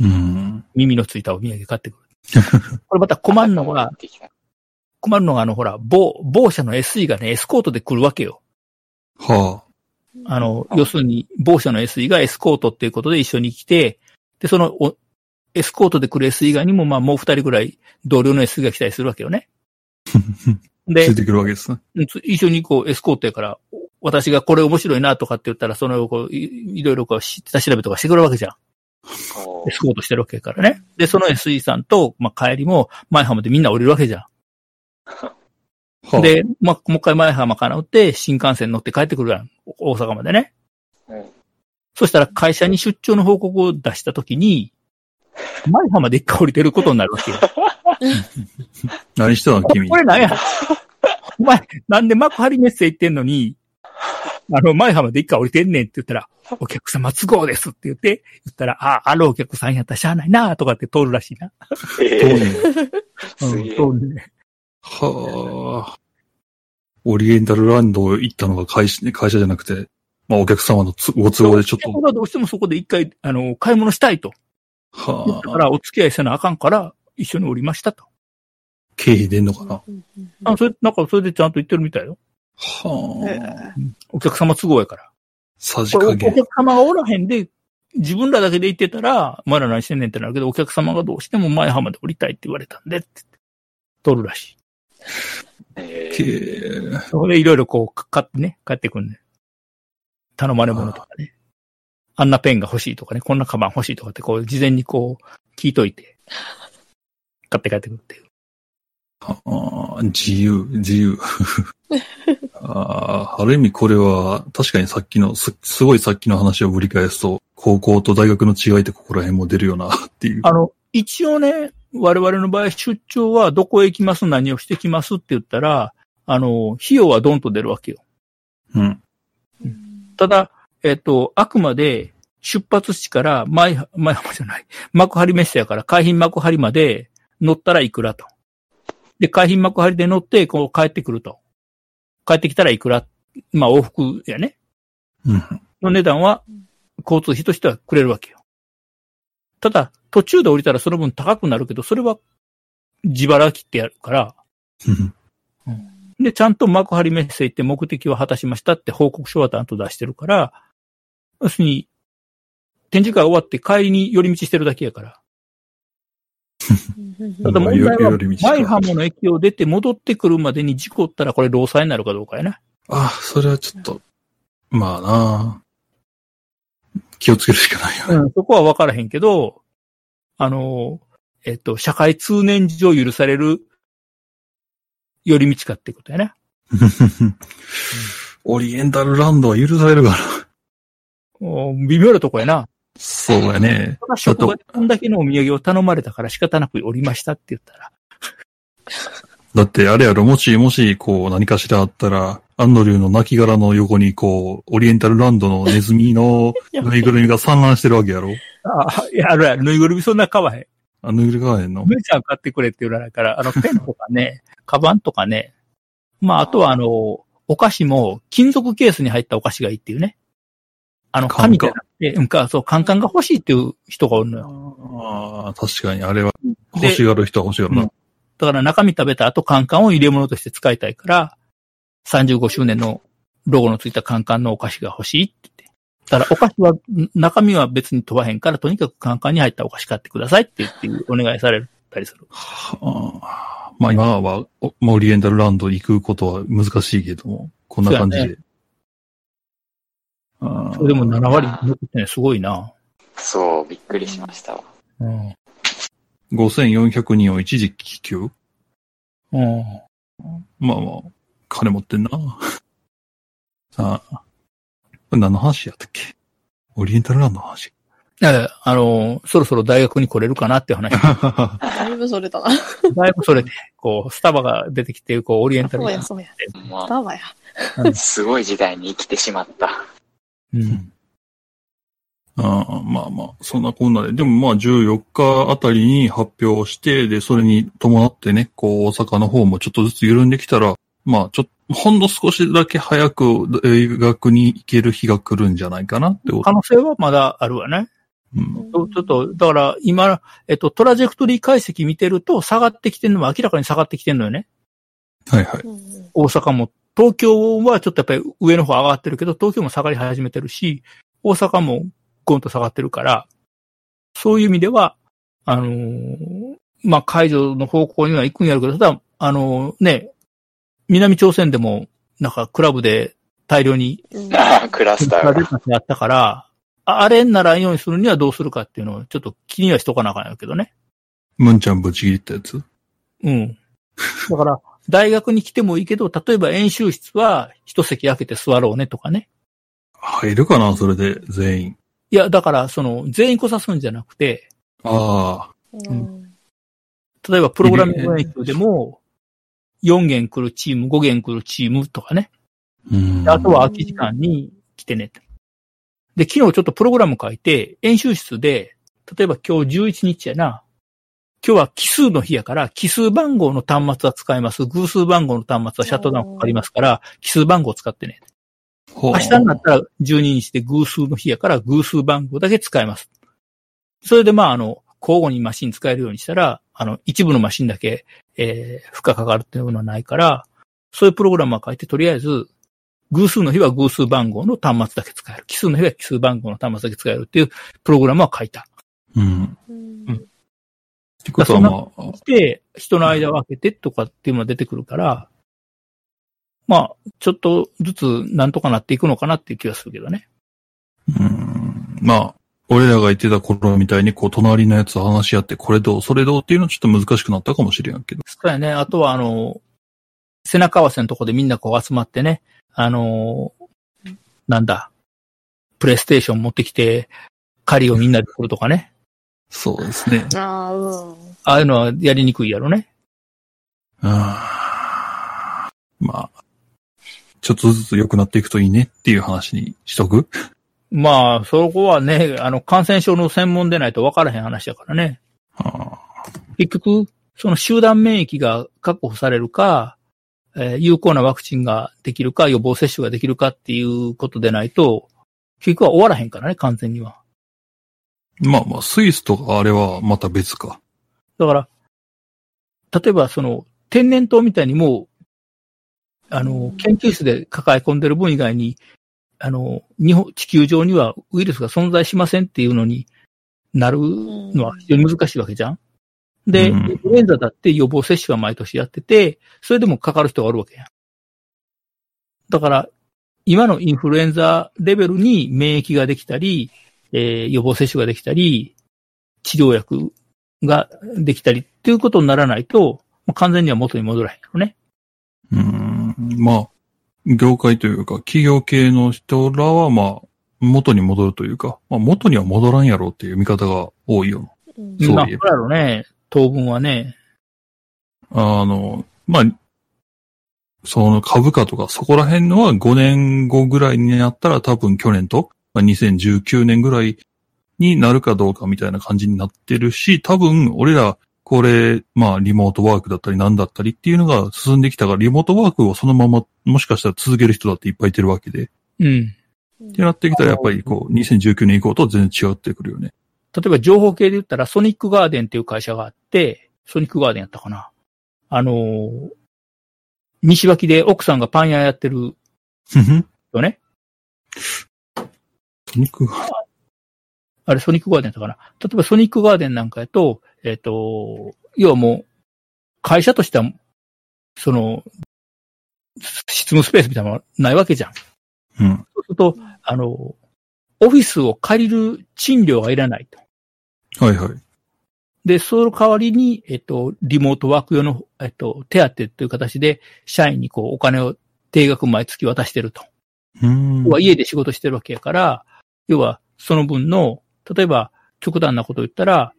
Speaker 4: うん。
Speaker 3: 耳のついたお土産買ってくる。これまた困るのが、困るのがあの、ほら、某、某社の SE がね、エスコートで来るわけよ。
Speaker 4: は
Speaker 3: あの、要するに、某社の SE がエスコートっていうことで一緒に来て、で、そのお、エスコートで来る SE 以外にも、まあ、もう二人ぐらい同僚の SE が来たりするわけよね。
Speaker 4: あ。
Speaker 3: で
Speaker 4: つい、てくるわけですね。
Speaker 3: うんつ一緒にこう、エスコートやから、お私がこれ面白いなとかって言ったら、その、こう、いいろいろこう、下調べとかしてくるわけじゃん。
Speaker 5: こ
Speaker 3: エスコートしてるわけやからね。で、その SE さんと、まあ、帰りも、前浜でみんな降りるわけじゃん。
Speaker 4: はあ。
Speaker 3: で、まあ、もう一回前浜から乗って、新幹線乗って帰ってくるやん。お大阪までね。
Speaker 5: うん
Speaker 3: そしたら会社に出張の報告を出したときに、前浜で一回降りてることになるわけよ。
Speaker 4: 何してたの君。
Speaker 3: これなんやお前、なんで幕張メッセ行ってんのに、あの、前浜で一回降りてんねんって言ったら、お客様都合ですって言って、言ったら、ああ、あるお客さんやったらしゃあないなとかって通るらしいな。
Speaker 5: う
Speaker 4: どう
Speaker 5: えー
Speaker 4: ね
Speaker 3: うん
Speaker 5: すげ
Speaker 3: 通
Speaker 5: え
Speaker 3: るね。
Speaker 4: はあ。オリエンタルランド行ったのが会社会社じゃなくて、まあお客様のつご都合でちょっ
Speaker 3: お客様がどうしてもそこで一回、あの、買い物したいと。
Speaker 4: と、
Speaker 3: 言ったか
Speaker 4: はあ、
Speaker 3: ら、お付き合いせなあかんから、一緒に降りましたと。
Speaker 4: 経費出んのかな。
Speaker 3: あ、それ、なんか、それでちゃんと言ってるみたいよ。
Speaker 4: はあ。
Speaker 3: お客様都合やから。
Speaker 4: さじ
Speaker 3: これお
Speaker 4: 加
Speaker 3: お
Speaker 4: 減
Speaker 3: 客。様がおらへんで、自分らだけで行ってたら、お前ら何してんねんってなるけど、お客様がどうしても前浜で降りたいって言われたんで、って言って取るらしい。
Speaker 5: え
Speaker 4: 経
Speaker 5: ー
Speaker 4: 営
Speaker 3: そこでいろいろこう、か買ってね、帰ってくんねん。頼まれ物とかね。あんなペンが欲しいとかね、こんなカバン欲しいとかって、こう、事前にこう、聞いといて、買って帰ってくるっていう。
Speaker 4: あー自由、自由。 あーある意味これは、確かにさっきのす、すごいさっきの話をぶり返すと、高校と大学の違いってここら辺も出るよな、っていう。
Speaker 3: あの、一応ね、我々の場合、出張はどこへ行きます、何をしてきますって言ったら、あの、費用はドンと出るわけよ。
Speaker 4: うん。
Speaker 3: ただ、えっと、あくまで、出発地から、前、前浜じゃない、幕張メッセやから、海浜幕張まで乗ったらいくらと。で、海浜幕張で乗って、こう帰ってくると。帰ってきたらいくら。まあ、往復やね。
Speaker 4: うん。
Speaker 3: の値段は、交通費としてはくれるわけよ。ただ、途中で降りたらその分高くなるけど、それは自腹切ってやるから、
Speaker 4: うん
Speaker 3: で、ちゃんと幕張メッセ行って目的は果たしましたって報告書はちゃんと出してるから、要するに、展示会終わって帰りに寄り道してるだけやから。ただ問題
Speaker 4: よ
Speaker 3: は
Speaker 4: 寄り、道か
Speaker 3: 前浜の駅を出て戻ってくるまでに事故ったらこれ労災になるかどうかやな。
Speaker 4: あ、それはちょっと、まあな気をつけるしかないよね。
Speaker 3: そこは分からへんけど、あの、えっと、社会通念上許される寄り道かってことやな。
Speaker 4: オリエンタルランドは許されるから。
Speaker 3: お微妙なとこやな。
Speaker 4: そうやね。
Speaker 3: ただ職場でこんだけのお土産を頼まれたから仕方なくおりましたって言ったら。
Speaker 4: だってあれやろ、もし、もし、こう、何かしらあったら、アンドリューの亡骸の横に、こう、オリエンタルランドのネズ ミのぬいぐるみが散乱してるわけやろ。
Speaker 3: ああ、いや、あるや、ぬいぐるみそんな買わへん。
Speaker 4: あ、ぬいぐるみがえんの
Speaker 3: 梅ちゃん買ってくれって言われないから、あの、ペンとかね、カバンとかね。まあ、あとはあの、お菓子も、金属ケースに入ったお菓子がいいっていうね。あの、
Speaker 4: 缶か
Speaker 3: 紙じゃなくて、うんか、そう、カンカンが欲しいっていう人がおるのよ。
Speaker 4: ああ、確かに、あれは、
Speaker 3: で
Speaker 4: 欲しがる人は欲しがる
Speaker 3: う。
Speaker 4: なん
Speaker 3: だから中身食べた後、カンカンを入れ物として使いたいから、35周年のロゴのついたカンカンのお菓子が欲しいって言って。ただ、お菓子は、ん中身は別に問わへんから、とにかくカンカンに入ったお菓子買ってくださいって言って、お願いされたりする。
Speaker 4: あーまあ今は、おまあオリエンタルランド行くことは難しいけども、こんな感じ
Speaker 3: そ
Speaker 4: で。
Speaker 3: う
Speaker 4: あー
Speaker 3: でも7割残ってね、すごいな。
Speaker 5: そう、びっくりしましたわ。
Speaker 3: うん。
Speaker 4: 5400人を一時帰休
Speaker 3: うん。
Speaker 4: まあまあ、金持ってんな。 さあ、これ何の話やったっけオリエンタルランドの話。
Speaker 3: だからあの、そろそろ大学に来れるかなっていう話。
Speaker 7: だいぶそれだな。
Speaker 3: だいぶそれで、こう、スタバが出てきて、こう、オリエンタル
Speaker 7: そう
Speaker 3: に
Speaker 7: や、そうや。
Speaker 5: ま
Speaker 7: だわや。
Speaker 5: あ、すごい時代に生きてしまった。
Speaker 3: うん。
Speaker 4: ああまあまあ、そんなこんなで。でもまあ14日あたりに発表して、で、それに伴ってね、こう大阪の方もちょっとずつ緩んできたら、まあちょっと、ほんの少しだけ早く大学に行ける日が来るんじゃないかなってこと
Speaker 3: 可。能性はまだあるわね。
Speaker 4: うん
Speaker 3: ちょちょっと、だから今、えっと、トラジェクトリー解析見てると、下がってきてるのは明らかに下がってきてるのよね。
Speaker 4: はいはい。
Speaker 7: うん
Speaker 3: 大阪も。東京はちょっとやっぱり上の方上がってるけど、東京も下がり始めてるし、大阪もゴンと下がってるから、そういう意味では、あのーまあ、解除の方向には行くんやるけど、ただ、あのーね、南朝鮮でも、なんかクラブで大量に
Speaker 7: うん
Speaker 5: あ あクラスター
Speaker 3: が
Speaker 5: が
Speaker 3: 出。たってあったから、ああれにならんようにするにはどうするかっていうのをちょっと気にはしとかなあかんやろうけどね。
Speaker 4: むんちゃんぶち切ったやつ
Speaker 3: うん。だから、大学に来てもいいけど、例えば演習室は一席空けて座ろうねとかね。
Speaker 4: 入るかなそれで、全員。
Speaker 3: いや、だから、その、全員来さすんじゃなくて、
Speaker 4: ああ、
Speaker 7: うん
Speaker 3: 例えばプログラミング演習でも、4弦来るチーム、5弦来るチームとかね。
Speaker 4: うん。
Speaker 3: あとは空き時間に来てねって。で、昨日ちょっとプログラム書いて、演習室で、例えば今日11日やな。今日は奇数の日やから、奇数番号の端末は使えます。偶数番号の端末はシャットダウンかかりますから、奇数番号を使ってね。
Speaker 4: ほう、
Speaker 3: 明日になったら12日で偶数の日やから偶数番号だけ使えます。それでまああの、交互にマシン使えるようにしたら、あの、一部のマシンだけ、えー、負荷かかるっていうのはないから、そういうプログラムは書いて、とりあえず、偶数の日は偶数番号の端末だけ使える。奇数の日は奇数番号の端末だけ使えるっていうプログラムは書いた。
Speaker 4: うん。っ
Speaker 7: うん
Speaker 4: てことはまあ、
Speaker 3: で、人の間を空けてとかっていうのが出てくるから、まあ、ちょっとずつなんとかなっていくのかなっていう気がするけどね。
Speaker 4: うーんまあ、俺らが言ってた頃みたいに、こう、隣のやつと話し合って、これどう、それどうっていうのはちょっと難しくなったかもしれんけど。
Speaker 3: そうやね。あとは、あの、背中合わせのとこでみんなこう集まってね、あの、なんだ、プレイステーション持ってきて、狩りをみんなで来るとかね。
Speaker 4: そうですね。
Speaker 7: ああ、うん。
Speaker 3: ああいうのはやりにくいやろね。
Speaker 4: あーまあ、ちょっとずつ良くなっていくといいねっていう話にしとく
Speaker 3: まあ、そこはね、あの、感染症の専門でないと分からへん話だからね。
Speaker 4: あ
Speaker 3: 結局、その集団免疫が確保されるか、えー有効なワクチンができるか、予防接種ができるかっていうことでないと、結局は終わらへんからね、完全には。
Speaker 4: ーまあまあ、スイスとかあれはまた別か。
Speaker 3: だから、例えばその、天然痘みたいにもう、あの、研究室で抱え込んでる分以外に、あの、日本、地球上にはウイルスが存在しませんっていうのになるのは非常に難しいわけじゃん。で、
Speaker 4: うん
Speaker 3: インフルエンザだって予防接種は毎年やってて、それでもかかる人がおるわけやん。だから、今のインフルエンザレベルに免疫ができたり、えー予防接種ができたり、治療薬ができたりっていうことにならないと、まあ完全には元に戻らへんよね。
Speaker 4: うーん、まあ、業界というか、企業系の人らはまあ、元に戻るというか、まあ元には戻らんやろうっていう見方が多いよな。
Speaker 7: うん
Speaker 4: そう
Speaker 3: まあ、そ
Speaker 4: いえ
Speaker 3: う
Speaker 4: ば
Speaker 3: やろね。当分はね。
Speaker 4: あの、まあ、その株価とかそこら辺のは5年後ぐらいになったら多分去年と、まあ、2019年ぐらいになるかどうかみたいな感じになってるし、多分俺らこれ、まあリモートワークだったりなんだったりっていうのが進んできたから、リモートワークをそのままもしかしたら続ける人だっていっぱいいてるわけで、っ
Speaker 3: うん。
Speaker 4: てなってきたらやっぱりこう2019年以降と全然違ってくるよね。
Speaker 3: 例えば情報系で言ったら、ソニックガーデンっていう会社があって、ソニックガーデンやったかな。あのー西脇で奥さんがパン屋やってる
Speaker 4: ふふん
Speaker 3: よね。
Speaker 4: とにかく
Speaker 3: あれ、ソニックガーデンだったかな。例えばソニックガーデンなんかやと、えっ、と、要はもう、会社としては、その、執務スペースみたいなのはないわけじゃん。
Speaker 4: うん。
Speaker 3: そうすると、あの、オフィスを借りる賃料がいらないと。
Speaker 4: はいはい。
Speaker 3: で、その代わりに、えっと、リモートワーク用の、えっと、手当てという形で、社員にこう、お金を定額毎月渡してると。
Speaker 4: うーん。
Speaker 3: 要は家で仕事してるわけやから、要はその分の、例えば極端なことを言ったら、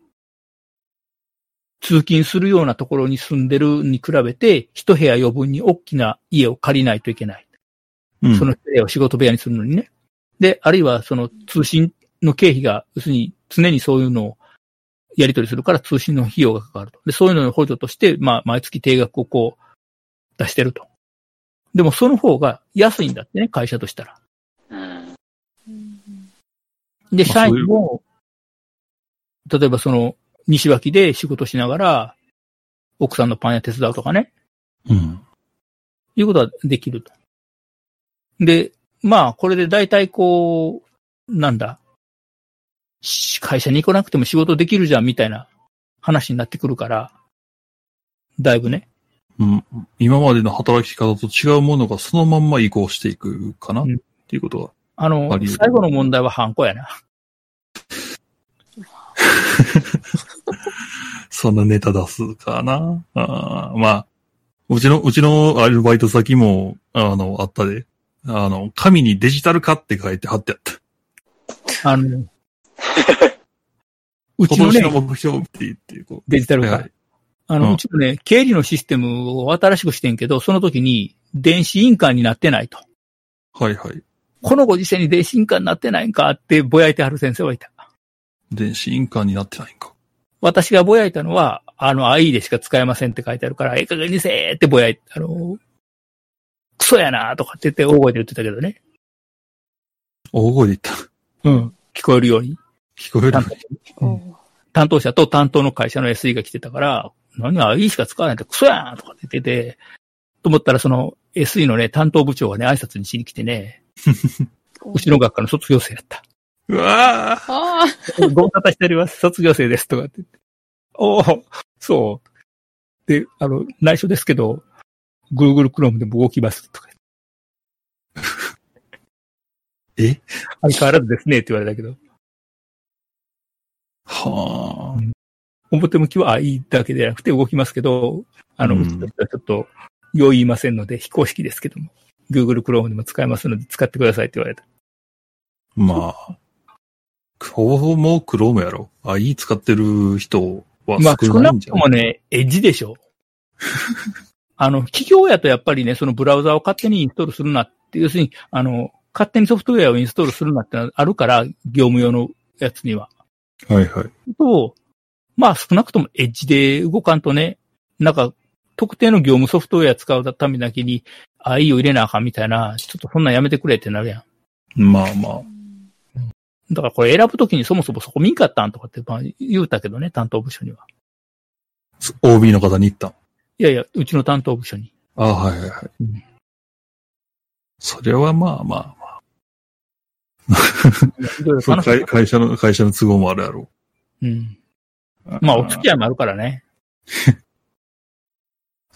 Speaker 3: 通勤するようなところに住んでるに比べて、一部屋余分に大きな家を借りないといけない。
Speaker 4: うん
Speaker 3: その部屋を仕事部屋にするのにね。で、あるいはその通信の経費が、要するに常にそういうのをやり取りするから通信の費用がかかると。で、そういうのの補助として、まあ、毎月定額をこう、出してると。でも、その方が安いんだってね、会社としたら。
Speaker 5: うん。
Speaker 3: で、
Speaker 4: まあ
Speaker 3: 社
Speaker 4: そうい
Speaker 3: 員
Speaker 4: う
Speaker 3: も、例えばその、西脇で仕事しながら、奥さんのパン屋手伝うとかね、
Speaker 4: うん。
Speaker 3: いうことはできると。で、まあ、これで大体こう、なんだ、し会社に行かなくても仕事できるじゃん、みたいな話になってくるから、だいぶね。
Speaker 4: うん、今までの働き方と違うものがそのまんま移行していくかな、
Speaker 3: うん
Speaker 4: っていうことは。
Speaker 3: あの
Speaker 4: あり、得る
Speaker 3: 最後の問題はハンコやな。
Speaker 4: そんなネタ出すかなあーまあ、うちの、うちのアルバイト先も、あの、あったで。あの、紙にデジタル化って書いて貼ってあった。
Speaker 3: あの、うち
Speaker 4: 今
Speaker 3: の
Speaker 4: 年
Speaker 3: ね
Speaker 4: の、目標って言って、こう。
Speaker 3: デジタル化。
Speaker 4: はいはい
Speaker 3: あ
Speaker 4: う
Speaker 3: の、
Speaker 4: ん
Speaker 3: うちもね、経理のシステムを新しくしてんけど、その時に電子印鑑になってないと。
Speaker 4: はいはい。
Speaker 3: このご時世に電子印鑑になってないんかってぼやいてはる先生はいた。
Speaker 4: 電子印鑑になってないんか。
Speaker 3: 私がぼやいたのは、あの、IE でしか使えませんって書いてあるから、ええ加減にせーってぼやい、あの、クソやなーとかって言って大声で言ってたけどね。
Speaker 4: 大声で言った。
Speaker 3: うん。聞こえるように。
Speaker 4: 聞こえる
Speaker 3: 担当担当者と担当の会社の SE が来てたから、何 IE しか使わないってクソやなーとかって言ってて、と思ったらその SE のね、担当部長がね、挨拶にしに来てね、うちの学科の卒業生だった。
Speaker 4: うわー
Speaker 7: ああ、
Speaker 3: ご無沙汰しております。卒業生です。とかって言って。おお、そう。で、あの、内緒ですけど、Google Chrome でも動きます。とか。
Speaker 4: え
Speaker 3: 相変わらずですね。って言われたけど。
Speaker 4: はあ。
Speaker 3: 表向きは I だけでなくて動きますけど、あの、
Speaker 4: うん
Speaker 3: うちの人はちょっと、用意言いませんので、非公式ですけども、Google Chrome でも使えますので、使ってくださいって言われた。
Speaker 4: まあ。ほぼほぼクロームやろ。あ、いい使ってる人は
Speaker 3: まあ、
Speaker 4: 少
Speaker 3: 少
Speaker 4: な
Speaker 3: ない
Speaker 4: ん
Speaker 3: く
Speaker 4: じゃ
Speaker 3: と
Speaker 4: ない、
Speaker 3: もね、エッジでしょ。 あの、企業やとやっぱりね、そのブラウザを勝手にインストールするなって、要するに、あの、勝手にソフトウェアをインストールするなってのはあるから、業務用のやつには。
Speaker 4: はいはい。
Speaker 3: と、まあ少なくともエッジで動かんとね、なんか特定の業務ソフトウェア使うためだけに IE を入れなあかんみたいな、ちょっとそんなんやめてくれってなるやん。
Speaker 4: まあまあ。
Speaker 3: だからこれ選ぶときにそもそもそこ見んかったんとかってまあ言うたけどね、担当部署には。
Speaker 4: OB の方に言ったん。
Speaker 3: いやいや、うちの担当部署に。
Speaker 4: あはいはいは
Speaker 3: う
Speaker 4: い。
Speaker 3: ん
Speaker 4: それはまあまあまあ。
Speaker 3: いろいろ
Speaker 4: そう
Speaker 3: 話し
Speaker 4: 会会社の、会社の都合もあるやろ。
Speaker 3: うん。まあお付き合いもあるからね。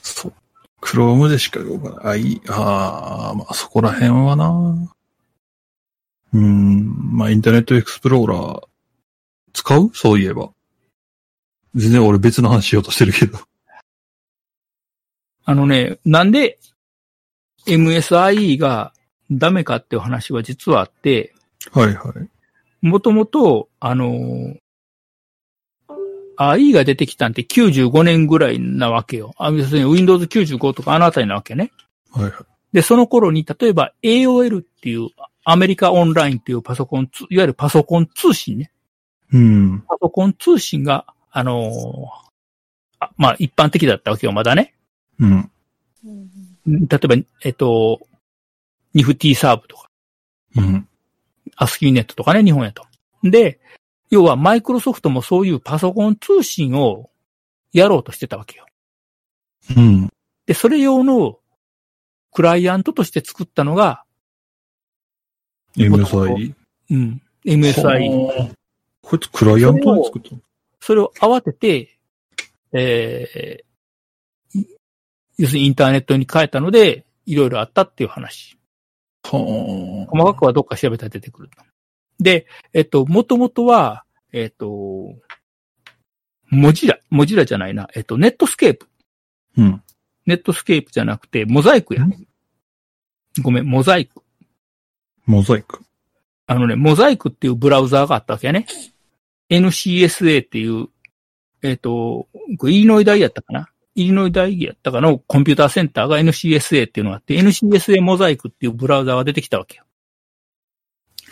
Speaker 4: そう。クロームでしか動かない。あ、いい。ああ、まあそこら辺はな。うん、まあインターネットエクスプローラー、使うそういえば。全然俺別の話しようとしてるけど。
Speaker 3: あのね、なんで MSIE がダメかっていう話は実はあって、
Speaker 4: はいはい。
Speaker 3: もともと、あのー、IE が出てきたんって95年ぐらいなわけよ。あ要するに Windows 95とかあのあたりなわけね。
Speaker 4: はいはい。
Speaker 3: で、その頃に、例えば AOL っていう、アメリカオンラインっていうパソコン通、いわゆるパソコン通信ね。
Speaker 4: うん。
Speaker 3: パソコン通信が、あのーあまあ一般的だったわけよ、まだね。
Speaker 4: うん。
Speaker 7: うん
Speaker 3: 例えば、えっと、ニフティサーブとか、
Speaker 4: うん。
Speaker 3: アスキーネットとかね、日本やと。で、要はマイクロソフトもそういうパソコン通信をやろうとしてたわけよ。
Speaker 4: うん。
Speaker 3: で、それ用のクライアントとして作ったのが、
Speaker 4: MSI。
Speaker 3: うん、MSI。
Speaker 4: はあ。こいつクライアントに作ったの
Speaker 3: それを慌てて、えーい要するにインターネットに変えたので、いろいろあったっていう話。
Speaker 4: は
Speaker 3: 細かくはどっか調べたら出てくる。で、えっと、もともとは、えっと、モジラ、モジラじゃないな、えっと、ネットスケープ。
Speaker 4: うん。
Speaker 3: ネットスケープじゃなくて、モザイクや。ごめん、モザイク。
Speaker 4: モザイク。
Speaker 3: あのね、モザイクっていうブラウザーがあったわけやね。NCSA っていう、えっ、と、これイリノイ大やったかなイリノイ大やったかのコンピューターセンターが NCSA っていうのがあって、NCSA モザイクっていうブラウザーが出てきたわけよ。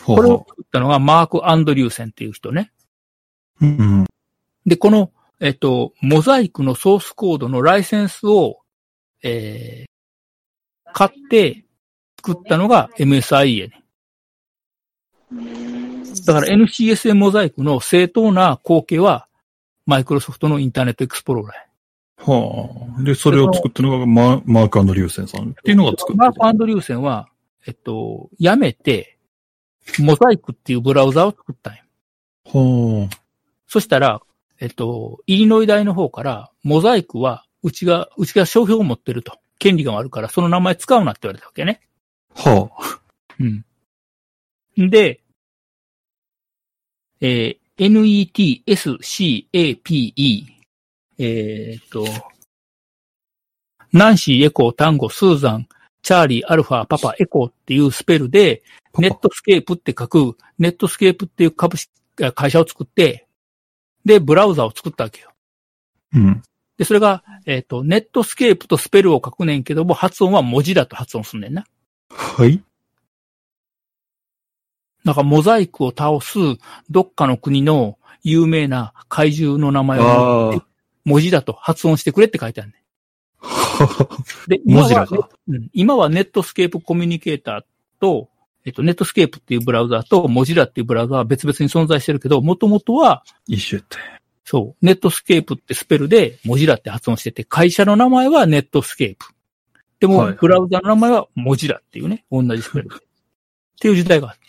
Speaker 4: はあ
Speaker 3: これを作ったのがマーク・アンドリューセンっていう人ね。
Speaker 4: うん。
Speaker 3: で、この、えっと、モザイクのソースコードのライセンスを、えー、買って作ったのが MSIE ね。だから NCSA モザイクの正当な後継は、マイクロソフトのインターネットエクスプローラーや。
Speaker 4: はあ。で、それを作ったのがママークリューセンさんっていうのが作っ
Speaker 3: マー
Speaker 4: た。
Speaker 3: ク・アンドリューセンは、えっと、やめて、モザイクっていうブラウザを作ったんや。
Speaker 4: はあ。
Speaker 3: そしたら、えっと、イリノイ大の方から、モザイクは、うちが、うちが商標を持ってると。権利があるから、その名前使うなって言われたわけね。
Speaker 4: はあ。
Speaker 3: うん。で、えー NETSCAPE、えーっと、ナンシー、エコー、タンゴ、スーザン、チャーリー、アルファ、パパ、エコーっていうスペルで、ネットスケープって書く、ネットスケープっていう株式、あ会社を作って、で、ブラウザを作ったわけよ。
Speaker 4: うん。
Speaker 3: で、それが、えーっ、と、ネットスケープとスペルを書くねんけども、発音は文字だと発音すんねんな。
Speaker 4: はい。
Speaker 3: なんかモザイクを倒すどっかの国の有名な怪獣の名前
Speaker 4: あ
Speaker 3: を
Speaker 4: ー
Speaker 3: 文字だと発音してくれって書いてあるね。で、今
Speaker 4: 文字だ
Speaker 3: は
Speaker 4: と、
Speaker 3: うん今はネットスケープコミュニケーターと、えっと、ネットスケープっていうブラウザーとモジラっていうブラウザーは別々に存在してるけど、もともとは、
Speaker 4: 一緒やって。
Speaker 3: そう、ネットスケープってスペルでモジラって発音してて、会社の名前はネットスケープ。で
Speaker 4: は
Speaker 3: も
Speaker 4: い、
Speaker 3: ブラウザーの名前はモジラっていうね、同じスペルで。っていう時代があった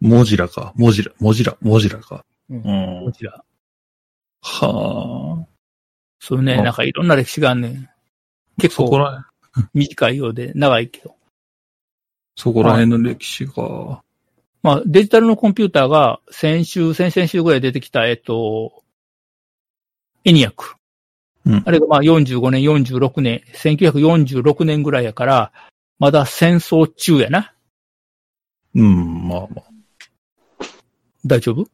Speaker 4: モジラか。モジラ、モジラ、モジラか。
Speaker 3: う
Speaker 4: うんん
Speaker 3: モ。ジラ。
Speaker 4: は
Speaker 3: そうね、
Speaker 4: あ
Speaker 3: なんかいろんな歴史があんねん。
Speaker 4: あ。
Speaker 3: 結
Speaker 4: そこ
Speaker 3: 構
Speaker 4: ら、
Speaker 3: 短いようで長いけど。
Speaker 4: そこら辺の歴史が。
Speaker 3: まあ、デジタルのコンピューターが先週、先々週ぐらい出てきた、えっと、エニアック。
Speaker 4: うん
Speaker 3: あれがまあ45年、46年、1946年ぐらいやから、まだ戦争中やな。
Speaker 4: うん、まあま
Speaker 3: 大丈夫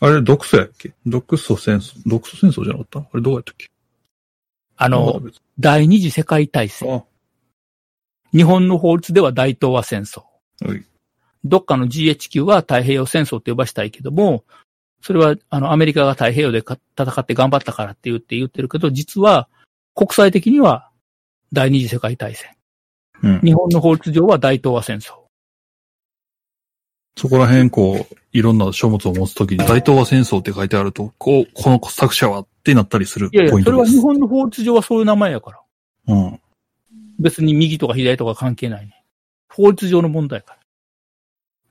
Speaker 4: あ。あれ、独ソやっけ独ソ戦争、独ソ戦争じゃなかったあれどうやったっけ
Speaker 3: あ
Speaker 4: あ
Speaker 3: の、第二次世界大戦。
Speaker 4: あ、
Speaker 3: 日本の法律では大東亜戦争。
Speaker 4: はい。
Speaker 3: どっかの GHQ は太平洋戦争って呼ばしたいけども、それはあのアメリカが太平洋でか戦って頑張ったからって言って言ってるけど、実は国際的には第二次世界大戦。
Speaker 4: うん。
Speaker 3: 日本の法律上は大東亜戦争。
Speaker 4: そこら辺、こう、いろんな書物を持つときに、大東亜戦争って書いてあると、こう、この作者はってなったりする
Speaker 3: いやいや、
Speaker 4: ポイン
Speaker 3: そ
Speaker 4: ト
Speaker 3: れは
Speaker 4: です。
Speaker 3: 日本の法律上はそういう名前やから。
Speaker 4: うん。
Speaker 3: 別に右とか左とか関係ないね。法律上の問題やから。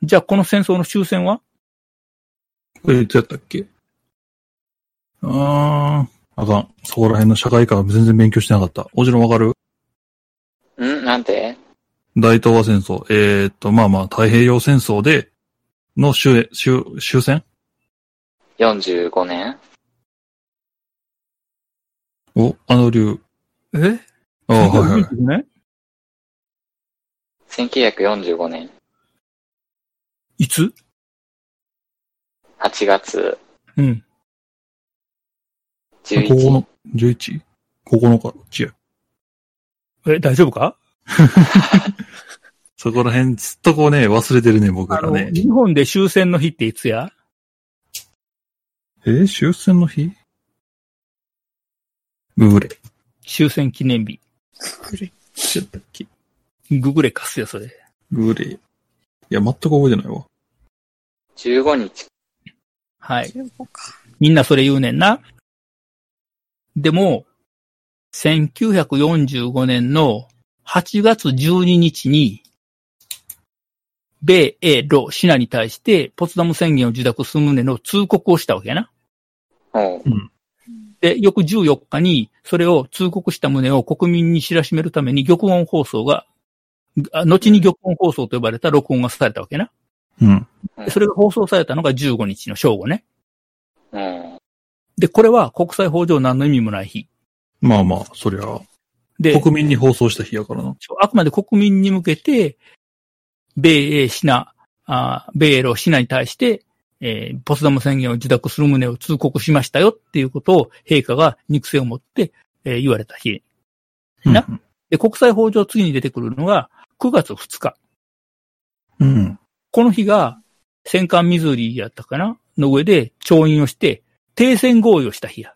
Speaker 3: じゃあこの戦争の終戦は
Speaker 4: これいつやったっけあー、あかん。そこら辺の社会科は全然勉強してなかった。おじろわかる
Speaker 5: んなんて
Speaker 4: 大東亜戦争。えーっと、まあまあ、太平洋戦争で、の終、終、終戦
Speaker 5: ?45 年
Speaker 4: お、あの竜。
Speaker 3: え
Speaker 4: ああ、はいはい。
Speaker 3: ね
Speaker 5: ?1945 年
Speaker 3: いつ
Speaker 5: 8月
Speaker 3: うん。
Speaker 5: 11
Speaker 4: ここ
Speaker 5: 日
Speaker 4: の、11? ここのか、違う。
Speaker 3: え、大丈夫か
Speaker 4: そこら辺、ずっとこうね、忘れてるね、僕
Speaker 3: あ
Speaker 4: ら
Speaker 3: の、
Speaker 4: ね。
Speaker 3: 日本で終戦の日っていつや
Speaker 4: えー終戦の日ググレ。
Speaker 3: 終戦記念日。
Speaker 4: ちょっとっけ
Speaker 3: ググレカスや、それ。
Speaker 4: グレ。いや、全く覚えてないわ。
Speaker 5: 15日。
Speaker 3: はい。みんなそれ言うねんな。でも、1945年の8月12日に、米、英、ロ、シナに対して、ポツダム宣言を受諾する旨の通告をしたわけやな。
Speaker 5: おう
Speaker 3: で、翌14日に、それを通告した旨を国民に知らしめるために、玉音放送が、あ後に玉音放送と呼ばれた録音がされたわけな。
Speaker 4: うん。
Speaker 3: でそれが放送されたのが15日の正午ね。
Speaker 5: うん。
Speaker 3: で、これは国際法上何の意味もない日。
Speaker 4: まあまあ、そりゃ、
Speaker 3: で、
Speaker 4: 国民に放送した日やからな。
Speaker 3: あくまで国民に向けて、米英シナ、あ米ロシナに対して、えーポツダム宣言を受諾する旨を通告しましたよっていうことを陛下が肉声を持って、えー言われた日。なで、国際法上次に出てくるのが9月2日。
Speaker 4: うん。うん。
Speaker 3: この日が戦艦ミズーリーやったかなの上で調印をして、停戦合意をした日や。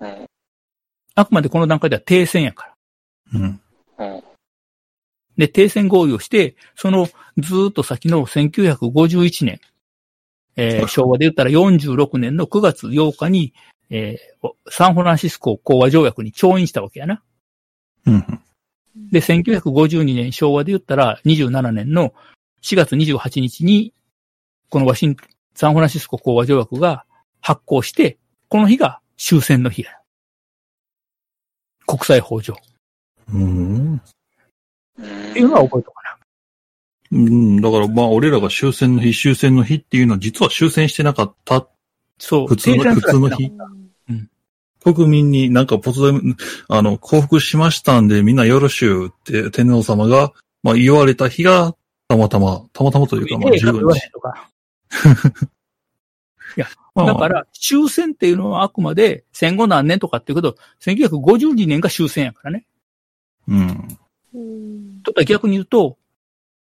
Speaker 5: うん。
Speaker 3: あくまでこの段階では停戦やから。
Speaker 4: うん。
Speaker 5: うん。
Speaker 3: で、停戦合意をして、そのずーっと先の1951年、えー昭和で言ったら46年の9月8日に、えーおサンフランシスコ講和条約に調印したわけやな。
Speaker 4: うん。
Speaker 3: で、1952年昭和で言ったら27年の4月28日に、このワシン、サンフランシスコ講和条約が発行して、この日が終戦の日や。国際法上。っ
Speaker 4: うん。
Speaker 5: うん
Speaker 3: ていうのは覚えとかな。
Speaker 4: うん。だから、まあ、俺らが終戦の日、終戦の日っていうのは、実は終戦してなかった。
Speaker 3: そう。
Speaker 4: 普通の
Speaker 3: 停戦すらしてなかった
Speaker 4: 普通の日国民になんかポツダム、あの、降伏しましたんで、みんなよろしゅうって、天皇様が、まあ、言われた日が、たまたま、たまたまというか、まあ、
Speaker 3: ええ かと言
Speaker 4: 15
Speaker 3: われへ
Speaker 4: 日。
Speaker 3: んとか。
Speaker 4: まあま
Speaker 3: だ
Speaker 4: あ
Speaker 3: から、終戦っていうのはあくまで戦後何年とかっていうけど、1952年が終戦やからね。
Speaker 4: うん。
Speaker 7: うん。
Speaker 3: ちょっと逆に言うと、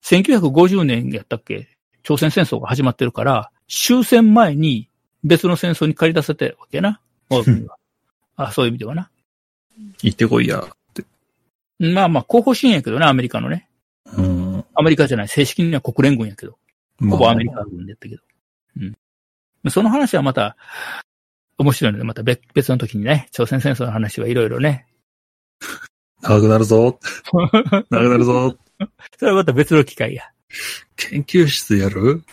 Speaker 3: 1950年やったっけ朝鮮戦争が始まってるから、終戦前に別の戦争に借り出せてるわけやな。我が国は あそういう意味ではな。
Speaker 4: 行ってこいや。
Speaker 3: まあまあ、後方支援やけどな、アメリカのね。
Speaker 4: うん。
Speaker 3: アメリカじゃない、正式には国連軍やけど。
Speaker 4: ま
Speaker 3: ほ
Speaker 4: あ
Speaker 3: ぼアメリカ軍でやったけど。うん。その話はまた、面白いので、また別別の時にね、朝鮮戦争の話はいろいろね。
Speaker 4: 長くなるぞ。長くなるぞ。
Speaker 3: それはまた別の機会や。
Speaker 4: 研究室やる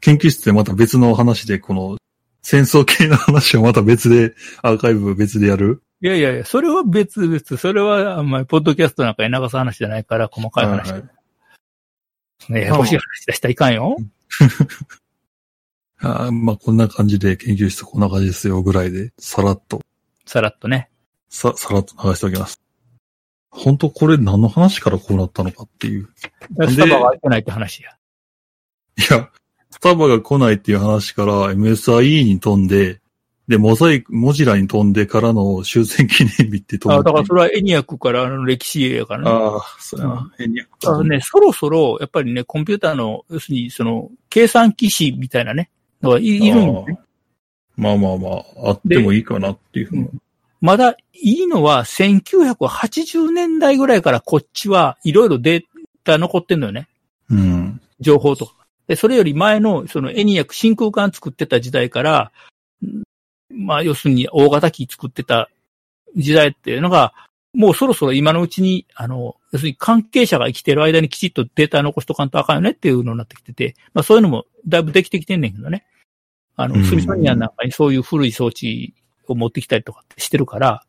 Speaker 4: 研究室でまた別の話で、この、戦争系の話をまた別で、アーカイブ別でやる
Speaker 3: いやいやいや、それは別々。それは、あんまり、ポッドキャストなんかに流す話じゃないから、細かい話。
Speaker 4: はいはい
Speaker 3: ねややこしい話出したらいかんよ。
Speaker 4: あーまあ、こんな感じで、研究室こんな感じですよ、ぐらいで、さらっと、
Speaker 3: さらっとね。
Speaker 4: さ、さらっと流しておきます。本当これ何の話からこうなったのかっていう。で
Speaker 3: スタバが空いてないって話や。
Speaker 4: いや、スタバが来ないっていう話から MSIE に飛んで、で、モザイク、モジラに飛んでからの終戦記念日って飛
Speaker 3: あ
Speaker 4: んで
Speaker 3: だからそれはエニアックからの歴史やからね。
Speaker 4: ああ、そうやな。変に。
Speaker 3: あのね、そろそろ、やっぱりね、コンピューターの、要するに、その、計算機士みたいなね、のがいいるんよね
Speaker 4: まあまあまあ、あってもいいかなっていうふうに。
Speaker 3: まだいいのは、1980年代ぐらいからこっちはいろいろデータ残ってんのよね。
Speaker 4: うん。
Speaker 3: 情報とか。で、それより前の、そのエニアック真空管作ってた時代から、んまあ、要するに大型機作ってた時代っていうのが、もうそろそろ今のうちに、あの、要するに関係者が生きてる間にきちっとデータ残しとかんとあかんよねっていうのになってきてて、まあそういうのもだいぶできてきてんねんけどね。あ
Speaker 4: う
Speaker 3: の、
Speaker 4: ん
Speaker 3: スミソニアンなんかにそういう古い装置を持ってきたりとかってしてるから、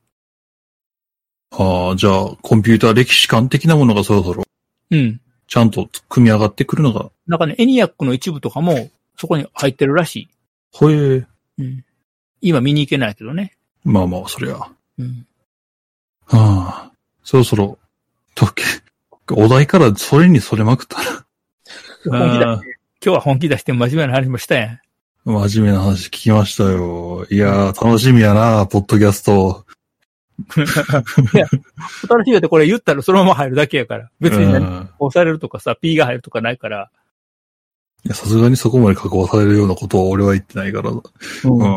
Speaker 4: ああ、じゃあ、コンピューター歴史観的なものがそろそろ、
Speaker 3: うん。
Speaker 4: ちゃんと組み上がってくるのが、
Speaker 3: なんかね、エニアックの一部とかもそこに入ってるらし
Speaker 4: ほえ、
Speaker 3: い。うん。今見に行けないけどね。
Speaker 4: まあまあ、そりゃ。は
Speaker 3: うん。
Speaker 4: あ、そろそろ、時計、お題からそれにそれまくったら、
Speaker 3: 本気だ
Speaker 4: あ
Speaker 3: 今
Speaker 4: ー
Speaker 3: 日は本気出して真面目な話もしたやん。
Speaker 4: 真面目な話聞きましたよ。いやー、楽しみやな、ポッドキャスト。
Speaker 3: 新しいよってこれ言ったらそのまま入るだけやから。別に
Speaker 4: う
Speaker 3: 何
Speaker 4: ん
Speaker 3: 押されるとかさ、P が入るとかないから。
Speaker 4: いやさすがにそこまで囲わされるようなことは俺は言ってないから、うん。
Speaker 3: うん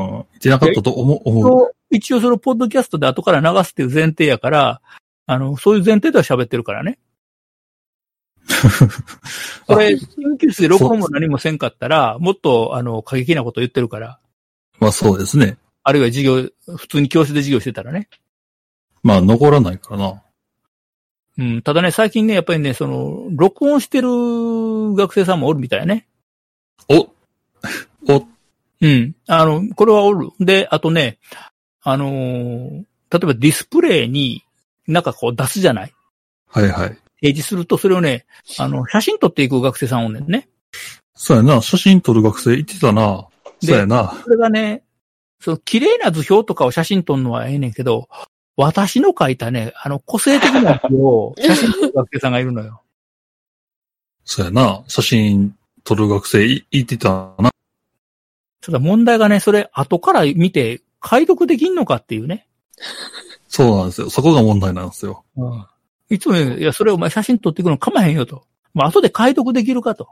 Speaker 4: 言ってなかったと思う、
Speaker 3: 一
Speaker 4: 思う。
Speaker 3: 応一応そのポッドキャストで後から流すっていう前提やから、あの、そういう前提では喋ってるからね。これ、研究室で録音も何もせんかったら、もっと、あの、過激なこと言ってるから。
Speaker 4: まあそうですね。
Speaker 3: あるいは授業、普通に教室で授業してたらね。
Speaker 4: まあ残らないからな。
Speaker 3: うん。ただね、最近ね、やっぱりね、その、録音してる学生さんもおるみたいやね。
Speaker 4: おお
Speaker 3: うん。あの、これはおる。で、あとね、あのー例えばディスプレイになんかこう出すじゃない
Speaker 4: はいはい。
Speaker 3: 提示するとそれをね、あの、写真撮っていく学生さんおんねんね。
Speaker 4: そうやな、写真撮る学生言ってたな。
Speaker 3: で
Speaker 4: そうやな。
Speaker 3: それがね、その綺麗な図表とかを写真撮るのはええねんけど、私の書いたね、あの、個性的な図を写真撮る学生さんがいるのよ。
Speaker 4: そうやな、写真撮る学生い言ってたな。
Speaker 3: ただ問題がね、それ後から見て解読できんのかっていうね。
Speaker 4: そうなんですよ。そこが問題なんですよ。
Speaker 3: うん。いつも言う、いや、それお前写真撮ってくるのかまへんよと。まあ、後で解読できるかと。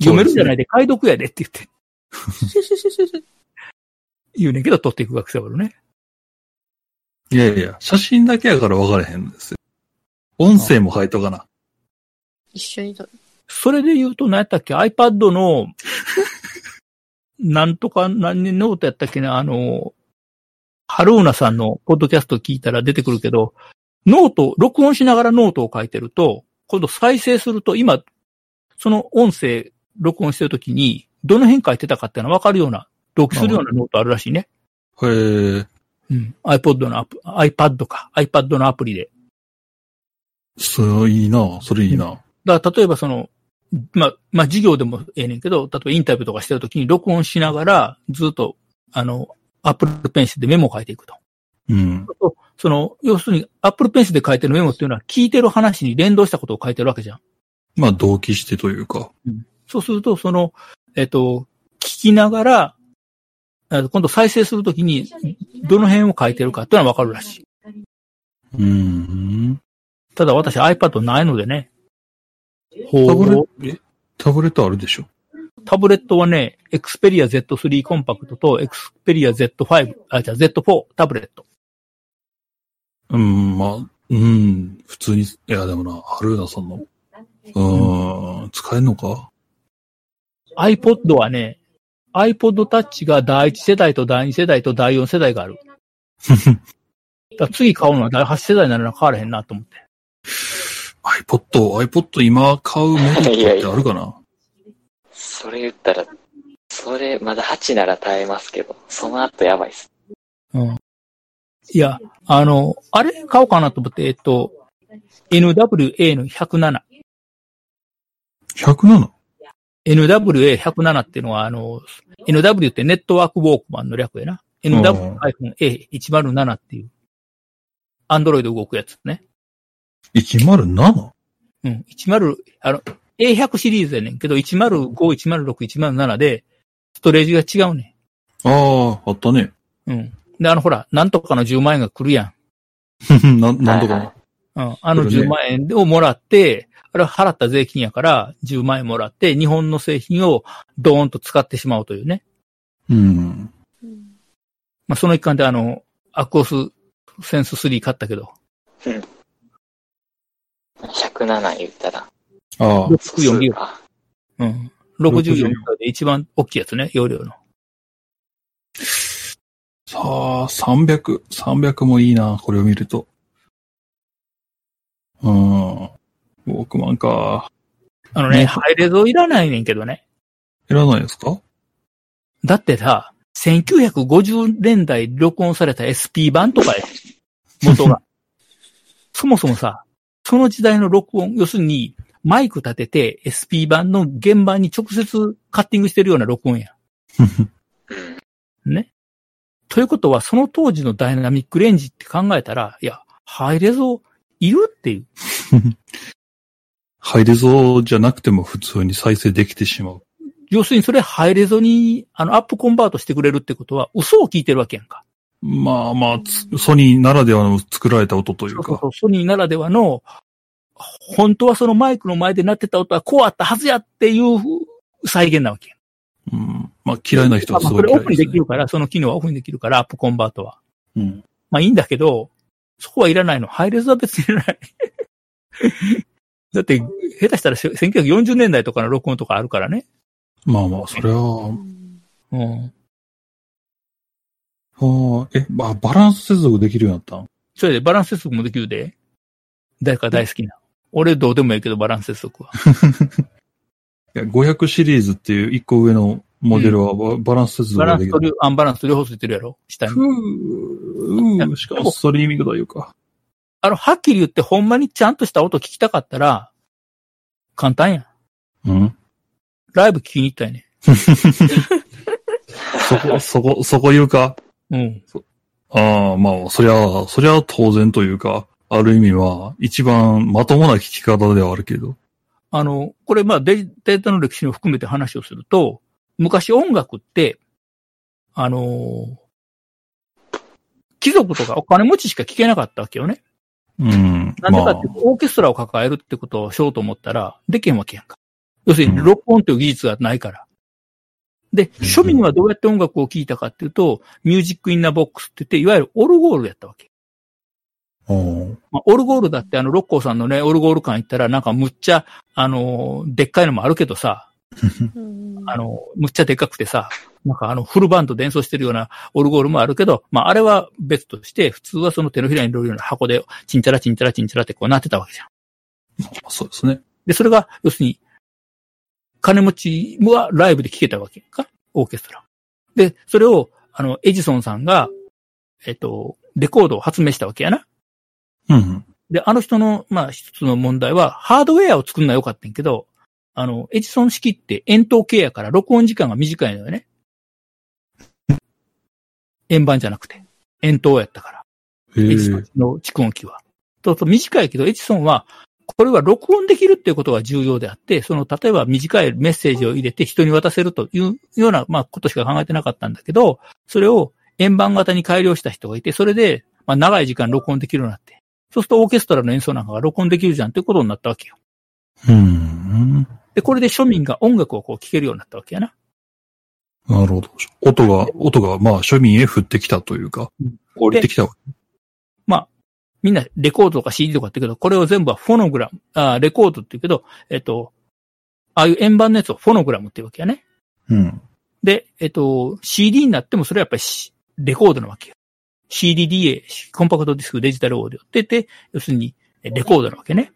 Speaker 3: 読めるんじゃないで解読やでって言って、言うねんけど撮っていく学生はおるね。
Speaker 4: いやいや、写真だけやから分かれへんですよ。音声も入っとかな。
Speaker 7: 一緒にと、
Speaker 3: それで言うと何やったっけ ?iPad の、なんとか何年ノートやったっけなあの、ハルーナさんのポッドキャスト聞いたら出てくるけど、ノート、録音しながらノートを書いてると、今度再生すると、今、その音声、録音してるときに、どの辺書いてたかっていうのがわかるような、読するようなノートあるらしいね。
Speaker 4: へえ、
Speaker 3: うん。iPod のアプ、iPad か。iPad のアプリで。
Speaker 4: そう、いいな。それいいな。
Speaker 3: だから例えばその、まあ、まあ、授業でもええねんけど、例えばインタビューとかしてるときに録音しながら、ずっと、あの、アップルペンシルでメモを書いていくと。
Speaker 4: うん。
Speaker 3: その、要するに、アップルペンシルで書いてるメモっていうのは、聞いてる話に連動したことを書いてるわけじゃん。
Speaker 4: まあ、同期してというか。
Speaker 3: そうすると、その、えっと、聞きながら、あの今度再生するときに、どの辺を書いてるかっていうのはわかるらしい。
Speaker 4: うん。
Speaker 3: ただ私 iPad ないのでね、
Speaker 4: タ
Speaker 3: ほ
Speaker 4: ブレ
Speaker 3: う、
Speaker 4: ット、えタブレットあるでしょ。
Speaker 3: タブレットはね、Xperia Z3 コンパクトと Xperia Z5、あ、じゃあ Z4 タブレット。
Speaker 4: うん、まあ、うん。普通に、いや、でもな、ハルーナさんの。うん、使えんのか
Speaker 3: iPod はね、iPod Touch が第1世代と第2世代と第4世代がある。だから次買うのは第8世代になるのは変わらへんなと思って。
Speaker 4: iPod、iPod 今買うメリットってあるかな
Speaker 5: それ言ったら、それ、まだ8なら耐えますけど、その後やばいっす。
Speaker 3: うん。いや、あの、あれ買おうかなと思って、えっと、NWA の107。
Speaker 4: 107?
Speaker 3: NWA107 っていうのは、あの、NW ってネットワークウォークマンの略やな。NW-A107 っていう、アンドロイド動くやつね。
Speaker 4: 107?
Speaker 3: うん。10、あの、A100 シリーズやねんけど、105、106、107で、ストレージが違うね
Speaker 4: ああ、あったね。
Speaker 3: ん。うん。で、あの、ほら、なんとかの10万円が来るや
Speaker 4: ななんとかな。
Speaker 3: ん。うん。あの
Speaker 4: 来るね
Speaker 3: 10万円をもらって、あれは払った税金やから、10万円もらって、日本の製品をドーンと使ってしまうというね。
Speaker 4: うん。
Speaker 6: うん
Speaker 3: まあ、その一環で、あの、アクオスセンス3買ったけど、
Speaker 5: 107言ったら。
Speaker 4: ああ、
Speaker 3: 64ギガ。
Speaker 5: か。
Speaker 3: うん。64ギガで一番大きいやつね、容量の。
Speaker 4: さあ、300、300もいいな、これを見ると。うん。ウォークマンか。
Speaker 3: あの
Speaker 4: ね
Speaker 3: ね、ハイレゾいらないねんけどね。
Speaker 4: いらないですか
Speaker 3: だってさ、1950年代録音された SP 版とかや。元が。そもそもさ、その時代の録音、要するに、マイク立てて SP 版の現場に直接カッティングしてるような録音や。
Speaker 5: うん。
Speaker 3: ね。ということは、その当時のダイナミックレンジって考えたら、いや、ハイレゾいるっていう。
Speaker 4: ハイレゾじゃなくても普通に再生できてしまう。
Speaker 3: 要するにそれハイレゾに、あの、アップコンバートしてくれるってことは、嘘を聞いてるわけやんか。
Speaker 4: まあまあ、つソニーならではの作られた音とい
Speaker 3: そううそう
Speaker 4: か
Speaker 3: そ。う、ソニーならではの、本当はそのマイクの前で鳴ってた音はこうあったはずやっていう再現なわけ。
Speaker 4: うん、まあ嫌いな人は
Speaker 3: まあ
Speaker 4: す
Speaker 3: こ
Speaker 4: ごい
Speaker 3: れ
Speaker 4: 嫌
Speaker 3: オ
Speaker 4: い
Speaker 3: フに
Speaker 4: で
Speaker 3: で
Speaker 4: す、ね
Speaker 3: き。るから、その機能はオフにできるから、アップコンバートは。
Speaker 4: うん。
Speaker 3: まあいいんだけど、そこはいらないの。ハイレゾは別にいらない。 だって、下手したら1940年代とかの録音とかあるからね。
Speaker 4: まあまあ、それは、
Speaker 3: うん。
Speaker 4: ああ、え、まあ、バランス接続できるようになったん
Speaker 3: それでバランス接続もできるで。誰か大好きな。俺どうでもいいけど、バランス接続は。
Speaker 4: いや、500シリーズっていう一個上のモデルはババランス接続
Speaker 3: バラ
Speaker 4: が
Speaker 3: ン
Speaker 4: で
Speaker 3: ス
Speaker 4: き
Speaker 3: と
Speaker 4: る。
Speaker 3: 両アンバランスと両方ついてるやろ下に。
Speaker 4: ふう、うーしかもストリーミングというか。
Speaker 3: あの、はっきり言って、ほんまにちゃんとした音聞きたかったら、簡単やん。
Speaker 4: うん。
Speaker 3: ライブ聞きに行ったよね。
Speaker 4: そこ、 そこ、そこ言うか
Speaker 3: うん。
Speaker 4: ああ、まあ、そりゃ、そりゃ当然というか、ある意味は、一番まともな聞き方ではあるけど。
Speaker 3: あの、これ、まあデジ、データの歴史を含めて話をすると、昔音楽って、あのー貴族とかお金持ちしか聞けなかったわけよね。
Speaker 4: うん。
Speaker 3: なんでかって
Speaker 4: ま、
Speaker 3: オーケストラを抱えるってことをしようと思ったら、できへんわけやんか。要するに、録音という技術がないから。で、庶民はどうやって音楽を聴いたかっていうと、ミュージックインナーボックスって言って、いわゆるオルゴールやったわけ。
Speaker 4: あ、うん
Speaker 3: まあ、オルゴールだってあの、六甲さんのね、オルゴール館行ったらなんかむっちゃ、あのー、でっかいのもあるけどさ、
Speaker 6: うん
Speaker 3: あのー、むっちゃでっかくてさ、なんかあの、フルバンドで演奏してるようなオルゴールもあるけど、まあ、あれは別として、普通はその手のひらに乗るような箱で、チンチャラチンチャラチンチャラってこうなってたわけじゃん。
Speaker 4: そうですね。
Speaker 3: で、それが、要するに、金持ちはライブで聴けたわけか、オーケストラ。で、それを、あの、エジソンさんが、えっと、レコードを発明したわけやな。
Speaker 4: うん。
Speaker 3: で、あの人の、まあ、一つの問題は、ハードウェアを作るのは良かったんやけど、あの、エジソン式って円筒系やから録音時間が短いのよね。円盤じゃなくて、円筒やったから、
Speaker 4: へ
Speaker 3: エジソ
Speaker 4: え
Speaker 3: ン。の蓄音機は。そうすると短いけど、エジソンは、これは録音できるっていうことが重要であって、その、例えば短いメッセージを入れて人に渡せるというような、まあ、ことしか考えてなかったんだけど、それを円盤型に改良した人がいて、それで、まあ、長い時間録音できるようになって。そうするとオーケストラの演奏なんかが録音できるじゃんってことになったわけよ。
Speaker 4: うん。
Speaker 3: で、これで庶民が音楽をこう聴けるようになったわけやな。
Speaker 4: なるほど。音が、音が、まあ、庶民へ降ってきたというか
Speaker 3: うん、
Speaker 4: 降りてきたわ
Speaker 3: みんなレコードとか CD とかって言うけど、これを全部はフォノグラム、あレコードって言うけど、えっと、ああいう円盤のやつをフォノグラムって言うわけやね。
Speaker 4: け。うん。
Speaker 3: で、えっと、CD になってもそれはやっぱりしレコードなわけよ。CDDA、コンパクトディスクデジタルオーディオって言って、要するにえレコードなわけね。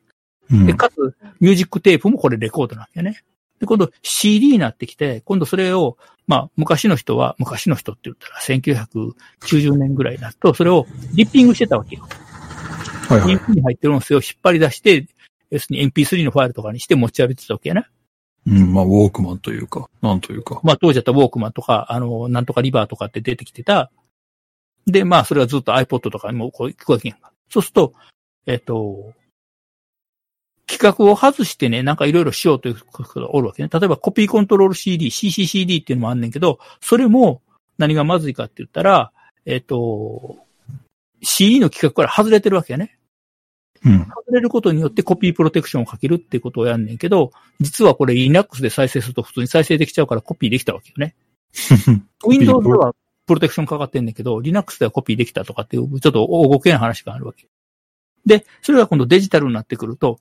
Speaker 4: うん
Speaker 3: で、かつ、ミュージックテープもこれレコードなんだよね。で、今度 CD になってきて、今度それを、まあ、昔の人は、昔の人って言ったら、1990年ぐらいだと、それをリッピングしてたわけよ。
Speaker 4: はいはい。
Speaker 3: MP に入ってる音声を引っ張り出して、要するに MP3 のファイルとかにして持ち歩いてたわけやな。
Speaker 4: うん、まあ、ウォークマンというか、なんというか。
Speaker 3: まあ当時だったらウォークマンとか、あの、なんとかリバーとかって出てきてた。で、まあそれはずっと iPod とかにもこう聞くわけやんか。そうすると、えっ、と、企画を外してね、なんかいろいろしようということがおるわけね。例えばコピーコントロール CD、CCCD っていうのもあんねんけど、それも何がまずいかって言ったら、えっ、と、CD の企画から外れてるわけやね。
Speaker 4: うん。
Speaker 3: 外れることによってコピープロテクションをかけるっていうことをやんねんけど、実はこれ Linux で再生すると普通に再生できちゃうからコピーできたわけよね。
Speaker 4: ピー
Speaker 3: Windows ではプロテクションかかってんねんけど、Linux ではコピーできたとかっていう、ちょっと大ごけな話があるわけ。で、それが今度デジタルになってくると、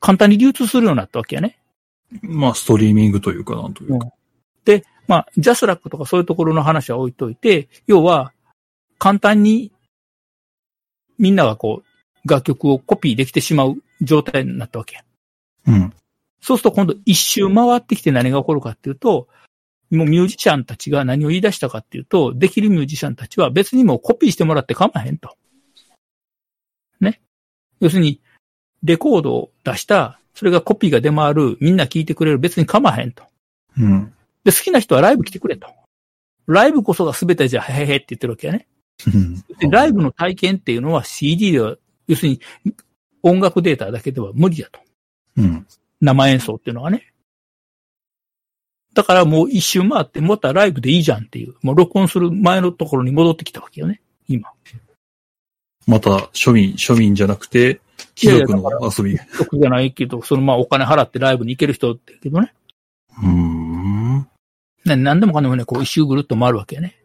Speaker 3: 簡単に流通するようになったわけやね。
Speaker 4: まあ、ストリーミングというか、なんというか。
Speaker 3: まあ、ジャスラックとかそういうところの話は置いといて、要は、簡単に、みんながこう、楽曲をコピーできてしまう状態になったわけや。
Speaker 4: うん。
Speaker 3: そうすると今度一周回ってきて何が起こるかっていうと、もうミュージシャンたちが何を言い出したかっていうと、できるミュージシャンたちは別にもうコピーしてもらって構わへんと。ね。要するに、レコードを出した、それがコピーが出回る、みんな聴いてくれる、別に構わへんと。
Speaker 4: うん。
Speaker 3: で、好きな人はライブ来てくれと。ライブこそが全てじゃ、へへへって言ってるわけやね。で、ライブの体験っていうのは CD では、要するに音楽データだけでは無理だと。
Speaker 4: うん。
Speaker 3: 生演奏っていうのはね。だからもう一周回って、またライブでいいじゃんっていう、もう録音する前のところに戻ってきたわけよね。今。
Speaker 4: また、庶民、庶民じゃなくて、貴族の遊び。う
Speaker 3: 曲じゃないけど、そのまあお金払ってライブに行ける人ってけどね。
Speaker 4: ーん。
Speaker 3: ね何でもかんでもね、こう一周ぐるっと回るわけやね。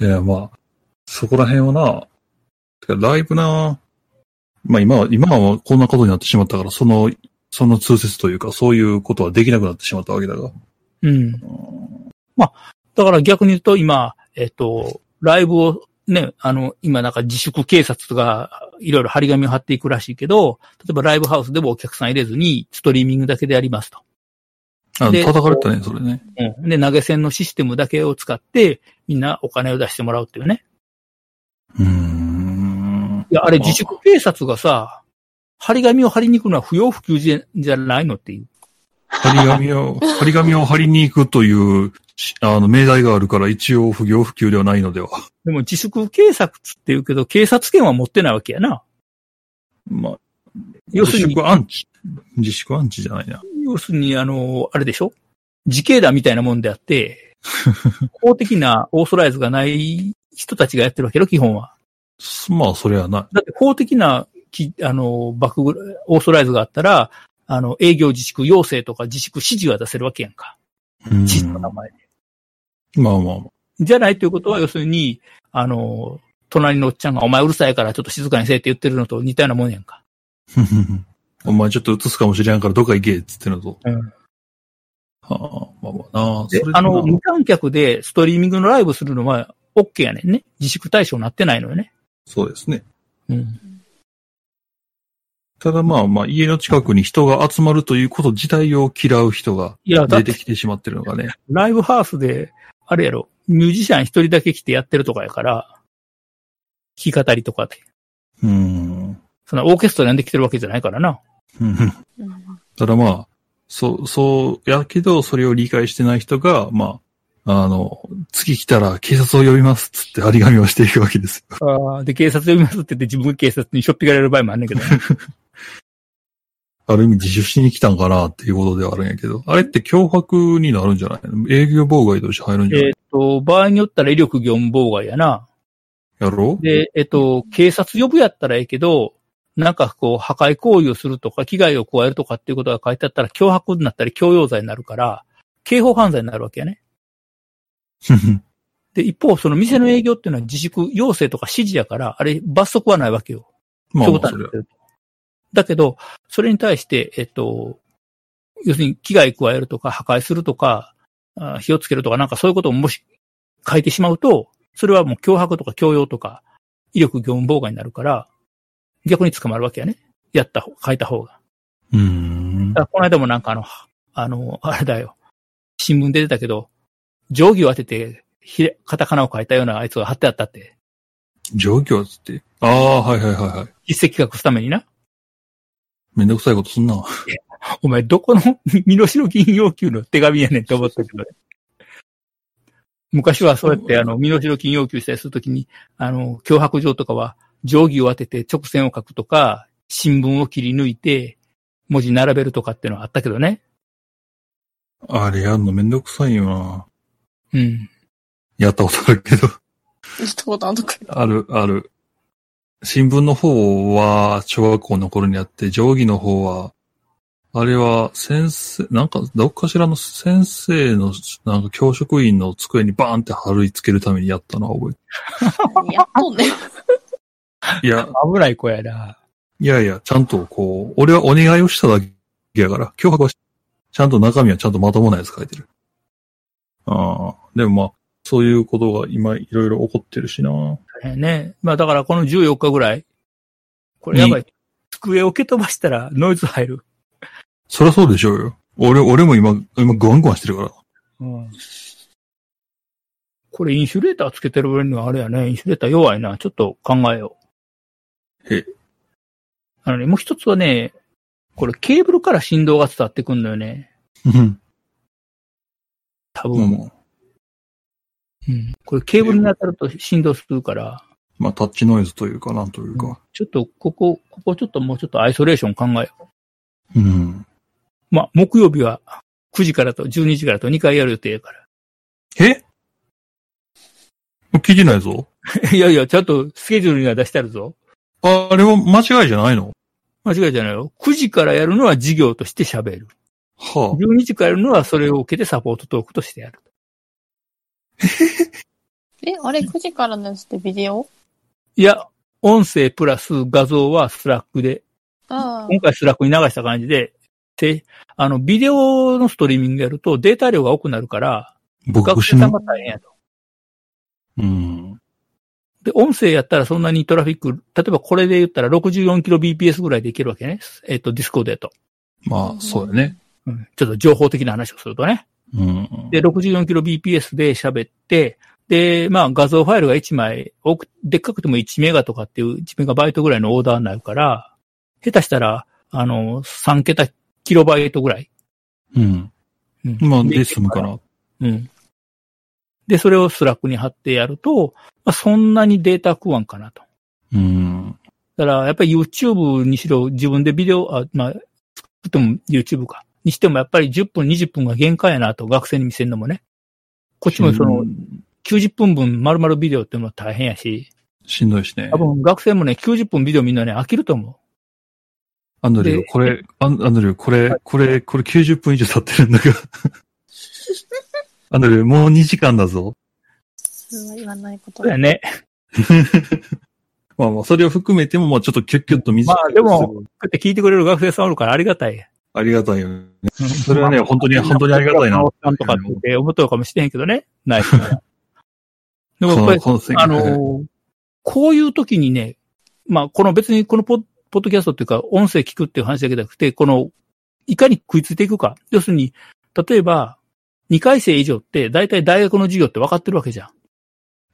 Speaker 4: いや、まあ、そこら辺はな、てかライブな、まあ今は、今はこんなことになってしまったから、その、その通説というか、そういうことはできなくなってしまったわけだが。
Speaker 3: うん。だから逆に言うと今、えっ、と、ライブをね、あの、今なんか自粛警察とかいろいろ張り紙を貼っていくらしいけど、例えばライブハウスでもお客さん入れずにストリーミングだけでやりますと。
Speaker 4: あ
Speaker 3: で
Speaker 4: 叩かれたね、それね。
Speaker 3: うん。で、投げ銭のシステムだけを使って、みんなお金を出してもらうっていうね。
Speaker 4: うーん。
Speaker 3: いや、あれ自粛警察がさ、張り紙を貼りに行くのは不要不急じゃじゃないのっていう。
Speaker 4: 張り紙を、張り紙を貼りに行くという、しあの、命題があるから、一応不要不急ではないのでは。
Speaker 3: でも自粛警察って言うけど、警察権は持ってないわけやな。
Speaker 4: まあ、
Speaker 3: 要するに
Speaker 4: 自粛アンチ。自粛アンチじゃないな。
Speaker 3: 要するに、あの、あれでしょ自警団みたいなもんであ って、法的なオーソライズがない人たちがやってるわけよ、基本は。
Speaker 4: すまあ、それはな
Speaker 3: だって法的なき、あの、バックグラオーソライズがあったら、あの、営業自粛要請とか自粛指示は出せるわけやんか。
Speaker 4: い。うん
Speaker 3: 地図の名前で。
Speaker 4: まあまあまあ。
Speaker 3: じゃないということは、要するに、あの、隣のおっちゃんがお前うるさいからちょっと静かにせえって言ってるのと似たようなもんやんか。
Speaker 4: お前ちょっと映すかもしれんからどっか行けっつってのと。
Speaker 3: うん
Speaker 4: はあ、まあまあなあ。そ
Speaker 3: で
Speaker 4: れで、な
Speaker 3: あの、無観客でストリーミングのライブするのは OK やねんね。自粛対象になってないのよね。
Speaker 4: そうですね。
Speaker 3: うん。
Speaker 4: ただまあまあ、家の近くに人が集まるということ自体を嫌う人が
Speaker 3: いや、だって
Speaker 4: 出てきてしまってるのがね。
Speaker 3: ライブハウスで、あれやろ、ミュージシャン一人だけ来てやってるとかやから、弾き語りとかで。
Speaker 4: うーん。
Speaker 3: そのオーケストラなんで来てるわけじゃないからな。
Speaker 4: うん ただまあ、そう、そう、やけど、それを理解してない人が、まあ、あの、次来たら警察を呼びますっつって張り紙をしていくわけですよ。
Speaker 3: ああ、で、警察呼びますって言って自分が警察にしょっぴかれる場合もあんねんけ どね。
Speaker 4: ある意味自首しに来たんかなっていうことではあるんやけど、あれって脅迫になるんじゃないの営業妨害として入るんじゃない
Speaker 3: えっと、場合によったら威力業務妨害やな。
Speaker 4: やろう
Speaker 3: で、えっと、警察呼ぶやったらええけど、なんかこう、破壊行為をするとか、危害を加えるとかっていうことが書いてあったら、脅迫になったり、強要罪になるから、刑法犯罪になるわけやね。で、一方、その店の営業っていうのは自粛要請とか指示やから、あれ、罰則はないわけよ。
Speaker 4: まあ
Speaker 3: そういうこ
Speaker 4: まあ、
Speaker 3: と
Speaker 4: そ
Speaker 3: にな
Speaker 4: れ
Speaker 3: っ。てるだけど、それに対して、えっと、要するに危害加えるとか破壊するとか、あ火をつけるとかなんかそういうことをもし書いてしまうと、それはもう脅迫とか強要とか、威力業務妨害になるから、逆に捕まるわけやね。やった方、書いた方が。
Speaker 4: うーん
Speaker 3: だか。らこの間もなんかあの、あの、あれだよ。新聞で出てたけど、定規を当てて、ひらカタカナを書いたようなあいつが貼ってあったって。
Speaker 4: 状況つって。ああ、はいはいはいはい。
Speaker 3: 一石隠すためにな。
Speaker 4: めんどくさいことすんな。
Speaker 3: お前、どこの 身代金要求の手紙やねんって思ったけど。昔はそうやって、あの、身代金要求したりするときに、あの、脅迫状とかは、定規を当てて直線を書くとか、新聞を切り抜いて、文字並べるとかっていうのはあったけどね。
Speaker 4: あれやんのめんどくさいよな。
Speaker 3: うん。
Speaker 4: やったことあるけど。
Speaker 6: ったことあんのかい。
Speaker 4: ある、ある。新聞の方は、小学校の頃にあって、定規の方は、あれは、先生、なんか、どっかしらの先生の、なんか、教職員の机にバーンって貼り付けるためにやったな、覚
Speaker 6: やっとんね。
Speaker 4: えて。いや、
Speaker 3: 危ない子やな。
Speaker 4: いやいや、ちゃんとこう、俺はお願いをしただけやから、脅迫はし、ちゃんと中身はちゃんとまともなやつ書いてる。ああ、でもまあ、そういうことが今いろいろ起こってるしな。
Speaker 3: 大変ね。まあだからこの14日ぐらい。これやばい。机を蹴飛ばしたらノイズ入る。
Speaker 4: そりゃそうでしょうよ。俺、俺も今、今、ゴワンゴワンしてるから。
Speaker 3: うん。これインシュレーターつけてる分にはあれやね。インシュレーター弱いな。ちょっと考えよう。
Speaker 4: へえ
Speaker 3: あのね、もう一つはね、これケーブルから振動が伝わってくんだよね。
Speaker 4: うん。
Speaker 3: 多
Speaker 4: もう
Speaker 3: 分。
Speaker 4: も
Speaker 3: うん。これケーブルに当たると振動するから、
Speaker 4: う、まあ、タッチノイズというか、なんというか。
Speaker 3: ちょっとここ、ここちょっともうちょっとアイソレーション考えよう
Speaker 4: うん。
Speaker 3: まあ、木曜日は9時からと12時からと2回やる予定やか
Speaker 4: え聞いてないぞ。
Speaker 3: ら。いやいや、ちゃんとスケジュールには出してあるぞ。
Speaker 4: ああれは間違いじゃないの
Speaker 3: 間違いじゃないよ。9時からやるのは授業として喋る。
Speaker 4: はあ。
Speaker 3: 12時からやるのはそれを受けてサポートトークとしてやる。
Speaker 6: え、あれ、9時からのやつってビデオ
Speaker 3: いや、音声プラス画像はスラックで、
Speaker 6: ああ
Speaker 3: 今回スラックに流した感じで、で、あの、ビデオのストリーミングやるとデータ量が多くなるから、
Speaker 4: 僕
Speaker 3: 学
Speaker 4: し
Speaker 3: 生さん
Speaker 4: の。
Speaker 3: が大変やと。
Speaker 4: うん。
Speaker 3: で、音声やったらそんなにトラフィック、例えばこれで言ったら 64kbps ぐらいでいけるわけね。えっ、と、ディスコードやと。
Speaker 4: まあ、そうだね。
Speaker 3: うんちょっと情報的な話をするとね。
Speaker 4: うん。
Speaker 3: で、64kbps で喋って、で、まあ画像ファイルが1枚、多くでっかくても1メガとかっていう1メガバイトぐらいのオーダーになるから、下手したら、あの、3桁キロバイトぐらい。
Speaker 4: うん。
Speaker 3: うん
Speaker 4: まあ、で、済むか。な。
Speaker 3: うん。で、それをスラックに貼ってやると、まあそんなにデータ食わんかなと。
Speaker 4: うん。
Speaker 3: だから、やっぱり YouTube にしろ、自分でビデオ、あまあ、作っても YouTube か。にしても、やっぱり10分、20分が限界やなと、学生に見せるのもね。こっちもその
Speaker 4: う、ん
Speaker 3: 90分分丸々ビデオっていうのは大変やし、
Speaker 4: しんどいしね
Speaker 3: 多。分学生もね、90分ビデオ見るのはね、飽きると思
Speaker 4: アンドリュー
Speaker 3: で、
Speaker 4: これ、アンアンドリュー、これ、これ、これ90分以上経ってるんだけど。 アンドリュー、もう2時間だぞ。
Speaker 6: それは言わないこ
Speaker 3: う。
Speaker 6: とだ。
Speaker 3: ね。
Speaker 4: まあまあ、それを含めても、まあちょっとキュッキュッと短く。
Speaker 3: まあでも、こうやって聞いてくれる学生さんおるからありがたい。
Speaker 4: ありがたいよね。それはね、本当に、本当にありがたいな。
Speaker 3: な
Speaker 4: こ
Speaker 3: おさんとかって思っとるかもしれへんけどね。ないからでもやっぱ
Speaker 4: の、
Speaker 3: り、
Speaker 4: この線
Speaker 3: あのー、こういう時にね、まあ、この別にこのポッポッドキャストっていうか、音声聞くっていう話だけじゃなくて、この、いかに食いついていくか。要するに、例えば、2回生以上って、大体大学の授業って分かってるわけじゃん。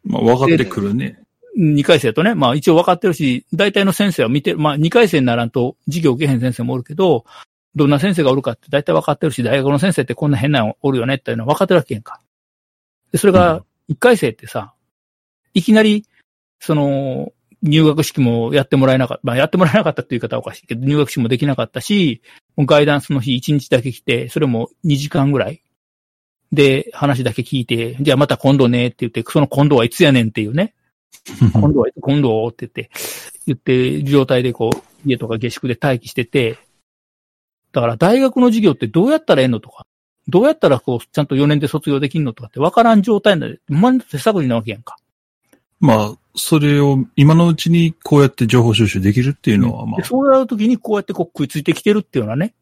Speaker 4: まあ、分かってくるね。
Speaker 3: 二回生とね、まあ一応分かってるし、大体の先生は見てる、まあ二回生にならんと授業受けへん先生もおるけど、どんな先生がおるかって大体分かってるし、大学の先生ってこんな変なのおるよねっていうのは分かってるわけやんか。で、それ
Speaker 4: う
Speaker 3: が一回生ってさ、いきなり、その、入学式もやってもらえなかった。まあやってもらえなかったっていう言い方はおかしいけど、入学式もできなかったし、もうガイダンスの日一日だけ来て、それも2時間ぐらい。で、話だけ聞いて、じゃあまた今度ねって言って、その今度はいつやねんっていうね。 今度は、今度はって言って、言って、状態でこう、家とか下宿で待機してて、だから大学の授業ってどうやったらええのとか、どうやったらこう、ちゃんと4年で卒業できんのとかって分からん状態なんで、まん手探りなわけやんか。
Speaker 4: まあ、それを今のうちにこうやって情報収集できるっていうのは、ま
Speaker 3: で
Speaker 4: あ、
Speaker 3: そうやるときにこうやってこう食いついてきてるっていうのはね、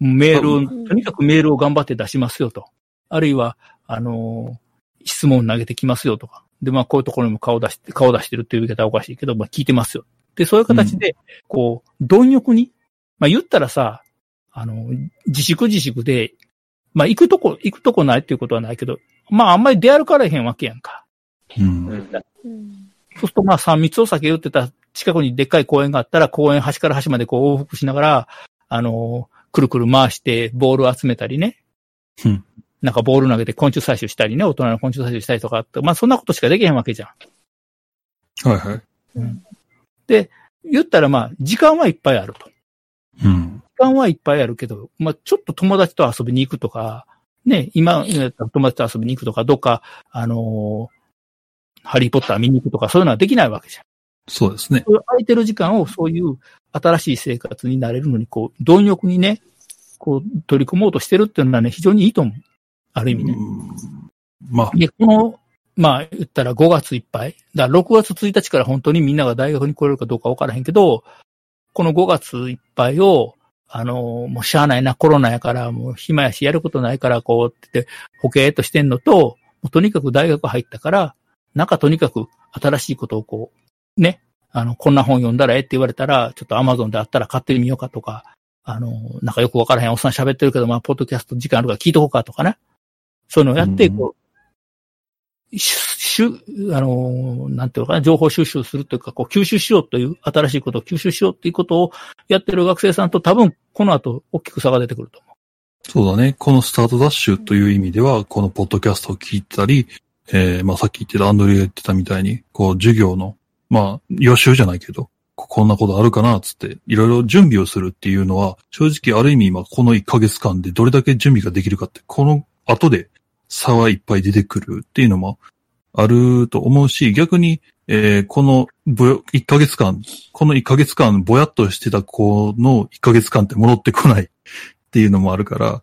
Speaker 3: メールを、
Speaker 6: ん
Speaker 3: とにかくメールを頑張って出しますよと。あるいは、あのー質問投げてきますよとか。で、まあ、こういうところにも顔出して、顔出してるっていう言い方はおかしいけど、まあ、聞いてますよ。で、そういう形で、こう、貪欲に、まあ、言ったらさ、あの、自粛自粛で、まあ、行くとこ、行くとこないっていうことはないけど、まあ、あんまり出歩かれへんわけやんか。
Speaker 4: うん。
Speaker 5: うん
Speaker 6: うん。
Speaker 3: そうするとまあ3密を避けようって言ったら、近くにでっかい公園があったら、公園端から端までこう往復しながら、あのーくるくる回して、ボールを集めたりね
Speaker 4: うん。
Speaker 3: なんかボール投げて昆虫採取したりね、大人の昆虫採取したりとかあって、まあそんなことしかできへんわけじゃん。
Speaker 4: はいはい。
Speaker 3: 言ったらまあ、時間はいっぱいあると。
Speaker 4: うん。
Speaker 3: 時間はいっぱいあるけど、まあちょっと友達と遊びに行くとか、ね、今、えー友達と遊びに行くとか、どっか、あのーハリーポッター見に行くとか、そういうのはできないわけじゃん。
Speaker 4: そうですね。
Speaker 3: 空いてる時間をそういう新しい生活になれるのに、こう、貪欲にね、こう、取り組もうとしてるっていうのはね、非常にいいと思う。ある意味ね。
Speaker 4: うんまあ、
Speaker 3: で、この、まあ言ったら5月いっぱい。だから6月1日から本当にみんなが大学に来れるかどうかわからへんけど、この5月いっぱいを、あの、もうしゃあないな、コロナやから、もう暇やし、やることないから、こうって言って、ほけーっとしてんのと、もうとにかく大学入ったから、なんかとにかく新しいことをこう、ね、あの、こんな本読んだらええって言われたら、ちょっとアマゾンであったら買ってみようかとか、あの、なんかよくわからへんおっさん喋ってるけど、まあ、ポッドキャスト時間あるから聞いとこうかとかね。そういうのをやって、
Speaker 4: うん
Speaker 3: こう、しゅ、しゅあの、なんていうのかな、情報収集するというか、こう、吸収しようという、新しいことを吸収しようっていうことをやってる学生さんと多分、この後、大きく差が出てくると思
Speaker 4: そうだね。このスタートダッシュという意味では、このポッドキャストを聞いたり、えー、まあさっき言ってたアンドリューが言ってたみたいに、こう授業の、まあ予習じゃないけど、ここんなことあるかなっつって、いろいろ準備をするっていうのは、正直ある意味今この1ヶ月間でどれだけ準備ができるかって、この後で差はいっぱい出てくるっていうのもあると思うし、逆に、えーこのぼよ、1ヶ月間、この1ヶ月間ぼやっとしてた子の1ヶ月間って戻ってこないっていうのもあるから、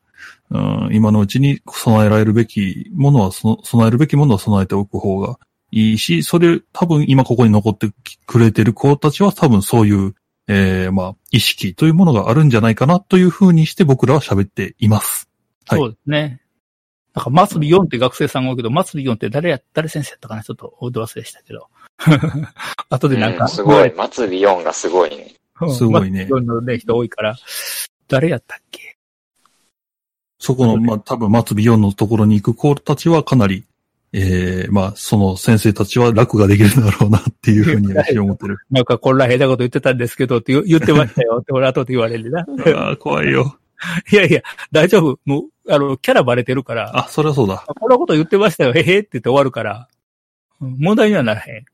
Speaker 4: うん、今のうちに備えられるべきものはその、備えるべきものは備えておく方がいいし、それ多分今ここに残ってくれてる子たちは多分そういう、えーまあ、意識というものがあるんじゃないかなというふうにして僕らは喋っています。
Speaker 3: う。
Speaker 4: はい
Speaker 3: そうですね。なんか、マスビ4って学生さんが多いけど、マスビ4って誰や、誰先生やったかなちょっと、おど忘れしたけど。 後でなんか、
Speaker 5: うんすごい。松尾音がすごいね。
Speaker 3: うん。
Speaker 4: すごいね
Speaker 3: マスビ4のね、人多いから、誰やったっけ
Speaker 4: そこの、まあ、多分、末尾4のところに行く子たちはかなり、えーまあ、その先生たちは楽ができるんだろうなっていうふうに私は思ってる。
Speaker 3: なんか、こんな下手なこと言ってたんですけど、って言言ってました よって、俺後で言われるな。
Speaker 4: ああ、怖いよ。
Speaker 3: いやいや、大丈夫。もう、あの、キャラバレてるから。
Speaker 4: あ、それはそうだ。
Speaker 3: こんなこと言ってましたよ、へへって言って終わるから。うん問題にはならへん。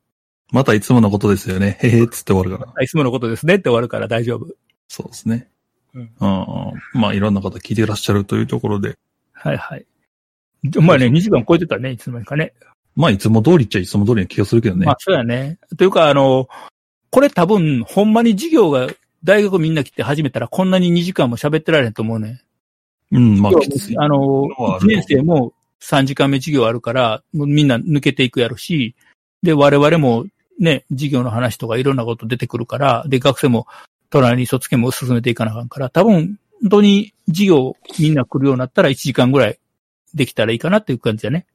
Speaker 4: またいつものことですよね。へへっつって終わるから。
Speaker 3: あいつものことですねって終わるから大丈夫。
Speaker 4: そうですね。
Speaker 3: う
Speaker 4: うんん。まあ、いろんな方聞いてらっしゃるというところで、
Speaker 3: はいはい。お前ね、2時間超えてたね、いつの間にかね。
Speaker 4: まあ、いつも通りっちゃいつも通りな気がするけどね。
Speaker 3: まあ、そうやね。というか、あの、これ多分、ほんまに授業が、大学みんな来て始めたら、こんなに2時間も喋ってられへんと思うね。
Speaker 4: うん、まあ、
Speaker 3: 要は
Speaker 4: きつい。
Speaker 3: あの、
Speaker 4: はあ
Speaker 3: 1
Speaker 4: るよ
Speaker 3: 年生も3時間目授業あるから、もうみんな抜けていくやろし、で、我々もね、授業の話とかいろんなこと出てくるから、で、学生も隣に卒検も進めていかなあかんから、多分、本当に授業みんな来るようになったら1時間ぐらいできたらいいかなっていう感じだね。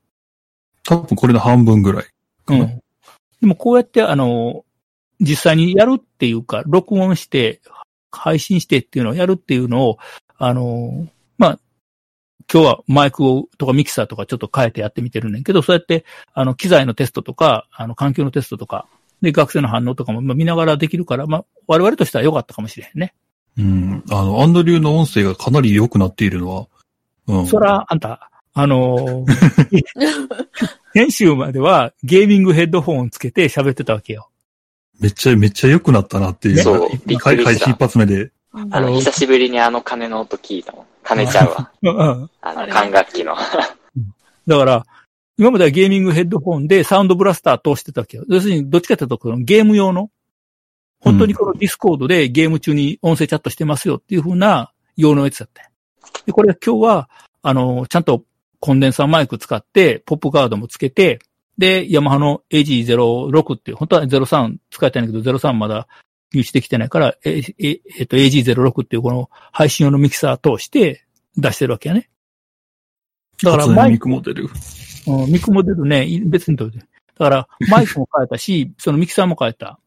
Speaker 4: 多分これの半分ぐらい。
Speaker 3: う
Speaker 4: うん
Speaker 3: ん。でもこうやって、あの、実際にやるっていうか、録音して、配信してっていうのをやるっていうのを、あの、まあ、今日はマイクをとかミキサーとかちょっと変えてやってみてるねんけど、そうやって、あの、機材のテストとか、あの、環境のテストとか、で、学生の反応とかもまあ見ながらできるから、まあ、我々としては良かったかもしれへんね。
Speaker 4: うん。あの、アンドリューの音声がかなり良くなっているのは、うん。
Speaker 3: そら、あんた、あの、先週まではゲーミングヘッドホンをつけて喋ってたわけよ。め
Speaker 4: めっちゃ、めっちゃ良くなったなっていう。
Speaker 5: そうびっく
Speaker 4: 開
Speaker 5: りした
Speaker 4: 開始一発目で。
Speaker 5: あ
Speaker 3: あ
Speaker 5: の、
Speaker 3: の
Speaker 5: 久しぶりにあの鐘の音聞いたもん。鐘ちゃうわ。
Speaker 3: うんうん。
Speaker 5: あ
Speaker 7: あ
Speaker 5: の、
Speaker 7: れ
Speaker 5: 管楽器の。
Speaker 3: だから、今まではゲーミングヘッドホンでサウンドブラスター通してたわけよ。要するに、どっちかというと、このゲーム用の、本当にこのディスコードでゲーム中に音声チャットしてますよっていう風な用のやつだったよで、これが今日は、あの、ちゃんとコンデンサーマイク使って、ポップカードもつけて、で、ヤマハの AG06 っていう、本当は03使いたいんだけど、03まだ入手できてないから、え、え、えっと、AG06 っていうこの配信用のミキサー通して出してるわけやね。だから、
Speaker 4: 初音
Speaker 3: マイ
Speaker 4: ミ
Speaker 3: ク
Speaker 4: クモデル。
Speaker 3: うん、ミクも出るね、い別にどうで。だから、マイクも変えたし、 そのミキサーも変えた。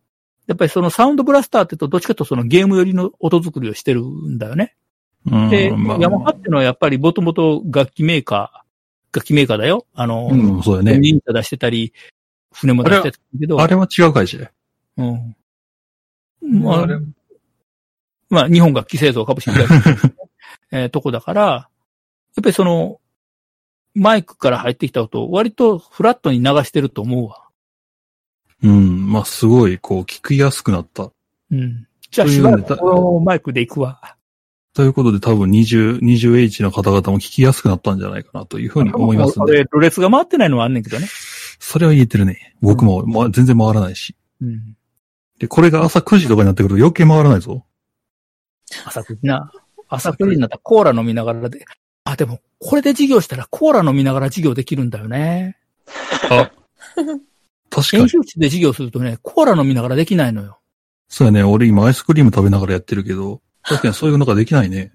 Speaker 3: やっぱりそのサウンドブラスターって言うと、どっちかというとそのゲーム寄りの音作りをしてるんだよね。
Speaker 4: うん。
Speaker 3: で、
Speaker 4: まあ
Speaker 3: ヤマハっていうのはやっぱりもともと楽器メーカー、楽器メーカーだよ。あの、
Speaker 4: うん、そうだね。
Speaker 3: 忍者出してたり、船も出してたけど、
Speaker 4: あれは違う会社や。
Speaker 3: うん。まあ
Speaker 4: あれ、
Speaker 3: まあ、日本楽器製造かもしれない。えーとこだから、やっぱりその、マイクから入ってきた音を割とフラットに流してると思うわ。
Speaker 4: うん。まあ、すごい、こう、聞きやすくなった。
Speaker 3: うん。じゃあ
Speaker 4: とい
Speaker 3: し
Speaker 4: う
Speaker 3: ば
Speaker 4: の
Speaker 3: ら
Speaker 4: で
Speaker 3: くこのマイクで行くわ。
Speaker 4: ということで、多分20、20H の方々も聞きやすくなったんじゃないかなというふうに思います
Speaker 3: こ
Speaker 4: ので、
Speaker 3: れ、ロレスが回ってないのはあんねんけどね。
Speaker 4: それは言えてるね。僕も、ま、全然回らないし。
Speaker 3: うん。
Speaker 4: で、これが朝9時とかになってくると余計回らないぞ。
Speaker 3: 朝9時な。朝9時になったらコーラ飲みながらで。あ、でも、これで授業したらコーラ飲みながら授業できるんだよね。
Speaker 4: 確か
Speaker 3: 研
Speaker 4: に。
Speaker 3: 修室で授業するとね、コーラ飲みながらできないのよ。
Speaker 4: そうやね。俺今アイスクリーム食べながらやってるけど、確かにそういうのができないね。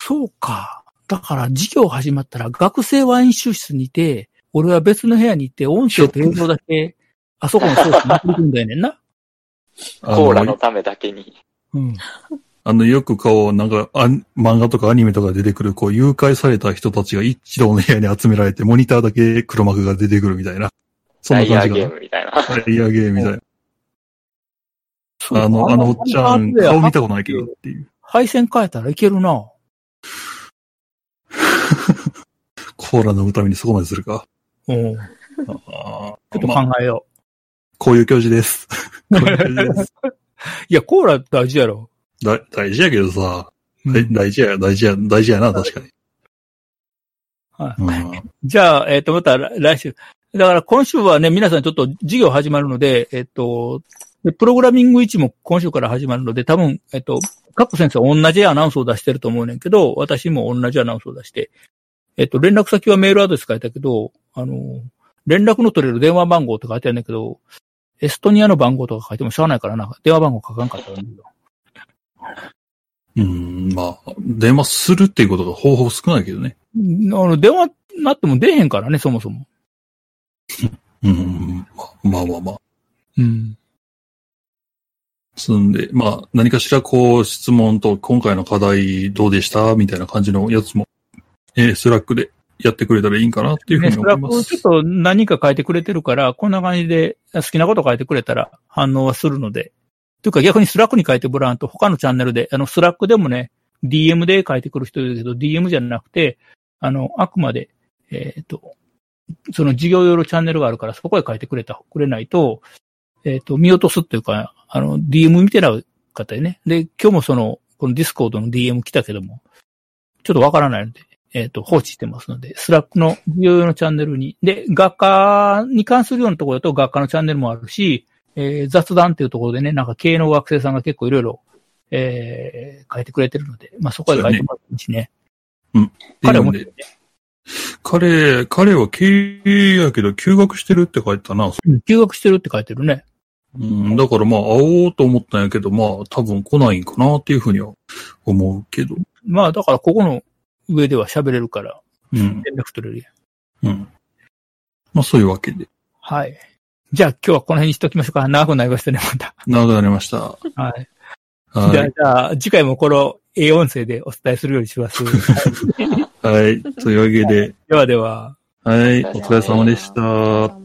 Speaker 3: そうか。だから授業始まったら学生は演習室にいて、俺は別の部屋に行って音声と映像だけ、あそこの教室に持っていくんだよねんな。
Speaker 4: あ
Speaker 5: コーラのためだけに。
Speaker 3: うん。
Speaker 4: あの、よく顔、なんか、あん漫画とかアニメとかで出てくる、こう、誘拐された人たちが一度の部屋に集められて、モニターだけ黒幕が出てくるみたいな。そん
Speaker 5: ダ
Speaker 4: な
Speaker 5: イヤー
Speaker 4: 感じ
Speaker 5: ゲ
Speaker 4: が
Speaker 5: ー。ムみたいな。
Speaker 4: ダイヤーゲームみたい
Speaker 3: そう
Speaker 4: な。あの、あのおっちゃん、顔見たことないけどっていう。
Speaker 3: 配線変えたらいけるな。
Speaker 4: コーラ飲むためにそこまでするか。
Speaker 3: うん。ち
Speaker 4: あ
Speaker 3: ょっと
Speaker 4: まあ、
Speaker 3: 考えよう。
Speaker 4: こういう教授です。こういう教授です
Speaker 3: いや、コーラ大事やろ。
Speaker 4: だ大事やけどさ、
Speaker 3: うん
Speaker 4: だ大事や、大事や、大事やな、確かに。
Speaker 3: は
Speaker 4: うん
Speaker 3: じゃあ、えっ、と、また来来週。だから今週はね、皆さんちょっと授業始まるので、えっ、と、でプログラミング1も今週から始まるので、多分、えっ、と、各先生同じアナウンスを出してると思うねんけど、私も同じアナウンスを出して、えっ、と、連絡先はメールアドレス書いたけど、あの、連絡の取れる電話番号って書いてあるんだけど、エストニアの番号とか書いてもしゃあないからな、電話番号書かんかったらいいんだよ
Speaker 4: うん、まあ、電話するっていうことが方法少ないけどね。
Speaker 3: うんあの、電話なっても出えへんからね、そもそも。
Speaker 4: うん、まあまあまあまあ。
Speaker 3: うん。
Speaker 4: そんで、まあ、何かしらこう、質問と今回の課題どうでしたみたいな感じのやつも、えースラックでやってくれたらいいんかなっていうふう
Speaker 3: ね、
Speaker 4: に
Speaker 3: ス
Speaker 4: 思
Speaker 3: ラ
Speaker 4: いま
Speaker 3: ックちょっ
Speaker 4: す。
Speaker 3: と何か書いてくれてるから、こんな感じで好きなこと書いてくれたら反応はするので。というか逆にスラックに書いてもらうと他のチャンネルで、あのスラックでもね、DM で書いてくる人いるけど、DM じゃなくて、あの、あくまで、えっ、と、その授業用のチャンネルがあるからそこへ書いてくれた、くれないと、えっ、と、見落とすっていうか、あの、DM 見てない方でね。で、今日もその、このディスコードの DM 来たけども、ちょっとわからないので、えっ、と、放置してますので、スラックの授業用のチャンネルに、で、学科に関するようなところだと学科のチャンネルもあるし、えー雑談っていうところでね、なんか経営の学生さんが結構いろいろ、えー書いてくれてるので、まあ、そこへ書いてもらっていいしね。彼も、
Speaker 4: っていうんで彼、彼は経営やけど休学してるって書いてたな。
Speaker 3: うん休学してるって書いてるね。
Speaker 4: うん、だからまあ、会おうと思ったんやけど、まあ、多分来ないんかなっていうふうには思うけど。
Speaker 3: まあ、だからここの上では喋れるから、
Speaker 4: うん、
Speaker 3: 連絡取れるやん。
Speaker 4: うん。まあ、そういうわけで。
Speaker 3: はい。じゃあ今日はこの辺にしときましょうか。長くなりましたね、また。
Speaker 4: 長くなりました。
Speaker 3: はい。じゃあ
Speaker 4: は
Speaker 3: じゃあ、次回もこの A 音声でお伝えするようにします。はい
Speaker 4: い。はい。というわけで、
Speaker 3: ではでは。
Speaker 4: はい。お疲れ様でした。
Speaker 6: あ